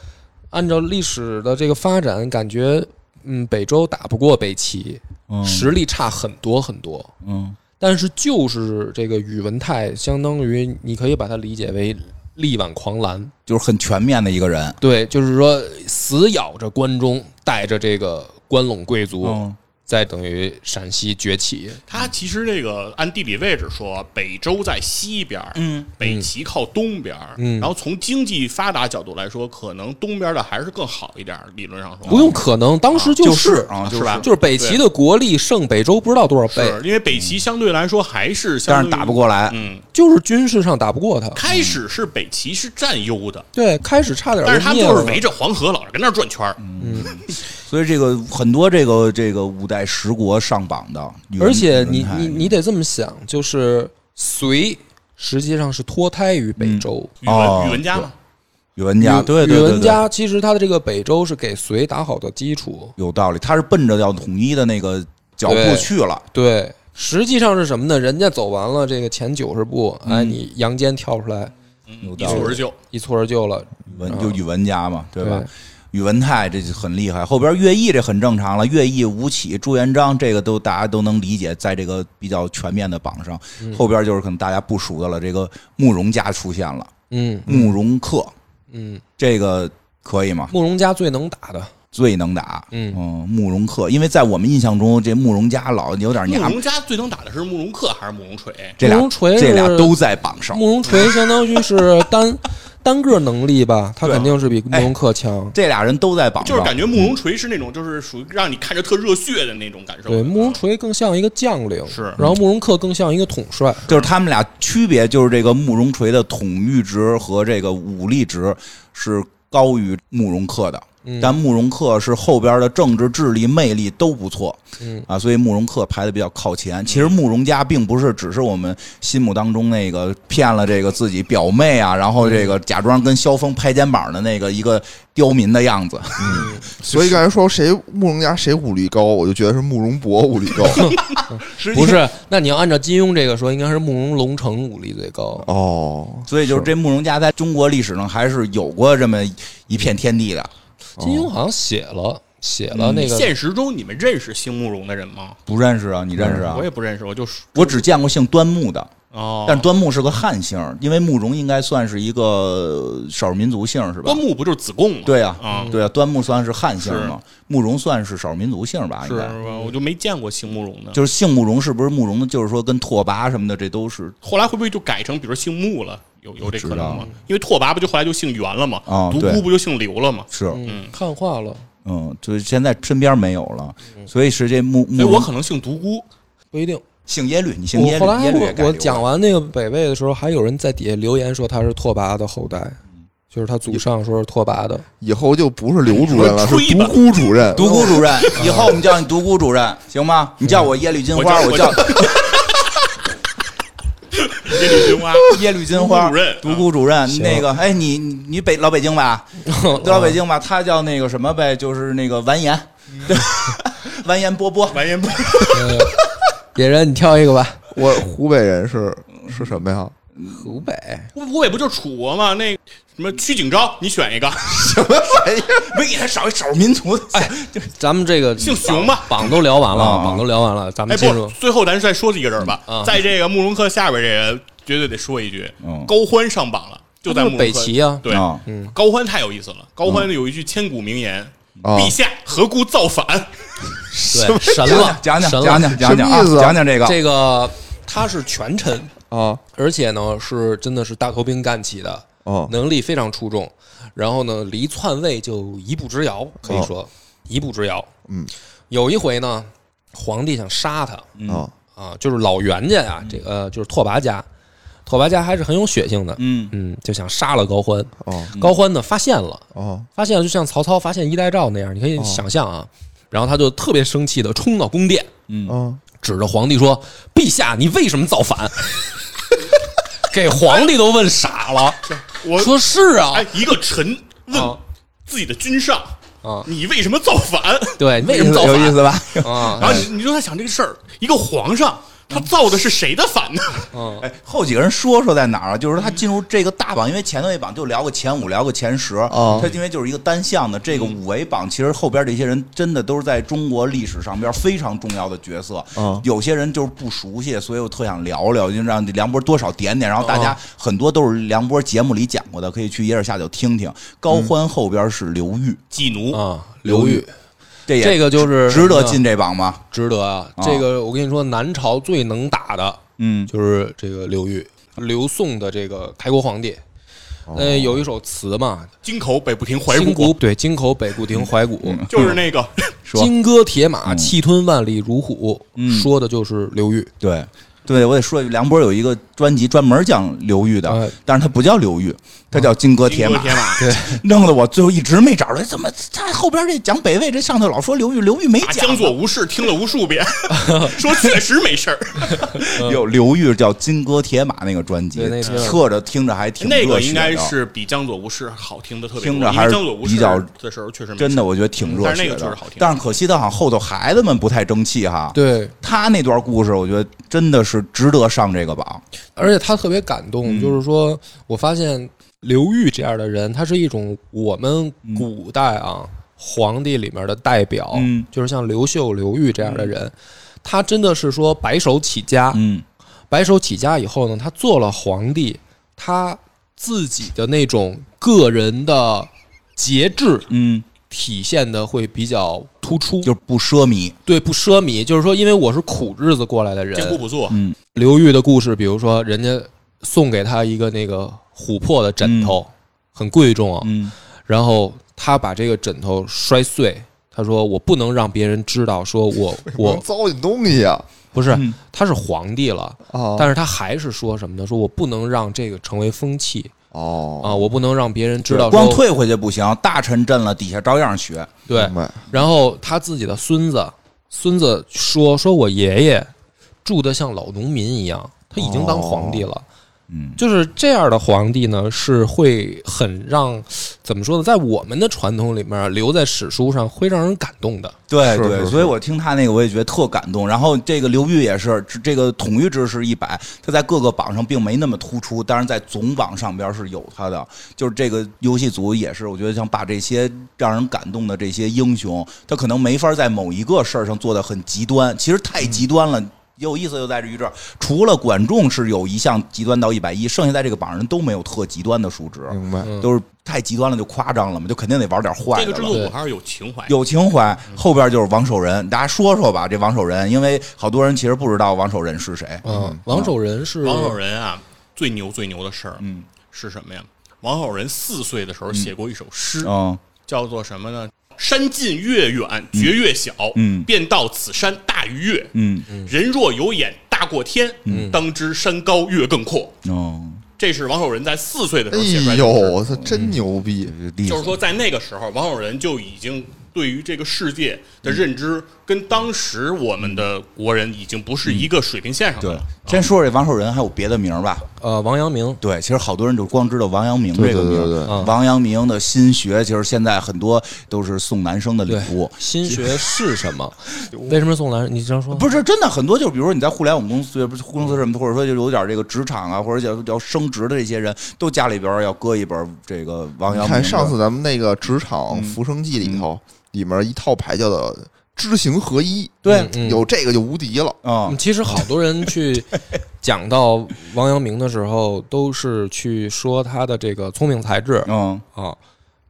B: 按照历史的这个发展，感觉嗯北周打不过北齐，
A: 嗯
B: 实力差很多很多。
A: 嗯
B: 但是就是这个宇文泰，相当于你可以把它理解为力挽狂澜，
A: 就是很全面的一个人。
B: 对，就是说死咬着关中，带着这个关陇贵族。
A: 嗯
B: 再等于陕西崛起，
D: 他其实这个按地理位置说，北周在西边，
A: 嗯，
D: 北齐靠东边，
B: 嗯
D: 然后从经济发达角度来说，可能东边的还是更好一点，理论上说
B: 不用可能，当时、
A: 就是啊，
D: 是吧
B: 就是北齐的国力胜北周不知道多少倍
D: 是，因为北齐相对来说还是相
A: 但
D: 对
A: 是
D: 于
A: 打不。过来。
D: 嗯，
B: 就是军事上打不过他。
D: 开始是北齐是占优
A: 嗯
D: 的，
B: 对，开始差点
D: 但是他们
B: 灭
D: 就
B: 了
D: 是围着黄河老是跟那儿转圈儿。
A: 所以这个很多这个这个五代十国上榜的，宇文
B: 而且你
A: 宇文泰
B: 你你得这么想，就是隋实际上是脱胎于北周。
D: 宇文
A: 哦
D: 宇文家嘛，
A: 宇文家，
B: 宇
A: 对对对
B: 宇
A: 对
B: 文家其实他的这个北周是给隋打好的基础。
A: 有道理，他是奔着要统一的那个脚步
B: 对
A: 去了。
B: 对，实际上是什么呢？人家走完了这个前九十步，哎，
A: 嗯
B: 你杨坚跳出来
A: 有
D: 嗯一嗯
A: 道理，
D: 蹴而就。
B: 一蹴而就了。
A: 宇文就宇文家嘛，对吧
B: 对？
A: 宇文泰这就很厉害，后边乐毅这很正常了，乐毅、吴起、朱元璋这个都大家都能理解，在这个比较全面的榜上，
B: 嗯
A: 后边就是可能大家不熟的了，这个慕容家出现了，
B: 嗯
A: 慕容克，
B: 嗯，
A: 这个可以吗？
B: 慕容家最能打的，
A: 最能打，
B: 嗯
A: 慕容克，因为在我们印象中，这慕容家老有点
D: 慕
A: 娘，
D: 容家最能打的是慕容克还是慕容锤？
A: 这俩
B: 慕容垂是
A: 这俩都在榜上。
B: 慕容垂相当于是单单个能力吧，他
A: 对
B: 肯定是比慕容克强。
A: 这俩人都在榜上，
D: 就是感觉慕
A: 嗯
D: 容锤是那种，就是属于让你看着特热血的那种感受。
B: 对，慕容垂更像一个将领，
D: 是
B: 然后慕容克更像一个统帅。
A: 就是他们俩区别就是这个慕容垂的统御值和这个武力值是高于慕容克的，但慕容克是后边的政治智力、魅力都不错，
B: 嗯
A: 啊，所以慕容克排的比较靠前。其实慕容家并不是只是我们心目当中那个骗了这个自己表妹啊，然后这个假装跟萧峰拍肩膀的那个一个刁民的样子， [laughs]
C: 所以刚才说谁慕容家谁武力高，我就觉得是慕容博武力高。
B: 不是，那你要按照金庸这个说，应该是慕容龙城武力最高。
C: 哦，
A: 所以就是这慕容家在中国历史上还是有过这么一片天地的，
B: 金庸好像写了写了那个，
D: 现实中你们认识星慕容的人吗？
A: 不认识啊？你认识啊？
D: 我也不认识，我就是
A: 我只见过姓端木的，
D: 哦，
A: 但端木是个汉姓儿，因为慕容应该算是一个少数民族姓儿是吧
D: 端？木不就是子贡吗？
A: 对呀、
D: 啊，
A: 对呀、端木算是汉姓儿嘛，慕容算是少数民族姓儿吧？
D: 是
A: 应该嗯
D: 吧？我就没见过星慕容的。
A: 就是姓慕容，是不是慕容的？就是说跟拓跋什么的，这都是
D: 后来会不会就改成比如姓穆了？有有这可能
A: 不
D: 吗？因为拓跋不就后来就姓元了嘛，
A: 哦
D: 独
A: 对
D: 孤不就姓刘了嘛？
A: 是
B: 嗯，汉化了，
A: 嗯，就是现在身边没有了，所以是这慕
D: 所以
A: 慕
D: 哎我
A: 容
D: 可能姓独孤，
B: 不一定。
A: 姓耶律，你姓耶
B: 我
A: 律
B: 后，来
A: 耶律也改
B: 我我
A: 刘
B: 讲完那个北魏的时候，还有人在底下留言说他是拓跋的后代，就是他祖上说是拓跋的。
C: 以后就不是刘主任了，是
D: 吹
C: 独
D: 吧
C: 孤主任。
A: 独孤主任，以后我们叫你独孤主任行吗？你叫我耶律金花，
D: 我
A: 我
D: 叫
A: 叫
D: 耶律
A: [laughs]
D: 金花，
A: 耶律金花
D: 独孤主任
A: 独孤主任，
B: 啊行
A: 那个，哎，你你你北老北京
B: [laughs]
A: 吧，老北京吧，他叫那个什么呗，就是那个完颜，
B: 嗯
A: 对 [laughs] 完颜波波，
D: 完颜不
B: 呃野人，你挑一个吧。
C: 我湖北人是
A: 嗯
C: 是什么呀？
B: 湖北，
D: 湖北不就是楚国吗？那什么屈景昭，你选一个，
C: 什么玩意儿？
A: 没给他少一少数民族的，哎，
B: 咱们这个
D: 姓熊吧。
B: 榜都聊完了，
A: 啊
B: 榜都聊完了，咱
D: 哎，
B: 们进
D: 不
B: 入，
D: 最后咱再说一个人吧，
B: 嗯啊
D: 在这个慕容克下边这个绝对得说一句，
A: 嗯
D: 高欢上榜了，就在慕容克
B: 北齐啊
D: 对，
A: 啊
D: 高欢太有意思了，高
A: 嗯
D: 欢有一句千古名言：“
C: 啊
D: 陛下何故造
A: 啊
D: 反
B: 对，神了，
A: 讲讲
B: 神
A: 讲
B: 了
A: 讲讲讲讲
C: 什么
A: 啊
C: 意思，啊
A: 讲讲这个，
B: 这个他是权臣，
C: 啊
B: 而且呢是真的是大头兵干起的，
C: 哦
B: 能力非常出众，然后呢离篡位就一步之
A: 哦
B: 遥，可以说、一步之遥。
C: 嗯，
B: 有一回呢，皇帝想杀他
A: 嗯
C: 啊！
B: 啊，就是老袁家呀、这个呃就是拓跋家，拓跋家还是很有血性的，
A: 嗯
B: 嗯，就想杀了高欢。
C: 哦
B: 高欢呢发现了，
A: 嗯
C: 哦
B: 发现了就像曹操发现衣带诏那样，你可
A: 哦
B: 以想象啊，然后他就特别生气的冲到宫殿，
A: 嗯，
C: 哦！
B: 指着皇帝说：“陛下，你为什么造
A: [laughs]
B: 反？”给皇帝都问傻了，？”
D: 我
B: 说是啊
D: 哎，一个臣问
B: 啊
D: 自己的君上
B: 啊，
D: 你为什么造反？
B: 对，你为什么造
A: 有意
B: 反
A: 思吧？
B: 啊？
D: 然
A: 哎
D: 后你你就在想这个事儿，一个皇上他
A: 嗯
D: 造的是谁的反呢？
A: 哎，后几个人说说在哪儿啊？就是他进入这个大榜，因为前头一榜就聊个前五，聊个前十，
C: 哦
A: 他因为就是一个单项的这个五维榜，其实后边这些人真的都是在中国历史上边非常重要的角色。
C: 哦
A: 有些人就是不熟悉，所以我特想聊聊，就让梁博多少点点，然后大家很多都是梁博节目里讲过的，可以去野尔下酒听听。高欢后边是刘裕，
D: 季奴
B: 啊，
A: 刘
B: 刘
A: 裕
B: 裕，
A: 这也
B: 这个嗯就是
A: 值得进这榜吗？
B: 值得啊！
A: 啊
B: 这个我跟你说，南朝最能打的
A: 嗯，
B: 就是这个刘裕，刘宋的这个开国皇帝。
A: 哦
B: 呃，有一首词嘛，
D: 金口北不停怀
B: 金谷，
D: 古
B: 对，金口北固亭怀古，
A: 嗯
D: 就是那个
A: 说嗯
B: 金戈铁马，气吞万里如虎，说的就是刘裕。
A: 对。对，我得说，梁博有一个专辑专门讲刘裕的，
B: 哎
A: 但是他不叫刘裕，他叫金戈
D: 金
A: 铁
D: 戈
A: 马，
D: 铁马
A: 弄得我最后一直没找着，哎怎么他后边这讲北魏这上头老说刘裕，刘裕没
D: 打
A: 讲
D: 啊江
A: 呢
D: 左无事，听了无
A: [laughs]
D: 数遍，说确实没事儿。
A: 有刘裕叫《金戈铁马》那个专辑
B: 嗯对那，个
A: 侧着听着还 [laughs] 挺
D: 那
A: 热
D: 个
A: 血
D: 应
A: 的
D: 该是比江左无事好听的特别多，
A: 听着
D: 因
A: 还
D: 为
A: 是
D: 江左无事
A: 比较
D: 的时候确实没
A: 真的，我觉得挺热
D: 嗯但是那
A: 血
D: 个确实
A: 的
D: 好听。
A: 但是可惜他好像后头孩子们不太争气哈。
B: 对，
A: 他那段故事，我觉得真的是值得上这个榜。
B: 而且他特别感动，
A: 嗯
B: 就是说我发现刘裕这样的人，他是一种我们古代啊、皇帝里面的代表，
A: 嗯
B: 就是像刘秀、刘裕这样的人，他真的是说白手起家，
A: 嗯
B: 白手起家以后呢，他做了皇帝，他自己的那种个人的节制
A: 嗯，
B: 体现的会比较突出，
A: 就是不奢靡，
B: 对不奢靡，就是说，因为我是苦日子过来的
D: 艰苦
B: 人。
D: 朴素，
A: 嗯
B: 刘裕的故事，比如说人家送给他一个那个琥珀的枕头，很贵重啊，
A: 嗯
B: 然后他把这个枕头摔碎。他说：“我不能让别人知道，说
A: [laughs]
B: 我我
C: 糟践东西啊！
B: 不是
A: 嗯，
B: 他是皇帝了，
C: 哦
B: 但是他还是说什么呢？说我不能让这个成为风气啊，
C: 哦，
B: 我不能让别人知道
A: 光
B: 说
A: 退嗯回去不行，大臣震了，底下照样学，
B: 对
C: 明，白
B: 然后他自己的孙子，孙子说说我爷爷住的像老农民一样，他已经当皇帝了。
A: 嗯，
B: 就是这样的皇帝呢，是会很让怎么说呢，在我们的传统里面留在史书上，会让人感动的。
A: 对
C: 是
A: 对，
C: 是
A: 所以我听他那个我也觉得特感动。然后这个刘裕也是，这这个统御制是一百，他在各个榜上并没那么突出，但是在总榜上边是有他的。就是这个游戏组也是，我觉得想把这些让人感动的这些英雄，他可能没法在某一个事儿上做的很极端，其实太极端了。有意思就在于这儿，除了管仲是有一项极端到一百一，剩下在这个榜上人都没有特极端的数值，
C: 明白。
A: 都是太极端了就夸张了嘛，就肯定得玩点坏的了。
D: 这个制作组还是有情怀。
A: 有情怀，后边就是王守仁。大家说说吧，这王守仁，因为好多人其实不知道王守仁是谁。
C: 哦
B: 嗯，王守仁是
D: 王守仁啊，最牛最牛的事儿
A: 嗯
D: 是什么呀？王守仁四岁的时候写过一首诗，
A: 嗯
D: 叫做什么呢？山近月远觉月小，
A: 嗯
D: 便道此山大于月。
A: 嗯
D: 人若有眼大过天，当知山高月更阔。
A: 哦，
D: 这是王守仁在四岁的时
C: 哎
D: 候写出来的
C: 呦，
D: 诗
C: 我操，真牛逼！
A: 历
D: 就
A: 史
D: 是说，在那个时候，王守仁就已经对于这个世界的认知，跟当时我们的国人已经不是一个水平线上的
A: 对
C: 嗯
D: 了。。
A: 先说说这王守仁还有别的名儿吧。
B: 呃王阳明，
A: 对，其实好多人就光知道王阳明
C: 对
A: 这个名
C: 对对对
A: 儿。王阳明的心学，其实现在很多都是送男生的礼
B: 对
A: 物，。
B: 心学是什
D: [laughs]
B: 么？为什么宋兰？你这样说
A: 不是真的很多，就是比如说你在互联网公司，不是公司什么，或者说就有点这个职场啊，或者叫要升职的这些人，都家里边儿要搁一本儿这个王阳明的。嗯
C: 啊你看上次咱们那个职场《浮生记》里头，里面一套牌叫做“知行合一”，
A: 对，
B: 嗯
C: 有这个就无敌了。
A: 嗯
B: 嗯，其实好多人去讲到王阳明的时候，都是去说他的这个聪明才智
A: 嗯
B: 啊。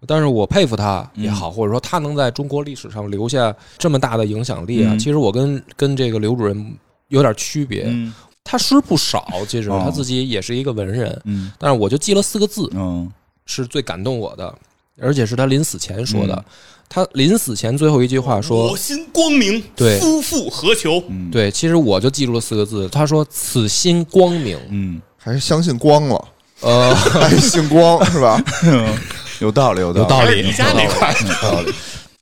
B: 但是我佩服他也好，或者说他能在中国历史上留下这么大的影响力啊。
A: 嗯
B: 其实我跟跟这个刘主任有点区别，
A: 嗯
B: 他诗不少，其实
A: 哦
B: 他自己也是一个文人，
A: 嗯
B: 但是我就记了四个字，
A: 嗯
B: 是最感动我的，而且是他临死前说
A: 嗯
B: 的。他临死前最后一句话说：“
D: 我心光明，
B: 对
D: 夫复何求？
A: 哦嗯
B: 对，其实我就记住了四个字，他说“此心光明
A: 嗯，
C: 还是相信
A: [laughs]
C: 光了，”，
A: 哦
B: 呃，
C: 还是信光是吧？
A: 有道理，有
B: 有道
D: 还
B: 理
D: 是，你家那块儿
B: 有道理。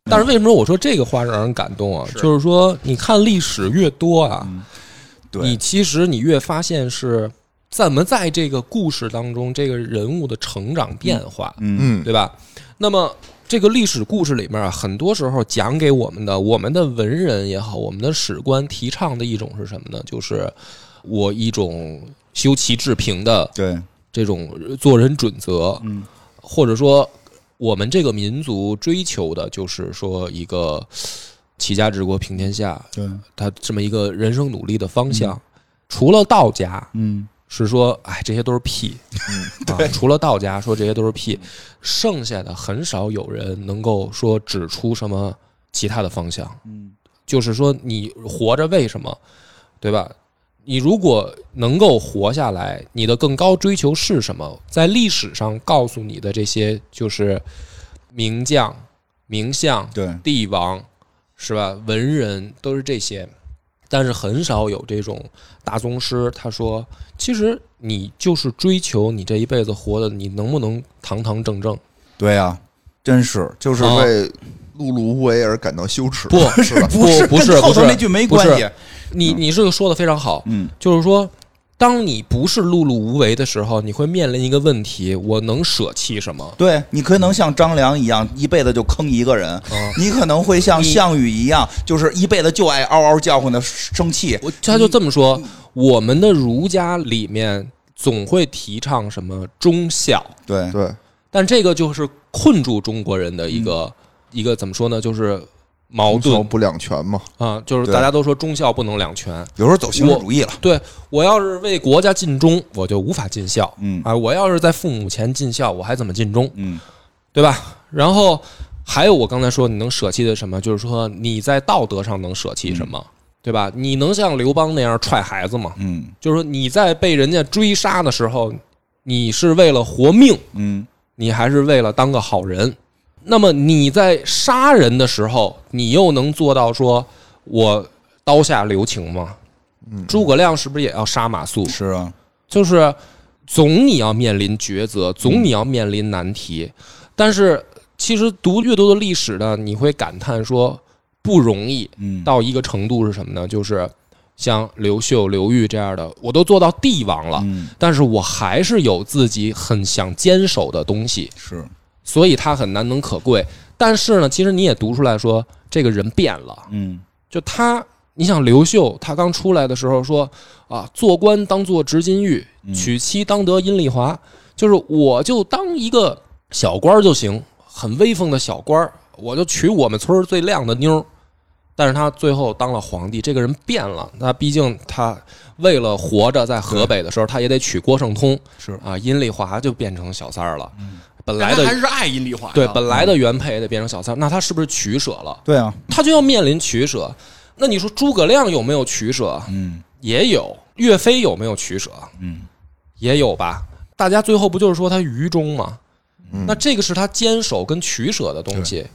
B: 但是为什么我说这个话让人感动啊？
D: 是
B: 就是说，你看历史越多
A: 嗯
B: 啊，
A: 对
B: 你其实你越发现是怎么在这个故事当中，这个人物的成长变化，
A: [laughs] 嗯
C: 嗯，
B: 对吧？那么这个历史故事里面啊，很多时候讲给我们的，我们的文人也好，我们的史官提倡的一种是什么呢？就是我一种修齐治平的
A: 对，
B: 这种做人准则，嗯，或者说我们这个民族追求的就是说一个齐家治国平天下，
A: 对，
B: 他这么一个人生努力的方向。除了道家
A: 嗯
B: 是说，哎，这些都是屁，嗯，对、除了道家说这些都是屁，剩下的很少有人能够说指出什么其他的方向。
A: 嗯
B: 就是说你活着为什么，对吧？你如果能够活下来，你的更高追求是什么？在历史上告诉你的这些，就是名将、名相、
A: 对，
B: 帝王，是吧？文人都是这些，但是很少有这种大宗师。他说，其实你就是追求你这一辈子活的，你能不能堂堂正正？
A: 对呀，真是就是
C: 是
B: 啊
C: 为碌碌无为而感到羞耻。
B: 不
A: [laughs]
B: 不
A: 哦不
B: 不是
A: 跟后
B: 不
A: 头
B: 是
A: 那句没
B: 不
A: 关
B: 是
A: 系，
B: 你你这个说的非常好，
A: 嗯，
B: 就是说，当你不是碌碌无为的时候，你会面临一个问题：我能舍弃什么？
A: 对你可能像张良一样一辈子就坑一个人，你可能会像
B: 哦你
A: 项羽一样，就是一辈子就爱嗷嗷叫唤的生气，
B: 我他就这么说，我们的儒家里面总会提倡什么忠孝，
A: 对，
C: 对，
B: 但这个就是困住中国人的一
A: 嗯
B: 个、一个怎么说呢？就是矛
C: 同
B: 盾
C: 仇不两全嘛。
B: 啊，就是
A: 对
B: 大家都说忠孝不能两全。
A: 有时候走形式主义了，
B: 对我要是为国家尽忠，我就无法尽孝。
A: 嗯
B: 啊，我要是在父母前尽孝，我还怎么尽忠？
A: 嗯，
B: 对吧？然后还有我刚才说你能舍弃的什么，就是说你在道德上能舍弃什么，对吧？你能像刘邦那样踹孩子吗？
A: 嗯
B: 就是说你在被人家追杀的时候，你是为了活命，
A: 嗯
B: 你还是为了当个好人。那么你在杀人的时候，你又能做到说我刀下留情吗？诸葛亮是不是也要杀马谡？
A: 是啊，
B: 就是总你要面临抉择，总你要面临难题。但是其实读越多的历史呢，你会感叹说不容易
A: 嗯
B: 到一个程度是什么呢？就是像刘秀、刘裕这样的，我都做到帝王了，
A: 嗯
B: 但是我还是有自己很想坚守的东西。
A: 是
B: 所以他很难能可贵。但是呢，其实你也读出来说，这个人变了。
A: 嗯
B: 就他，你想刘秀，他刚出来的时候说啊，做官当做执金玉，娶妻当得阴丽华，就是我就当一个小官儿就行，很威风的小官儿，我就娶我们村儿最靓的妞儿。但是他最后当了皇帝，这个人变了。那毕竟他为了活着，在河北的时候，他也得娶郭圣通，
A: 是
B: 啊，阴丽华就变成小三儿了。本来
D: 但
B: 的
D: 他还是爱阴丽华的
B: 对，本来的原配也得变成小三儿，那他是不是取舍了？
A: 对啊，
B: 他就要面临取舍。那你说诸葛亮有没有取舍？
A: 嗯
B: 也有。岳飞有没有取舍？
A: 嗯，
B: 也有吧。大家最后不就是说他愚忠吗？
A: 嗯
B: 那这个是他坚守跟取舍的东西，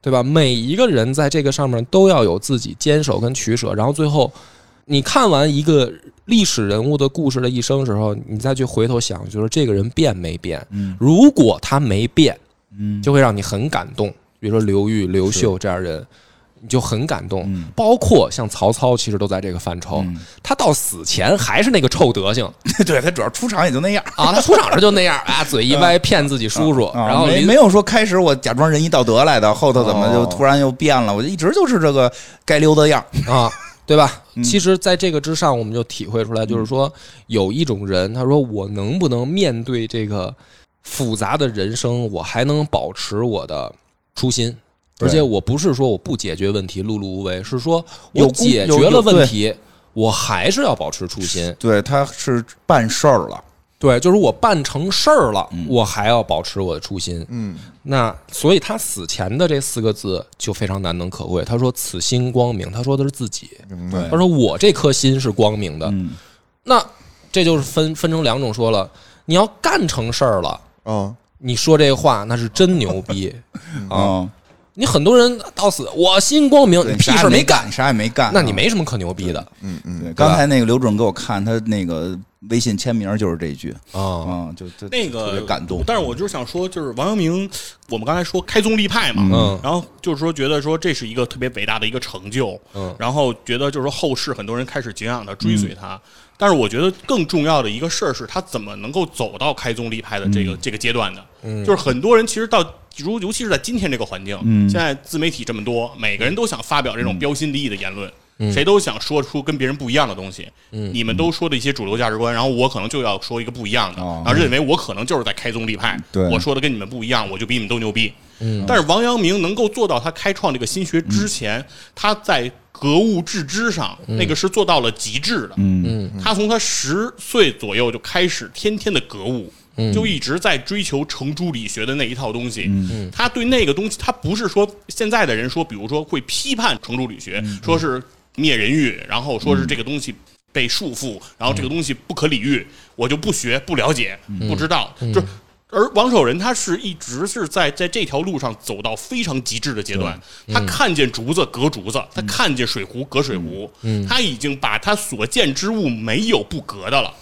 B: 对吧？每一个人在这个上面都要有自己坚守跟取舍，然后最后你看完一个历史人物的故事的一生时候，你再去回头想，就是这个人变没变？
A: 嗯
B: 如果他没变，
A: 嗯
B: 就会让你很感动。比如说刘裕、刘秀这样人，你就很感动。
A: 嗯
B: 包括像曹操，其实都在这个范畴。
A: 嗯
B: 他到死前还是那个臭德行
A: [laughs] 对他主要出场也就那样，
B: 啊！他出场时就那样啊，嘴一歪骗自己叔叔，
A: 嗯啊
B: 然后
A: 没
B: 临
A: 没有说开始我假装仁义道德来的，后头怎么就
C: 哦
A: 突然又变了？我就一直就是这个该溜的样儿。
B: 啊，对吧？
A: 嗯
B: 其实，在这个之上，我们就体会出来，就是说，有一种人，他说我能不能面对这个复杂的人生，我还能保持我的初心。
A: 对
B: 而且我不是说我不解决问题碌碌无为，是说
A: 有
B: 我
A: 功
B: 解
A: 有
B: 决了
A: 有
B: 问题，我还是要保持初心。
A: 对，他是办事儿了。
B: 对，就是我办成事儿了，
A: 嗯
B: 我还要保持我的初心。
C: 嗯，
B: 那所以他死前的这四个字就非常难能可贵。他说：“此心光明。”他说的是自己。
C: 明白。
A: 对
B: 他，说我这颗心是光明的。
A: 嗯
B: 那这就是分分成两种说了，你要干成事儿了，
A: 哦
C: 嗯，
B: 你说这话那是真牛
A: [laughs]
B: 逼啊！
A: 啊，
B: 你很多人到死我心光明，你
A: 对
B: 屁
A: 啥也
B: 事儿
A: 没
B: 干，，
A: 啥也没干。
B: 那你
A: 啊
B: 没什么可牛逼的
A: 对，刚才那个刘主任给我看他那个微信签名就是这一句
B: 啊！
A: 啊，就就特
D: 那个
A: 别感动。
D: 但是我就是想说，就是王阳明，我们刚才说开宗立派嘛，
B: 嗯
D: 然后就是说觉得说这是一个特别伟大的一个成就，
B: 嗯
D: 然后觉得就是说后世很多人开始敬仰他、追随他。但是我觉得更重要的一个事儿是他怎么能够走到开宗立派的
B: 嗯
D: 这个、这个阶段的，就是很多人其实到。如尤其是在今天这个环境，
A: 嗯
D: 现在自媒体这么多，每个人都想发表
B: 嗯
D: 这种标新立异的言论，谁都想说出跟别人不一样的东西。
B: 嗯
D: 你们都说的一些主流价值观，然后我可能就要说一个不一样的，
A: 哦
D: 然后认为我可能就是在开宗立派，
A: 对
D: 我说的跟你们不一样，我就比你们都牛逼。但是王阳明能够做到他开创这个新学之前，他在格物致知上，那个是做到了极致的。
A: 嗯
D: 他从他十岁左右就开始天天的格物，就一直在追求程朱理学的那一套东西。他对那个东西，他不是说现在的人说，比如说会批判程朱理学，说是灭人欲，然后说是这个东西。被束缚，然后这个东西不可理喻，我就不学、不了解、不知道。就是，而王守仁他是一直是在在这条路上走到非常极致的阶段。他看见竹子隔竹子，他看见水壶隔水壶，他已经把他所见之物没有不隔的了。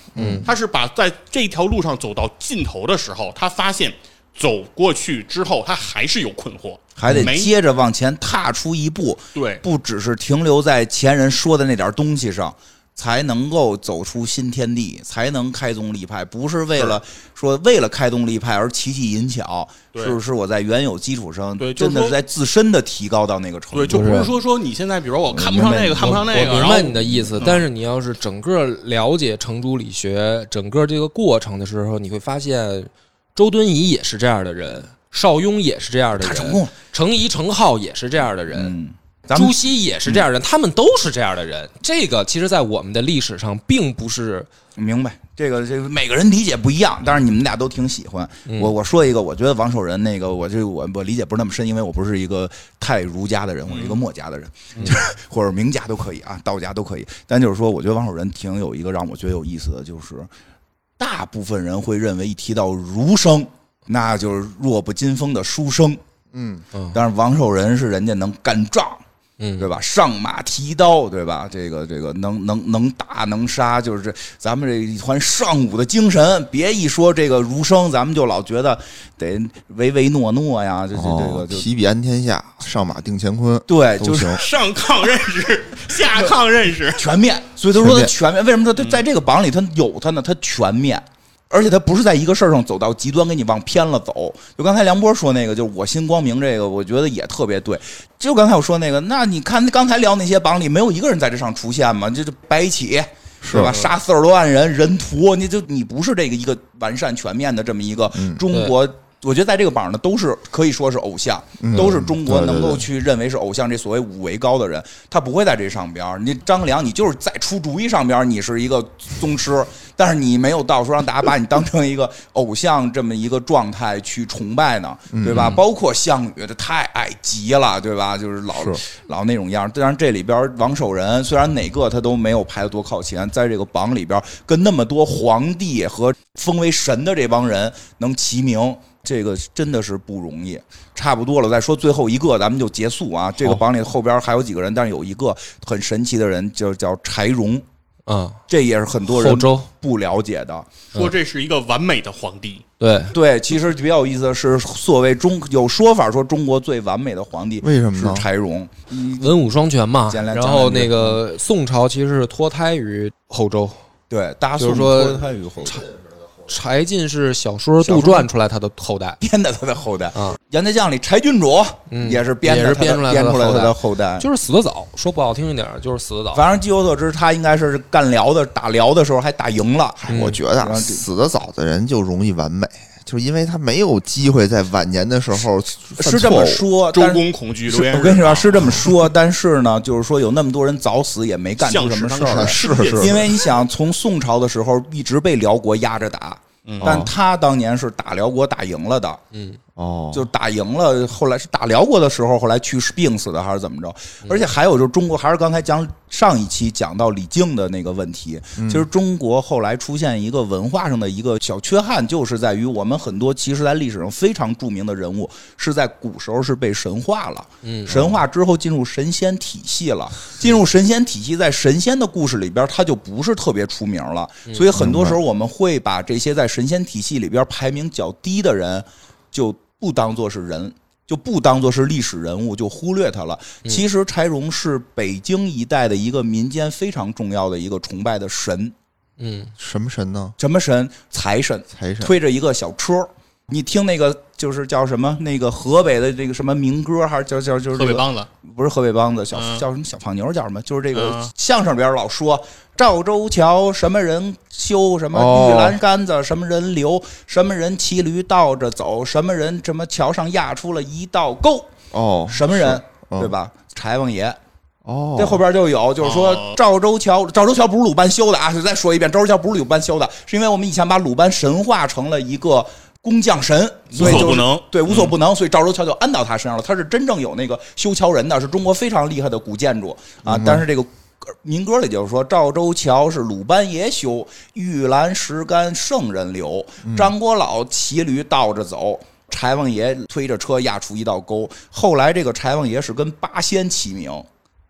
D: 他是把在这条路上走到尽头的时候，他发现走过去之后，他还是有困惑，
A: 还得
D: 没
A: 接着往前踏出一步，
D: 对
A: 不只是停留在前人说的那点东西上，才能够走出新天地，才能开宗立派。不是为了说为了开宗立派而奇技淫巧，
D: 对
A: 是是我在原有基础上，
D: 对就是
A: 真的
D: 说
A: 是在自身的提高到那个程
D: 对，
A: 度。
D: 就不
B: 就是
D: 是说说你现在，比如说我看不上那个，看不上那个，
B: 我明
D: 然后嗯
B: 白你的意思，但是你要是整个了解程朱理学整个这个过程的时候，你会发现周敦颐也是这样的人，邵雍也是这样的
A: 他成
B: 人，
A: 功了，
B: 程颐、程颢也是这样的人，
A: 嗯，咱们
B: 朱熹也是这样的人，他们都是这样的人。这个其实，在我们的历史上，并不是
A: 明白，这个这个每个人理解不一样，但是你们俩都挺喜欢。
D: 嗯
A: 我我说一个，我觉得王守仁那个，我这我我理解不是那么深，因为我不是一个太儒家的人，我是一
D: 嗯
A: 个墨家的人，就是或者名家都可以啊，道家都可以。但就是说，我觉得王守仁挺有一个让我觉得有意思的，就是大部分人会认为一提到儒生，那就是弱不禁风的书生。
C: 嗯，
A: 但是王守仁是人家能干仗，
B: 嗯
A: 对吧？上马提刀，对吧？这个这个能能能打能杀，就是这咱们这一团尚武的精神。别一说这个儒生，咱们就老觉得得唯唯诺诺呀，就就这
C: 哦
A: 个，就
C: 提笔安天下，上马定乾坤，
A: 对，
C: 都
A: 就是
C: 行
D: 上炕认识， [laughs] 下炕认识，
A: 全面。所以他说他全
C: 全
A: 面，为嗯什么说他在这个榜里他有他呢？他全面。而且他不是在一个事儿上走到极端，给你往偏了走。就刚才梁波说那个，就是我心光明这个，我觉得也特别对。就刚才我说那个，那你看刚才聊那些榜里，没有一个人在这上出现嘛？这这白起是吧？杀四十多万人，人屠，你就你不是这个一个完善全面的这么一个中国。我觉得在这个榜上都是可以说是偶像，都是中国
C: 嗯对对
A: 能够
C: 对
A: 去认为是偶像这所谓武为高的人，他不会在这上边儿。你张良，你就是在出主意上边儿，你是一个宗师，但是你没有到说让大家把你当成一个偶像这么一个状态去崇拜呢，
C: 嗯
A: 对吧？包括项羽，这太矮极哎了，对吧？就是老老那种样儿。当然，这里边儿王守仁虽然哪个他都没有排得多靠前，在这个榜里边儿跟那么多皇帝和封为神的这帮人能齐名。这个真的是不容易，差不多了，再说最后一个，咱们就结束啊。这个榜里后边儿还有几个人，但是有一个很神奇的人，就叫柴荣，
B: 啊，
A: 这也是很多人
B: 后周
A: 不了解的。
D: 说这是一个完美的皇帝，
B: 对，
A: 对，其实比较有意思的是，所谓中有说法说中国最完美的皇帝
C: 为什么
A: 是
C: 呢
A: 柴荣，
B: 文武双全嘛。
A: 简单
B: 然后那个宋朝其实是脱胎于后周，
A: 对，大
B: 就
A: 宋
B: 是说
A: 脱胎于后代
B: 柴进是小说杜撰出来他的后代。
A: 编的他的后代
B: 啊。
A: 杨家将里柴郡主
B: 嗯
A: 也是编
B: 也
A: 的
B: 是
A: 他的
B: 编出来
A: 编
B: 他的
A: 出来
B: 后
A: 他
B: 代
A: 的后代。
B: 就是死得早，说不好听一点儿，就是死得早。
A: 哎反正据我所知，他应该是干辽的，打辽的时候还打赢了。
B: 嗯
C: 我觉得
A: 然
C: 啊
A: 后这
C: 死得早的人就容易完美，就是因为他没有机会在晚年的时候
A: 是
C: 犯
A: 这
C: 错
A: 么
C: 误。
A: 说，
D: 周
A: 啊但是
D: 公恐惧，
A: 是
D: 刘焉
A: 我跟你说啊是这么说，但是呢，就是说有那么多人早死也没干出
D: 像
A: 什么事
D: 当
A: 儿
D: 时
A: 来，
C: 是是
A: 因为你想，从宋朝的时候一直被辽国压着打，
C: 嗯
A: 但他当年是打辽国打赢了的，
C: 哦，
A: 就打赢了。后来是打辽国的时候，后来去世病死的还是怎么着？而且还有就是中国，还是刚才讲上一期讲到李靖的那个问题。其实中国后来出现一个文化上的一个小缺憾，就是在于我们很多其实在历史上非常著名的人物，是在古时候是被神化了。
B: 嗯
A: 神话之后进入神仙体系了，进入神仙体系，在神仙的故事里边，它就不是特别出名了。所以很多时候我们会把这些在神仙体系里边排名较低的人，就不当做是人。就不当做是历史人物，就忽略他了。其实柴荣是北京一带的一个民间非常重要的一个崇拜的神，
B: 嗯，
C: 什么神呢？
A: 什么神？财神，
C: 财神
A: 推着一个小车。你听那个就是叫什么？那个河北的这个什么民歌，还是叫叫就是、这个、
D: 河北梆子，
A: 不是河北梆子，小、
D: 嗯
A: 叫什么小胖妞叫什么？就是这个
D: 嗯
A: 相声里边老说赵州桥什么人修，什么
C: 哦
A: 玉栏杆子什么人留，什么人骑驴倒着走，什么人什么桥上压出了一道沟，
C: 哦，
A: 什么人
C: 是嗯
A: 对吧？柴王爷，
C: 哦，
A: 这后边就有，就是说
D: 哦
A: 赵州桥，赵州桥不是鲁班修的啊！就再说一遍，赵州桥不是鲁班修的，是因为我们以前把鲁班神化成了一个工匠神，所以
D: 无所
A: 就
D: 不
A: 是
D: 能嗯
A: 对，无所不能，所以赵州桥就安到他身上了。他是真正有那个修桥人的，是中国非常厉害的古建筑
D: 嗯
A: 啊！但是这个。民歌里就是说，赵州桥是鲁班爷修，玉兰石杆圣人留，
D: 嗯
A: 张果老骑驴倒着走。柴王爷推着车压出一道沟，后来这个柴王爷是跟八仙齐名，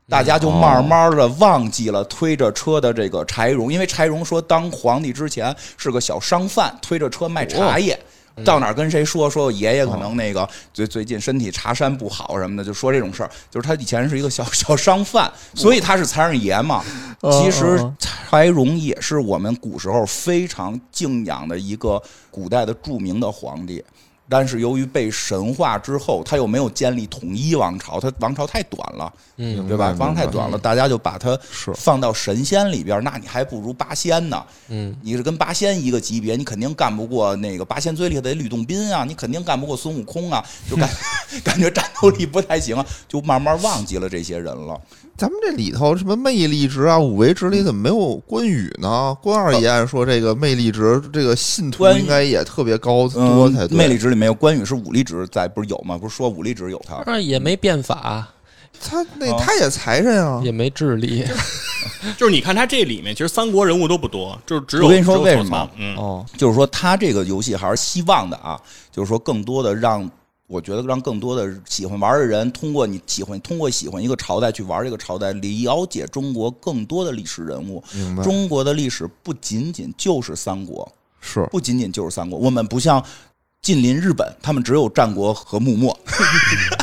A: 大家就慢慢的忘记了推着车的这个柴荣，因为柴荣说当皇帝之前是个小商贩，推着车卖茶叶。到哪儿跟谁说说我爷爷可能那个最最近身体茶山不好什么的，就说这种事儿。就是他以前是一个小 [laughs] 小商贩，所以他是财神爷嘛。其实柴荣也是我们古时候非常敬仰的一个古代的著名的皇帝。但是由于被神化之后，他又没有建立统一王朝，他王朝太短了，嗯，对吧？王朝太短了，大家就把它放到神仙里边，那你还不如八仙呢，嗯，你是跟八仙一个级别，你肯定干不过那个八仙最厉害的吕洞宾啊，你肯定干不过孙悟空啊，就
C: [laughs]
A: 感感觉战斗力不太行啊，就慢慢忘记了这些人了。
C: 咱们这里头什么魅力值啊、五维值里怎么没有关羽呢？关二爷按说这个魅力值，这个信徒
A: 关羽
C: 应该也特别高多才
A: 嗯，
C: 对。
A: 魅力值里没有，关羽是武力值在，不是有吗？不是说武力值有他，
B: 那也没变法，
C: 他那
A: 啊
C: 他也财神啊，
B: 也没智力。 [laughs]
D: 就是你看他这里面，其实三国人物都不多，就是只有
A: 我跟你说
D: 只有
A: 为
D: 曹
A: 什
D: 操
A: 么啊
D: 嗯，
C: 哦，
A: 就是说他这个游戏还是希望的啊，就是说更多的让。我觉得让更多的喜欢玩的人通过你喜欢通过喜欢一个朝代去玩这个朝代，了解中国更多的历史人物。
C: 明白
A: 中国的历史不仅仅就是三国，
C: 是
A: 不仅仅就是三国。我们不像近邻日本，他们只有战国和幕末。 [laughs]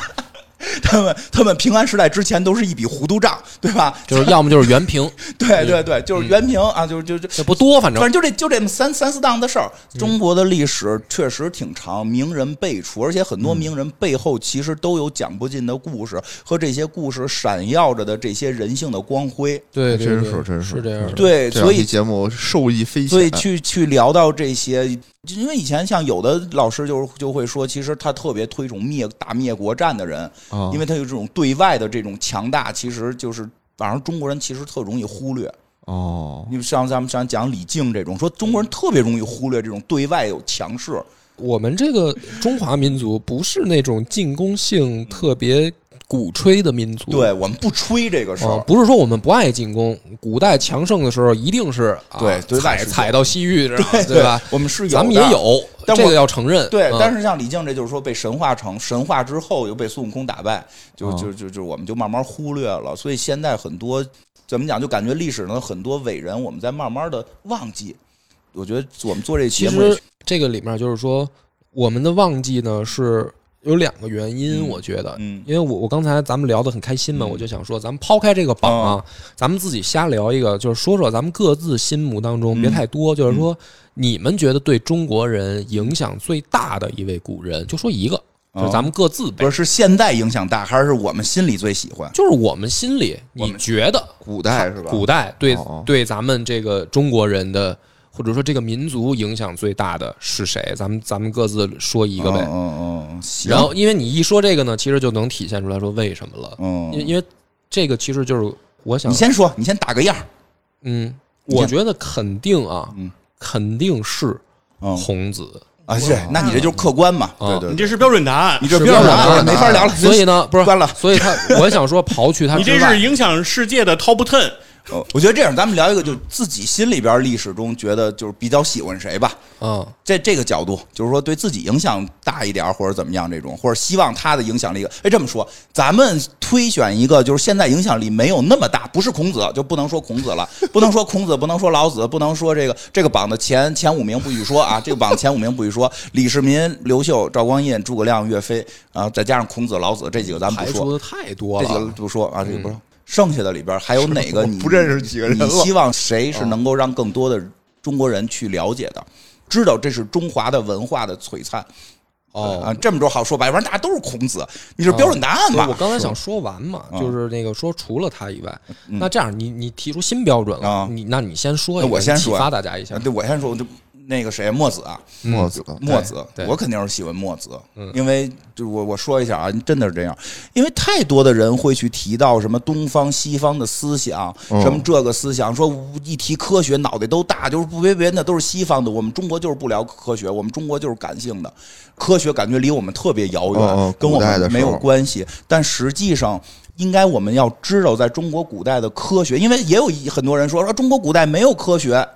A: 他们他们平安时代之前都是一笔糊涂账，对吧？
B: 就是要么就是原平，
A: 对对对，就是元平啊，就是就就
B: 这不多，反正
A: 反正就这就这么三三四档的事儿。中国的历史确实挺长，名人辈出，而且很多名人背后其实都有讲不尽的故事，和这些故事闪耀着的这些人性的光辉。
B: 对，对
C: 真
B: 对
C: 是真是
B: 是这样的。
A: 对，
C: 这两
A: 所
C: 期
A: 以
C: 节目受益匪
A: 所以
C: 浅。
A: 去去聊到这些，因为以前像有的老师就是就会说，其实他特别推崇灭大灭国战的人，
C: 啊
A: 因为他有这种对外的这种强大，其实就是反正中国人其实特容易忽略。
C: 哦，
A: 你像咱们想讲李靖这种，说中
B: 嗯
A: 国人特别容易忽略这种对外有强势，
B: 我们这个中华民族不是那种进攻性特别鼓吹的民族，
A: 对我们不吹这个事
B: 啊，
A: 儿。
B: 不是说我们不爱进攻。古代强盛的时候，一定是、啊、
A: 对对外
B: 踩
A: 是这样
B: 踩到西域这样，
A: 对
B: 吧？
A: 我们是有的
B: 咱们也，有，
A: 但
B: 这
A: 我
B: 个要承认。
A: 对
B: 嗯。
A: 但是像李靖，这就是说被神化成神化之后，又被孙悟空打败，
B: 嗯
A: 就就就就我们就慢慢忽略了。所以现在很多怎么讲，就感觉历史上的很多伟人，我们在慢慢的忘记。我觉得我们做这
B: 其
A: 节目也
B: 实这个里面就是说，我们的忘记呢是有两个原因，
A: 嗯
B: 我觉得，
A: 嗯
B: 因为我我刚才咱们聊得很开心嘛，
A: 嗯哦
B: 我就想说，咱们抛开这个榜啊，咱们自己瞎聊一个，就是说说咱们各自心目当中，
A: 嗯
B: 别太多，就是说你们觉得对中国人影响最大的一位古人，就说一个，就是咱们各自
A: 不，
B: 呗
A: 是是现在影响大，还是我们心里最喜欢？
B: 就是我们心里
A: 我
B: 你
A: 们
B: 觉得
C: 古代是吧？
B: 古代对
C: 哦哦
B: 对咱们这个中国人的或者说这个民族影响最大的是谁？咱们咱们各自说一个呗。
A: 嗯嗯嗯，行
B: 然后，因为你一说这个呢，其实就能体现出来说为什么了。
A: 嗯，
B: 因因为这个其实就是我想
A: 你，先说，你先打个样儿。
B: 嗯，
A: 你先
B: 我觉得肯定啊，肯定是
A: 嗯
B: 孔子。
A: 啊，是，那你这就是客观嘛？
B: 啊
C: 对对
D: 你这是标准答案
A: 你。这
B: 是
A: 标准
B: 吧
A: 答案
C: 是
A: 没法聊嗯了，
B: 所以呢，不是
A: 关了
B: 所以他，我想说，刨去他
D: [laughs] 你
B: 之
D: 这
B: 外
D: 是，影响世界的 top ten，
A: 哦，我觉得这样，咱们聊一个，就自己心里边历史中觉得就是比较喜欢谁吧，
B: 嗯，
A: 这这个角度，就是说对自己影响大一点儿，或者怎么样这种，或者希望他的影响力。哎，这么说，咱们推选一个，就是现在影响力没有那么大，不是孔子，就不能说孔子了，不能说孔子，不能说老子，不能说这个这个榜的前前五名不许说啊，这个榜前五名不许说，李世民、刘秀、赵光胤、诸葛亮、岳飞啊，再加上孔子、老子这几个咱们
B: 排
A: 不说
B: 除，的太多
A: 这几个
B: 了。
A: 不说啊，这个不说。剩下的里边还有哪个
C: 嗯我
A: 你
C: 不认识几个人
A: 你
C: 了啊
A: 希望谁是能够让更多的中国人去了解的，知道这是中华的文化的璀璨啊
B: 哦，？
A: 这么着好说吧，要不然大家都是孔子，你是标准答案
B: 所
A: 吧
B: 以？我刚才想说完嘛，
A: 嗯
B: 就是那个说除了他以外，那这样你你提出新标准了
A: 啊，
B: 你那你先说一
A: 那
B: 个，
A: 我先
B: 你启
A: 说
B: 发大家一下
A: 啊。对，我先说，我就那个谁，墨子啊，
C: 墨子的
A: 墨子
B: 对，嗯
A: 我肯定是喜欢墨子，因为就我我说一下啊，真的是这样，因为太多的人会去提到什么东方西方的思想，
C: 嗯
A: 什么这个思想，说一提科学脑袋都大，就是不别别的都是西方的，我们中国就是不聊科学，我们中国就是感性的，科学感觉离我们特别遥远，
C: 嗯嗯
A: 跟我
C: 古代的时候
A: 们没有关系，但实际上。应该我们要知道，在中国古代的科学，因为也有一很多人说说中国古代没有科学，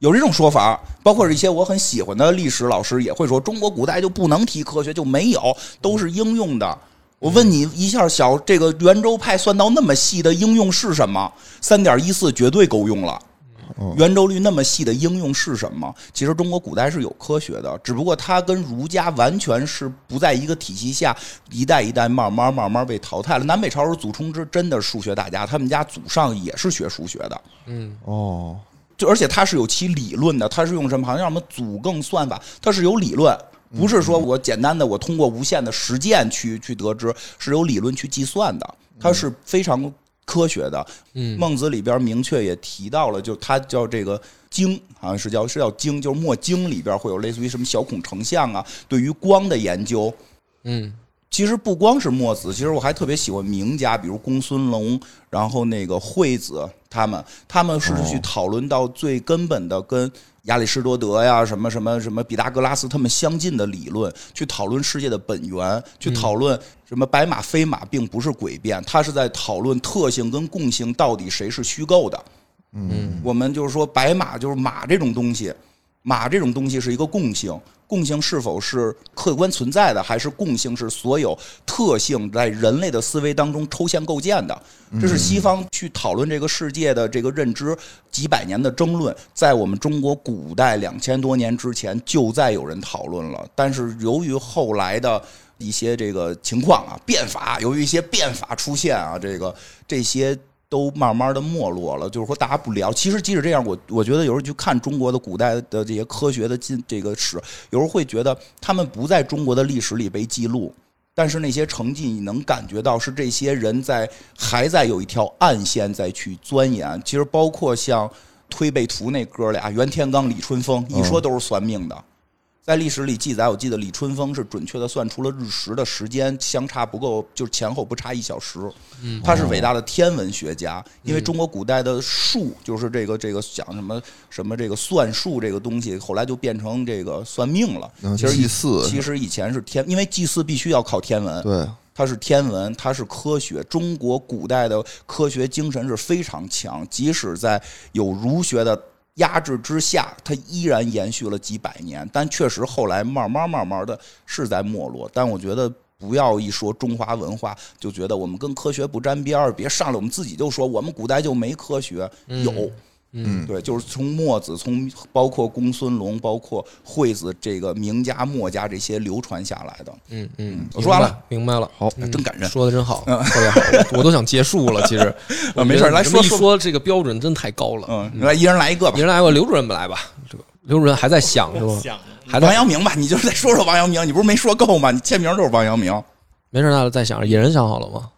A: 有这种说法，包括一些我很喜欢的历史老师也会说，中国古代就不能提科学，就没有，都是应用的。我问你一下，小这个圆周派算到那么细的应用是什么？三点一四绝对够用了。圆周率那么细的应用是什么？其实中国古代是有科学的，只不过它跟儒家完全是不在一个体系下，一代一代慢慢慢慢被淘汰了。南北朝时祖冲之真的是数学大家，他们家祖上也是学数学的。
C: 哦，
A: 就而且它是有其理论的，它是用什么？好像叫什么阻更算法，它是有理论。不是说我简单的我通过无限的实践去去得知，是有理论去计算的，它是非常科学的。
B: 嗯
A: 孟子里边明确也提到了，就他叫这个经，好像是叫是叫经，就是墨经里边会有类似于什么小孔成像啊，对于光的研究。
B: 嗯，
A: 其实不光是墨子，其实我还特别喜欢名家，比如公孙龙，然后那个惠子他们，他们是去讨论到最根本的跟亚里士多德呀、什么什么什么毕达哥拉斯他们相近的理论，去讨论世界的本源，去讨论什么白马非马并不是诡辩，他是在讨论特性跟共性到底谁是虚构的。嗯，我们就是说白马就是马这种东西，马这种东西是一个共性，共性是否是客观存在的，还是共性是所有特性在人类的思维当中抽象构建的？这是西方去讨论这个世界的这个认知几百年的争论，在我们中国古代两千多年之前就在有人讨论了，但是由于后来的。一些这个情况啊，变法，由于一些变法出现啊，这个这些都慢慢的没落了，就是说大家不聊。其实即使这样，我我觉得有时候去看中国的古代的这些科学的进这个史，有时候会觉得他们不在中国的历史里被记录，但是那些成绩你能感觉到是这些人在还在有一条暗线在去钻研。其实包括像推背图那哥俩，袁天罡、李春风，一说都是算命的。在历史里记载，我记得李春风是准确的算出了日食的时间相差不够，就是前后不差一小时。嗯，他是伟大的天文学家，因为中国古代的术就是这个这个讲什么什么这个算术这个东西，后来就变成这个算命了。
C: 嗯
A: 其实以
C: 祭祀
A: 其实以前是天，因为祭祀必须要靠天文。
C: 对，
A: 它是天文，它是科学。中国古代的科学精神是非常强，即使在有儒学的压制之下，它依然延续了几百年。但确实后来慢慢慢慢的是在没落。但我觉得。不要一说中华文化，就觉得我们跟科学不沾边儿，别上来我们自己就说我们古代就没科学，有，
C: 嗯
A: 对，就是从墨子，从包括公孙龙，包括惠子这个名家、墨家这些流传下来的，
B: 嗯嗯，
A: 我说完了哎
B: 明白，明白了，
C: 好
B: 嗯
A: 真感人嗯
B: 说的真好，特别好，我我都想结束了。
A: [laughs]
B: 其实我
A: 啊没事
B: 觉得
A: 来
B: 你这么
A: 说
B: 一说这个标准真太高了。
A: 嗯，来一人来一个吧
B: [laughs] 你。人来过，刘主任不来吧？这个刘主任还在想是吧？
D: 想呢
B: 还
A: 王
B: 在
A: 阳明吧，你就是再说说王阳明，你不是没说够吗？你签名就是王阳明，
B: 没事，那在想，野人想好了吗？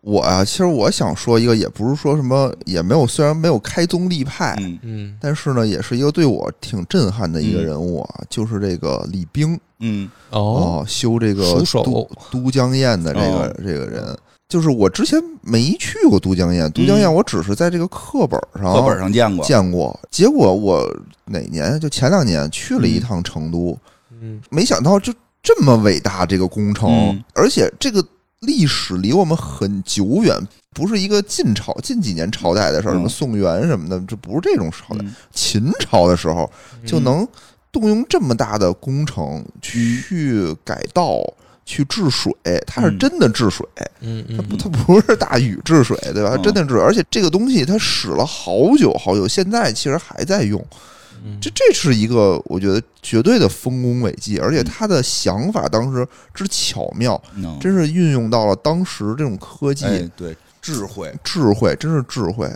C: 我啊，其实我想说一个，也不是说什么，也没有，虽然没有开宗立派，
A: 嗯
B: 嗯
C: 但是呢，也是一个对我挺震撼的一个
A: 嗯
C: 人物啊，就是这个李冰
A: 嗯
B: 哦，
C: 哦，修这个
B: 熟手
C: 都都江堰的这个、
A: 哦
C: 这个人。就是我之前没去过都江堰，都江堰我只是在这个课本上
A: 嗯课本上见过，
C: 哦见过。结果我哪年就前两年去了一趟成都，
B: 嗯
C: 没想到就这么伟大这个工程，
A: 嗯
C: 而且这个历史离我们很久远，不是一个晋朝近几年朝代的事儿，
A: 嗯
C: 什么宋元什么的，这不是这种朝代。
A: 嗯
C: 秦朝的时候就能动用这么大的工程去改道。去治水，它是
A: 嗯
C: 真的治水，
B: 嗯
C: 它
B: 嗯
C: 不它不是大禹治水，对吧？它
A: 嗯
C: 真的治，而且这个东西它使了好久好久，现在其实还在用。
B: 嗯，
C: 这这是一个我觉得绝对的丰功伟绩，而且他的想法当时之巧妙，
A: 嗯
C: 真是运用到了当时这种科技、
A: 哎对智慧，
C: 智慧，真是智慧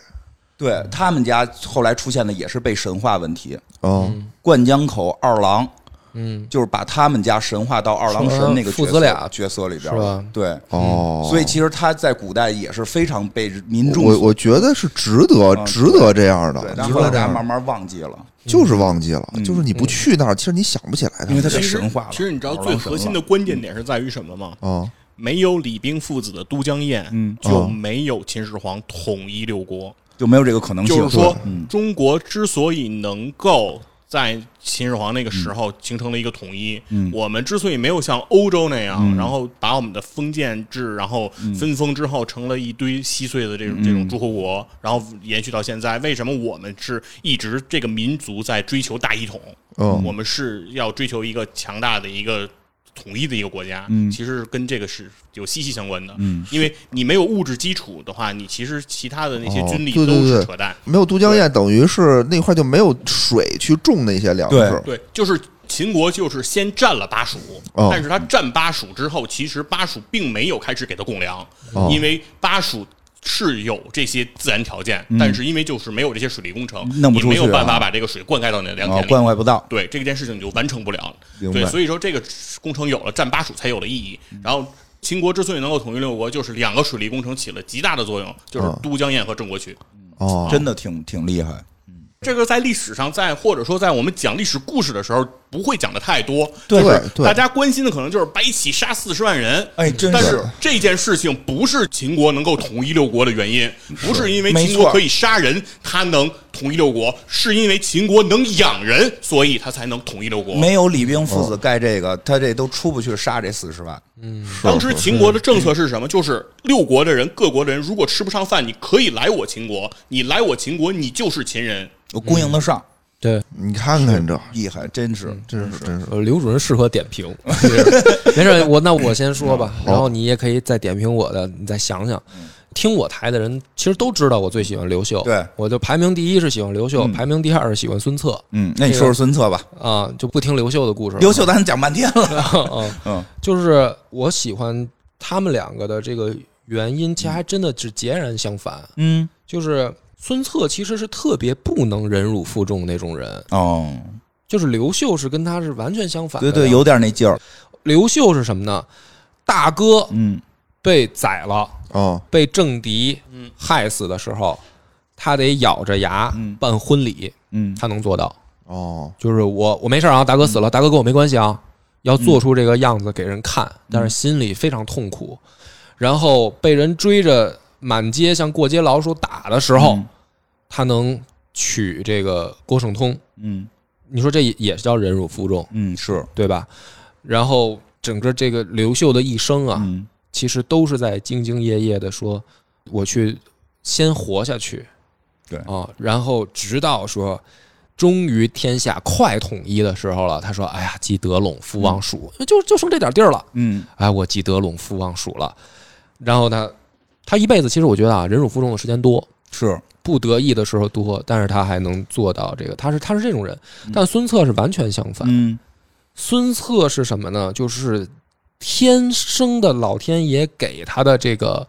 A: 对他们家后来出现的也是被神话问题，
C: 啊！
A: 灌江口二郎
B: 嗯
A: 就是把他们家神话到二郎神那个
B: 父
A: 角
B: 子
A: 色
B: 俩
A: 角色里边
B: 是
A: 了
B: 吧，
A: 对，
C: 哦，
A: 嗯所以其实他在古代也是非常被民众
C: 我我觉得是值得、
A: 啊
C: 值得这样的
A: 对，，但
C: 值
A: 后来
C: 得这
A: 大家
C: 样
A: 慢
C: 的，
A: 慢忘记了，
C: 就是忘记了，
A: 嗯
C: 就是你不去那儿，其实你想不起来
A: 因为
C: 的
A: 他被
D: 其实
A: 神化了。
D: 其实你知道
A: 二郎
D: 最
A: 神
D: 核心
A: 了
D: 的关键点是在于什么吗？
C: 啊。
D: 没有李冰父子的都江堰，
A: 嗯
D: 就没有秦始皇统一六国。
A: 就没有这个可能性，
D: 就是说
A: 对嗯，
D: 中国之所以能够在秦始皇那个时候形成了一个统一，
A: 嗯
D: 我们之所以没有像欧洲那样，
A: 嗯
D: 然后把我们的封建制，然后分封之后成了一堆稀碎的这种、
A: 嗯
D: 这种诸侯国，然后延续到现在。为什么我们是一直这个民族在追求大一统？
A: 哦
C: 嗯
D: 我们是要追求一个强大的一个。统一的一个国家，
A: 嗯
D: 其实是跟这个是有息息相关的，
A: 嗯
D: 因为你没有物质基础的话，你其实其他的那些
C: 哦
D: 军力
C: 对对
D: 都是
C: 对
D: 扯淡。
C: 没有都江堰，等于是那块就没有水去种那些粮食
A: 对，
D: 对，就是秦国就是先占了巴蜀，
C: 哦
D: 但是他占巴蜀之后，其实巴蜀并没有开始给他供粮，
C: 哦
D: 因为巴蜀是有这些自然条件，但是因为就是没有这些水利工程，
A: 嗯弄不
D: 你
A: 出
D: 没有
A: 去
D: 办
A: 啊
D: 法把这个水灌溉到你的良
A: 啊
D: 田，里。
A: 惯坏不到，
D: 对这件事情你就完成不了
A: 明
D: 了。
A: 白
D: 对，所以说这个工程有了，占巴蜀才有了意义。
A: 嗯
D: 然后秦国之所以能够统一六国，就是两个水利工程起了极大的作用，就是
C: 嗯
D: 都江堰和郑国渠。
C: 哦，
A: 真的挺挺厉害。
D: 这个在历史上，在或者说在我们讲历史故事的时候，不会讲的太多。
A: 对
C: 对对
D: 大家关心的可能就是白起杀四十万人，
A: 哎真是
D: 但是这件事情不是秦国能够统一六国的原因，不是因为
A: 没
D: 秦国
A: 错
D: 可以杀人，他能统一六国，是因为秦国能养人，所以他才能统一六国。
A: 没有李冰父子盖这个，他这都出不去杀这四十万。
D: 当时秦国的政策是什么？就是六国的人，各国的人，如果吃不上饭，你可以来我秦国，你来我秦国，你就是秦人。
A: 我供应得上，
B: 对，
C: 你看看这，
A: 厉害，真是。
C: 真是真是
B: 呃，刘主任适合点评， [laughs] 没事，我那我先说
A: 嗯
B: 吧，然后你也可以再点评我的，你再想想。听我台的人其实都知道，我最喜欢刘秀，
A: 对
B: 我就排名第一是喜欢刘秀，排名第二是喜欢孙策
A: 嗯，那你说说孙策吧。
B: 啊，就不听刘秀的故事了。
A: 刘秀，咱讲半天了。
B: 嗯，
A: 嗯，
B: 就是我喜欢他们两个的这个原因，其实还真的是截然相反。
A: 嗯，
B: 就是孙策其实是特别不能忍辱负重那种人，
A: 哦，
B: 就是刘秀是跟他是完全相反的
A: 对
B: 呀。
A: 对，有点那劲儿。
B: 刘秀是什么呢？大哥
A: 嗯，
B: 被宰了，
C: 哦，
B: 被政敌害死的时候，他得咬着牙
A: 嗯
B: 办婚礼，
A: 嗯
B: 他能做到。
C: 哦，
B: 就是我我没事啊，大哥死了，大哥跟我没关系啊，要做
A: 嗯
B: 出这个样子给人看，但是心里非常痛苦，然后被人追着满街像过街老鼠打的时候，
A: 嗯
B: 他能娶这个郭圣通，
A: 嗯
B: 你说这也也叫忍辱负重，
A: 嗯，是。
B: 对吧？然后整个这个刘秀的一生啊，
A: 嗯
B: 其实都是在兢兢业业的说，我去先活下去，
A: 对
B: 啊，然后直到说。终于天下快统一的时候了，他说：“哎呀，既得陇复望蜀，就就剩这点地儿了。
A: 嗯，
B: 哎，我既得陇复望蜀了。”然后他，他一辈子其实我觉得啊，忍辱负重的时间多，
A: 是。
B: 不得已的时候多，但是他还能做到这个，他是他是这种人。但孙策是完全相反，
A: 嗯
B: 孙策是什么呢？就是天生的老天爷给他的这个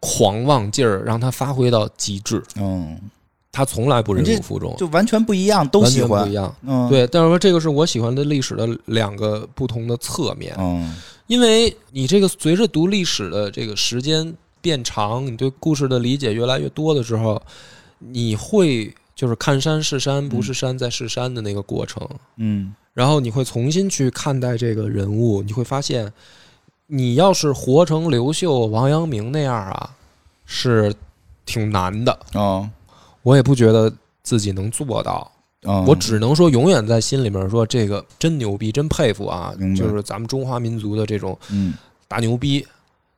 B: 狂妄劲儿，让他发挥到极致。
A: 嗯，
B: 他从来不忍辱负重，
A: 就完全不一样，都
B: 完
A: 喜
B: 全不
A: 欢
B: 一。样。
A: 嗯，。
B: 对，但是说这个是我喜欢的历史的两个不同的侧面，
A: 嗯，
B: 因为你这个随着读历史的这个时间变长，你对故事的理解越来越多的时候，你会就是看山是山，不是山在是山的那个过程，
A: 嗯，
B: 然后你会重新去看待这个人物，你会发现，你要是活成刘秀、王阳明那样啊，是挺难的。
A: 哦，
B: 我也不觉得自己能做到，
A: 嗯，
B: 我只能说永远在心里面说这个真牛逼，真佩服啊
A: 明！白
B: 就是咱们中华民族的这种
A: 嗯
B: 大牛逼。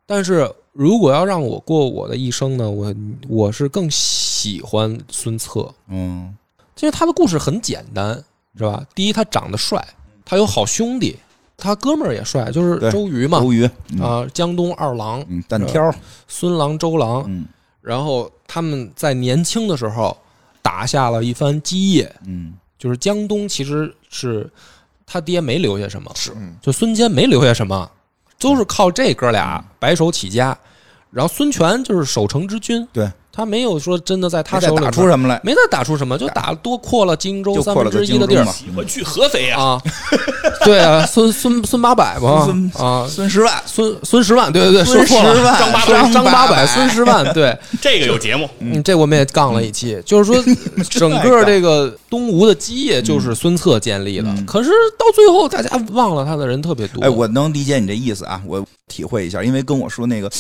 B: 但是如果要让我过我的一生呢，我我是更喜欢孙策，
A: 嗯
B: 因为他的故事很简单，是吧？第一，他长得帅，他有好兄弟，他哥们儿也帅，就是
A: 对
B: 周瑜嘛，呃
A: 周瑜，
B: 啊、江东二郎
A: 嗯，单挑，
B: 孙郎、周郎，
A: 嗯
B: 然后他们在年轻的时候打下了一番基业，
A: 嗯，
B: 就是江东其实是他爹没留下什么，是
C: 嗯
B: 就孙坚没留下什么，都是靠这哥
A: 嗯
B: 俩白手起家。然后孙权就是守城之君，
A: 对
B: 他没有说真的在他
A: 没再
B: 手里
A: 打
B: 面
A: 出什么来？
B: 没再打出什么，就打多扩了荆州
A: 哎就
B: 三
A: 扩
B: 分
A: 了
B: 之
A: 个
B: 一的地
A: 荆州
B: 儿
A: 嘛
D: 喜欢去合肥啊，
B: 啊，对啊，孙孙孙八百嘛
A: 孙孙
B: 啊，
A: 孙十万，
B: 孙孙十万，对对对，说
A: 孙十
B: 错了，
A: 万，
D: 张八
B: 张
A: 张
B: 八
A: 百，
B: 孙十万，对，
D: 这个有节目。
B: 嗯，这我们也杠了一期，
A: 嗯
B: 就是说
A: [laughs]
B: 整个这个东吴的基业就是孙策建立的，可是到最后大家忘了他的人特别
A: 嗯
B: 多，
A: 哎，我能理解你这意思啊，我体会一下，因为跟我说那个，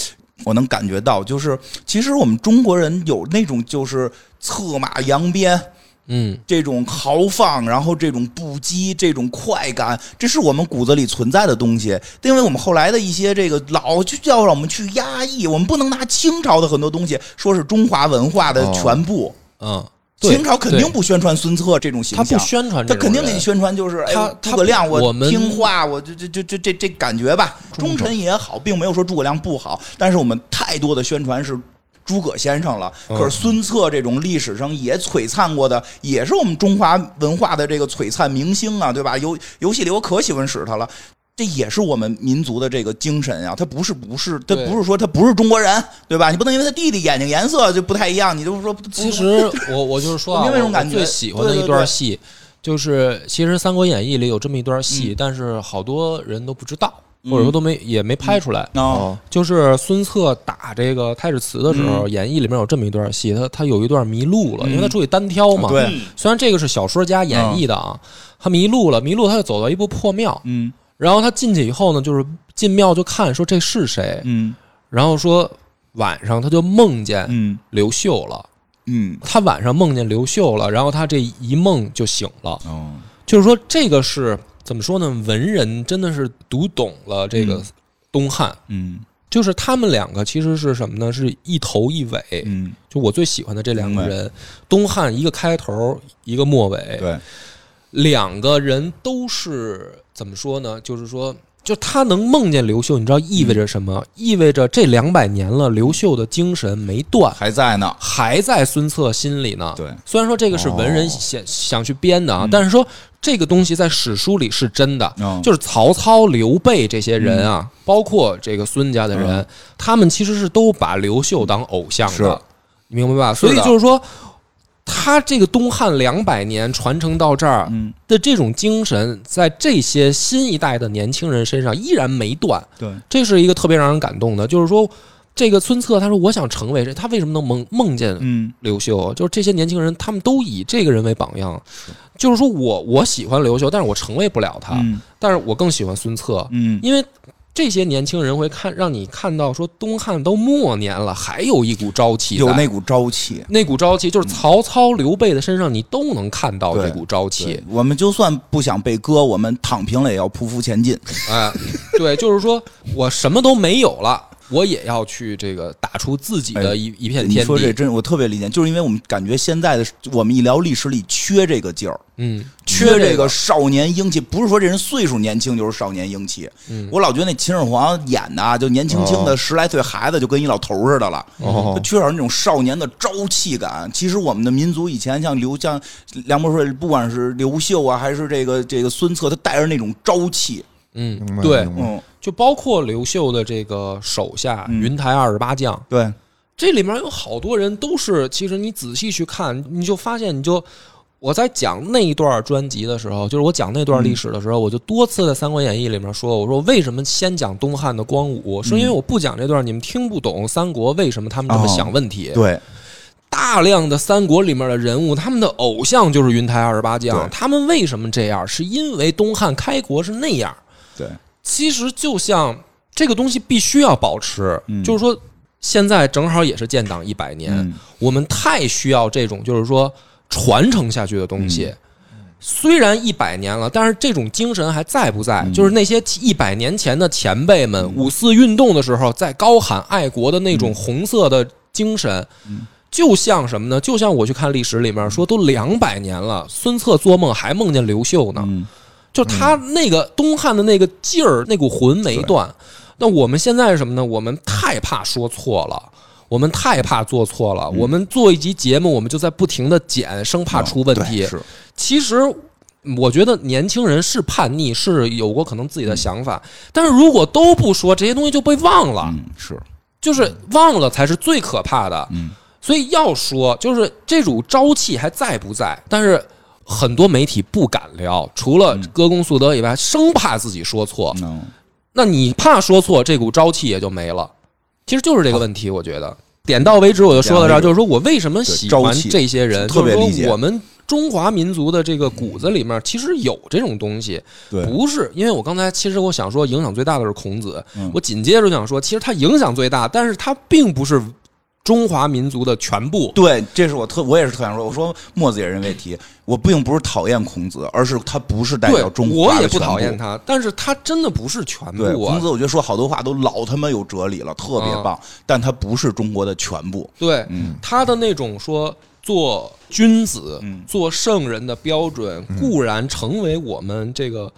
A: 我能感觉到，就是其实我们中国人有那种就是策马扬鞭。
B: 嗯，
A: 这种豪放，然后这种不羁，这种快感，这是我们骨子里存在的东西。因为我们后来的一些这个老就要让我们去压抑，我们不能拿清朝的很多东西说是中华文化的全部。
B: 嗯，哦对
A: 清朝肯定不宣传孙策这种形
B: 他
A: 象，
B: 不宣传
A: 他
B: 这种人，
A: 肯定给你宣传就是，哎
B: 他
A: 呦
B: 他
A: 诸葛亮我
B: 我们
A: 听话，我这这这这这这感觉吧，忠臣也好，并没有说诸葛亮不好，但是我们太多的宣传是。诸葛先生了，
B: 嗯
A: 可是孙策这种历史上也璀璨过的，也是我们中华文化的这个璀璨明星啊，对吧？游游戏里我可喜欢使他了，这也是我们民族的这个精神啊，他不是不是，他
B: 对
A: 不是说他不是中国人，对吧？你不能因为他弟弟眼睛颜色就不太一样，你就说不
B: 其实我我就是说啊，
A: 嗯 [laughs] 我明白这种
B: 我
A: 感觉
B: 最喜欢的一段戏就是，其实《三国演义》里有这么一段戏，
A: 嗯
B: 但是好多人都不知道，或者说都没也没拍出来。
A: 哦，
B: 就是孙策打这个太史慈的时
A: 嗯
B: 候，演义》里面有这么一段戏，他他有一段迷路了，因为他出去单挑嘛。
A: 啊对，
B: 虽然这个是小说家演绎的啊，他迷路了，迷路他就走到一部破庙，
A: 嗯
B: 然后他进去以后呢，就是进庙就看说这是谁，
A: 嗯
B: 然后说晚上他就梦见
A: 嗯
B: 刘秀了。
A: 嗯，
B: 他晚上梦见刘秀了，然后他这一梦就醒了。
A: 哦，
B: 就是说，这个是怎么说呢？文人真的是读懂了这个东汉，
A: 嗯
B: 就是他们两个其实是什么呢？是一头一尾。
A: 嗯，
B: 就我最喜欢的这两个人，东汉一个开头，一个末尾，
A: 对，
B: 两个人都是怎么说呢？就是说。就他能梦见刘秀，你知道意味着什
A: 嗯
B: 么？意味着这两百年了，刘秀的精神没断，
A: 还在呢，
B: 还在孙策心里呢。
A: 对
B: 虽然说这个是文人
A: 哦
B: 想、想去编的啊，但是说这个东西在史书里是真的，
A: 嗯
B: 就是曹操、刘备这些人啊，包括这个孙家的人，他们其实是都把刘秀当偶像
A: 嗯是
B: 的，你明白吧？
A: 是
B: 所
A: 的
B: 以就是说。他这个东汉两百年传承到这儿
A: 嗯
B: 的这种精神，在这些新一代的年轻人身上依然没断，
A: 对，
B: 这是一个特别让人感动的。就是说，这个孙策他说我想成为谁，他为什么能梦梦见
A: 嗯
B: 刘秀，啊就是这些年轻人，他们都以这个人为榜样。就是说我我喜欢刘秀，但是我成为不了他，
A: 嗯
B: 但是我更喜欢孙策，
A: 嗯，
B: 因为这些年轻人会看让你看到说东汉都末年了，还有一股朝气在，
A: 有那股朝气。
B: 那股朝气，就是曹操、刘备的身上你都能看到
A: 对
B: 这股朝
A: 对
B: 气。
A: 我们就算不想被割，我们躺平了也要匍匐前进。
B: 哎，对，就是说我什么都没有了，我也要去这个打出自己
A: 哎
B: 的一、一片
A: 你
B: 天
A: 说这
B: 地。
A: 真，我特别理解，就是因为我们感觉现在的我们一聊历史里缺这个劲儿，
B: 嗯，
A: 缺
B: 这
A: 这个少年英气，不是说这人岁数年轻就是少年英气。我老觉得那秦始皇演的啊，就年轻轻的
C: 哦
A: 十来岁孩子，就跟一老头儿似的了。
C: 哦
A: 他缺少那种少年的朝气感。其实我们的民族以前像刘像梁博说，不管是刘秀啊，还是这个这个孙策，他带着那种朝气。
B: 嗯
C: 明白，
B: 对，
C: 明白
A: 嗯，
B: 就包括刘秀的这个手下云台二十八将，
A: 对，
B: 这里面有好多人都是，其实你仔细去看，你就发现，你就我在讲那一段专辑的时候，就是我讲那
A: 嗯
B: 段历史的时候，我就多次在《三国演义》里面说，我说为什么先讲东汉的光武，是
A: 嗯
B: 因为我不讲这段，你们听不懂三国为什么他们这么想问题。
A: 哦对，
B: 大量的三国里面的人物，他们的偶像就是云台二十八
A: 对
B: 将，他们为什么这样？是因为东汉开国是那样。
A: 对，
B: 其实就像这个东西必须要保持，就是说现在正好也是建党一百年，
A: 嗯
B: 我们太需要这种就是说传承下去的东西。
A: 嗯
B: 虽然一百年了，但是这种精神还在
A: 嗯
B: 不在？就是那些一百年前的前辈们，五四运动的时候在高喊爱国的那种
A: 嗯
B: 红色的精神，就像什么呢？就像我去看历史里面说，都两百年了，孙策做梦还梦见刘秀呢。
A: 嗯，
B: 就他那个东汉的那个劲儿，那股魂没断。那我们现在是什么呢？我们太怕说错了，我们太怕做错
A: 嗯
B: 了。我们做一集节目，我们就在不停的剪，生怕出问题。
A: 嗯对是，
B: 其实。我觉得年轻人是叛逆，是有过可能自己
A: 嗯
B: 的想法，但是如果都不说，这些东西就被忘了。
A: 嗯，是，
B: 就是忘了才是最可怕的。
A: 嗯，
B: 所以要说就是这股朝气还在不在，但是很多媒体不敢聊，除了歌功颂德以外，生怕自己说错。
A: 嗯，
B: 那你怕说错，这股朝气也就没了。其实就是这个问题，我觉得点到为止，我就说到
A: 点
B: 这
A: 到为
B: 儿，
A: 止
B: 就是说我为什么喜
A: 对朝
B: 欢
A: 气
B: 这些人，
A: 特别
B: 就是说
A: 理解
B: 我们。中华民族的这个骨子里面其实有这种东西，
A: 对，
B: 不是，因为我刚才其实我想说，影响最大的是孔子，
A: 嗯
B: 我紧接着就想说，其实他影响最大，但是他并不是中华民族的全部。
A: 对，这是我特我也是特想说，我说墨子也认为题，我并不是讨厌孔子，而是他不是代
B: 对
A: 表中，国
B: 我也不讨厌。他，但是他真的不是全
A: 对，
B: 部
A: 孔
B: 啊。
A: 子我觉得说好多话都老他妈有哲理了，特别
B: 啊
A: 棒，但他不是中国的全部。
B: 对，
A: 嗯
B: 他的那种说做君子、
A: 嗯
B: 做圣人的标准，固然成为我们这个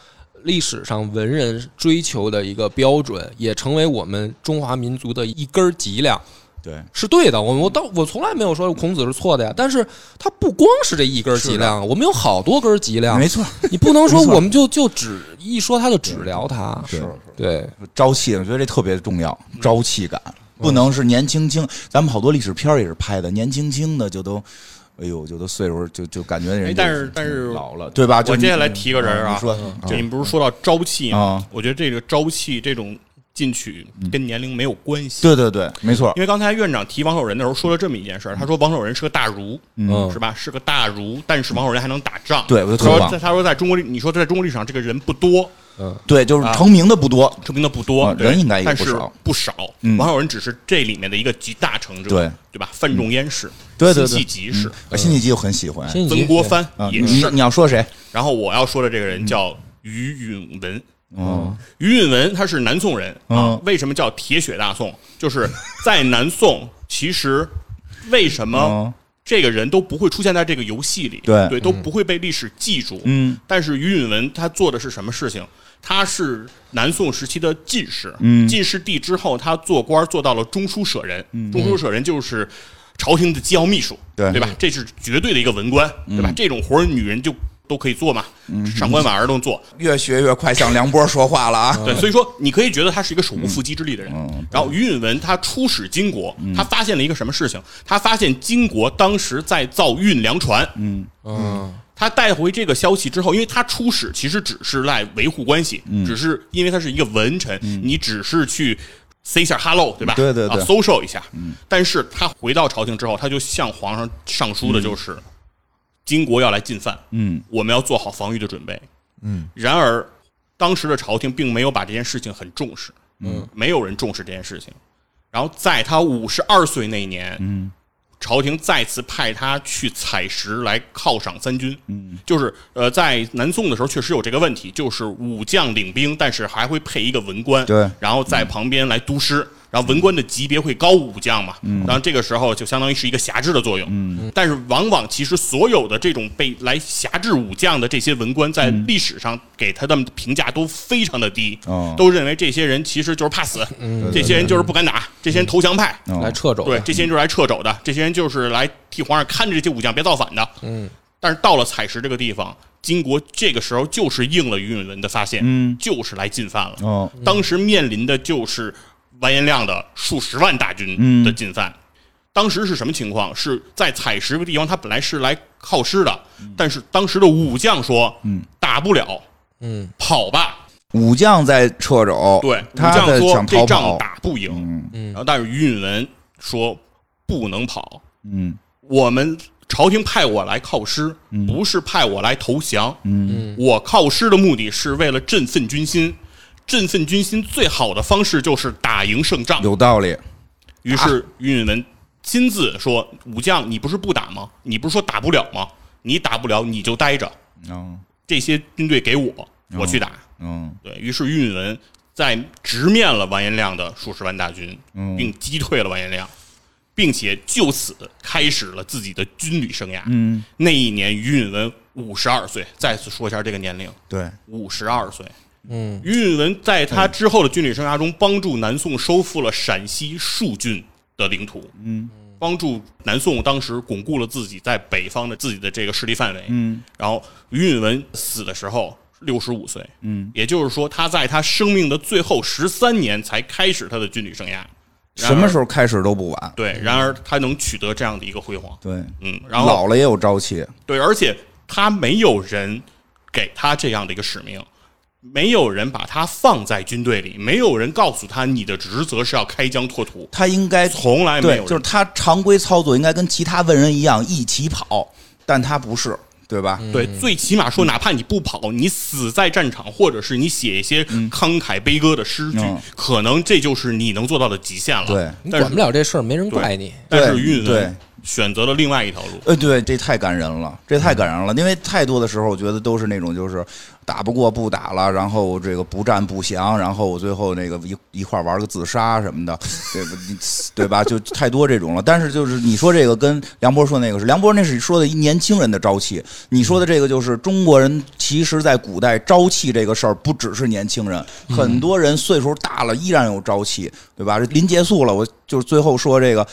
B: 历史上文人追求的一个标准，也成为我们中华民族的一根儿脊梁。
A: 对，
B: 是对的。我我到我从来没有说孔子是错的呀，但是他不光是这一根脊梁，我们有好多根脊梁
A: 没。错，
B: 你不能说
A: 没错
B: 我们就就只一说他就只聊他，
A: 是
B: 对，
A: 朝气，我觉得这特别重要，
D: 嗯
A: 朝气感不能是年轻轻。咱们好多历史片儿也是拍的，年轻轻的就都，哎呦，就都岁数就就感觉人
D: 哎
A: 就，
D: 但是但是
A: 老了，对吧？就
D: 我
A: 你
D: 接下来提个人儿啊
A: 你说
D: 就你们不是说到朝气吗
A: 啊？嗯
D: 我觉得这个朝气这种进取跟年龄没有关系。
A: 对对对，没错
D: 因，为刚才院长提王守仁的时候说了这么一件事儿，他说王守仁是个大儒，
B: 嗯
D: 是吧？是个大儒，但是王守仁还能打仗。
A: 对我觉得特
D: 他说
A: 棒
D: 在他说在中国历，你说在中国历史上这个人不多，
B: 嗯，
A: 对，就是
D: 啊
A: 成名的不多，
D: 成名的不多
A: 啊，
D: 对
A: 人应该也
D: 但
A: 不
D: 是
A: 少
D: 不少
A: 嗯。
D: 王守仁只是这里面的一个集大成者，
A: 对
D: 对吧？范仲淹是，
A: 对对对
D: 辛弃疾是，
A: 啊辛弃疾我很喜欢。
B: 辛弃疾
D: 曾国藩
A: 啊，你
D: 也嗯是。
A: 你要说谁？
D: 然后我要说的这个人
A: 嗯
D: 叫于允文。嗯，于允文他是南宋人啊
A: 哦嗯。
D: 为什么叫铁血大宋？就是在南宋，其实为什么
A: 嗯
D: 这个人都不会出现在这个游戏里？
A: 对
D: 对，都不会被历史记住。
A: 嗯，
D: 但是于允文他做的是什么事情？他是南宋时期的进士，嗯，进士第之后，他做官做到了中书舍人，中书舍人就是朝廷的机要秘书，
A: 嗯对嗯
D: 对吧？这是绝对的一个文官，对吧？这种活儿女人就都可以做嘛，上官婉儿都能做，
A: 越学越快向梁波说话了啊！
D: [laughs] 对，所以说你可以觉得他是一个手无缚鸡之力的人。
A: 嗯
D: 然后于允文他出使金国，他发现了一个什么事情？他发现金国当时在造运粮船，
B: 嗯，
D: 他带回这个消息之后，因为他出使其实只是来维护关系，
A: 嗯
D: 只是因为他是一个文臣，你只是去 say 一下 hello，对吧？
A: 对对对嗯
D: 啊，social 一下。但是他回到朝廷之后，他就向皇上上书的就是，金国要来进犯，
A: 嗯，
D: 我们要做好防御的准备。嗯，然而当时的朝廷并没有把这件事情很重视，嗯，没有人重视这件事情。然后在他五十二岁那一年，嗯，朝廷再次派他去采石来犒赏三军。嗯，就是呃，在南宋的时候确实有这个问题，就是武将领兵，但是还会配一个文官，
A: 对
D: 然后在旁边来督师。然后文官的级别会高武将嘛，然后这个时候就相当于是一个辖制的作用。嗯，但是往往其实所有的这种被来辖制武将的这些文官，在历史上给他的评价都非常的低，
A: 哦
D: 都认为这些人其实就是怕死，这些人就是不敢打，这些人投降派，
A: 嗯
B: 来掣肘，
D: 对，，这些人就是来掣肘的，这些人就是来替皇上看着这些武将别造反的。嗯，但是到了采石这个地方，金国这个时候就是应了于允文的发现，
A: 嗯
D: 就是来进犯了。
A: 哦，
D: 当时面临的就是完颜亮的数十万大军
A: 嗯
D: 的进犯。当时是什么情况？是在采石这个地方，他本来是来靠师的，
A: 嗯
D: 但是当时的武将说，嗯，打不了，
B: 嗯，
D: 跑吧，
A: 武将在掣肘，
D: 对，武
A: 他
D: 将
A: 在
D: 说
A: 想
D: 这
A: 逃
D: 仗
A: 跑，
D: 打不赢，
A: 嗯
D: 然后但是于允文说不能跑，
A: 嗯
D: 我们朝廷派我来靠师，不是派我来投降。
A: 嗯
D: 我靠师的目的是为了振奋军心，振奋军心最好的方式就是打赢胜仗。
A: 有道理，
D: 于是于允文亲自说：“武将，你不是不打吗？你不是说打不了吗？你打不了你就待着，
A: 嗯
D: 这些军队给我，我去打。
A: 嗯
D: 对于是于允文在直面了完颜亮的数十万大军，
A: 嗯
D: 并击退了完颜亮，并且就此开始了自己的军旅生涯。
A: 嗯，
D: 那一年于允文五十二岁，再次说一下这个年龄，
A: 对，
D: 五十二岁。
B: 嗯，
D: 于允文在他之后的军旅生涯中，帮助南宋收复了陕西戍郡的领土，
A: 嗯
D: 帮助南宋当时巩固了自己在北方的自己的这个势力范围。
A: 嗯
D: 然后于允文死的时候六十五岁，
A: 嗯，
D: 也就是说他在他生命的最后十三年才开始他的军旅生涯。
A: 什么时候开始都不晚，
D: 对，然而他能取得这样的一个辉煌，
A: 嗯对，
D: 嗯，然后
A: 老了也有朝气，
D: 对，而且他没有人给他这样的一个使命，没有人把他放在军队里，没有人告诉他你的职责是要开疆拓土，
A: 他应该
D: 从来没有
A: 对，
D: 人
A: 就是他常规操作应该跟其他文人一样一起跑，但他不是，对吧？
D: 对，最起码
A: 嗯
D: 说，哪怕你不跑，你死在战场，或者是你写一些慷慨悲歌的诗句
A: 嗯，
D: 可能这就是你能做到的极限了。
A: 对
B: 你
D: 但
B: 管不
D: 是
B: 了这事儿，没人怪你。
D: 但
A: 对
D: 是于允
A: 对
D: 文选择了另外一条路。
A: 呃，对，这太感人了，这太感人了，因为太多的时候，我觉得都是那种就是打不过不打了，然后这个不战不降，然后我最后那个一一块玩个自杀什么的，对不？你对吧？就太多这种了。但是就是你说这个跟梁波说那个是梁波那是说的一年轻人的朝气，你说的这个就是中国人其实，在古代朝气这个事儿不只是年轻人，很多人岁数大了依然有朝气，对吧？这临结束了，我就是最后说这个。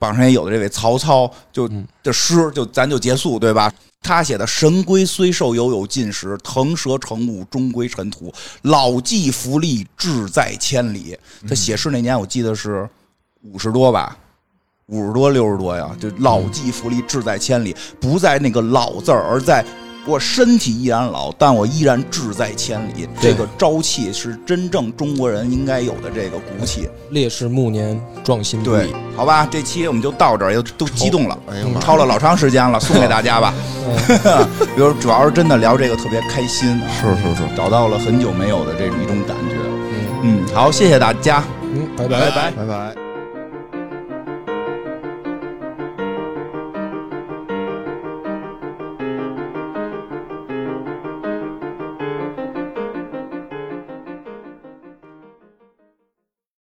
A: 榜上也有的这位曹操，就这诗就咱就结束，对吧？他写的“神龟虽寿，犹有尽时；腾蛇乘雾，终归尘土。老骥伏枥，志在千里。”他写诗那年，我记得是五十多吧，五十多六十多呀，就“老骥伏枥，志在千里”，不在那个“老”字儿，而在我身体依然老，但我依然志在千里。
B: 对
A: 这个朝气是真正中国人应该有的这个骨气。
B: 烈士暮年，壮心不
A: 对
B: 已。，
A: 好吧，这期我们就到这儿，又都激动了，
C: 哎呀妈呀
A: 超了老长时间了，送给大家吧。比如主要是真的聊这个特别开心、啊，
C: 是是是，
A: 找到了很久没有的这种一种感觉。
B: 嗯
A: 嗯，好，谢谢大家。
B: 嗯，拜
D: 拜拜
C: 拜拜。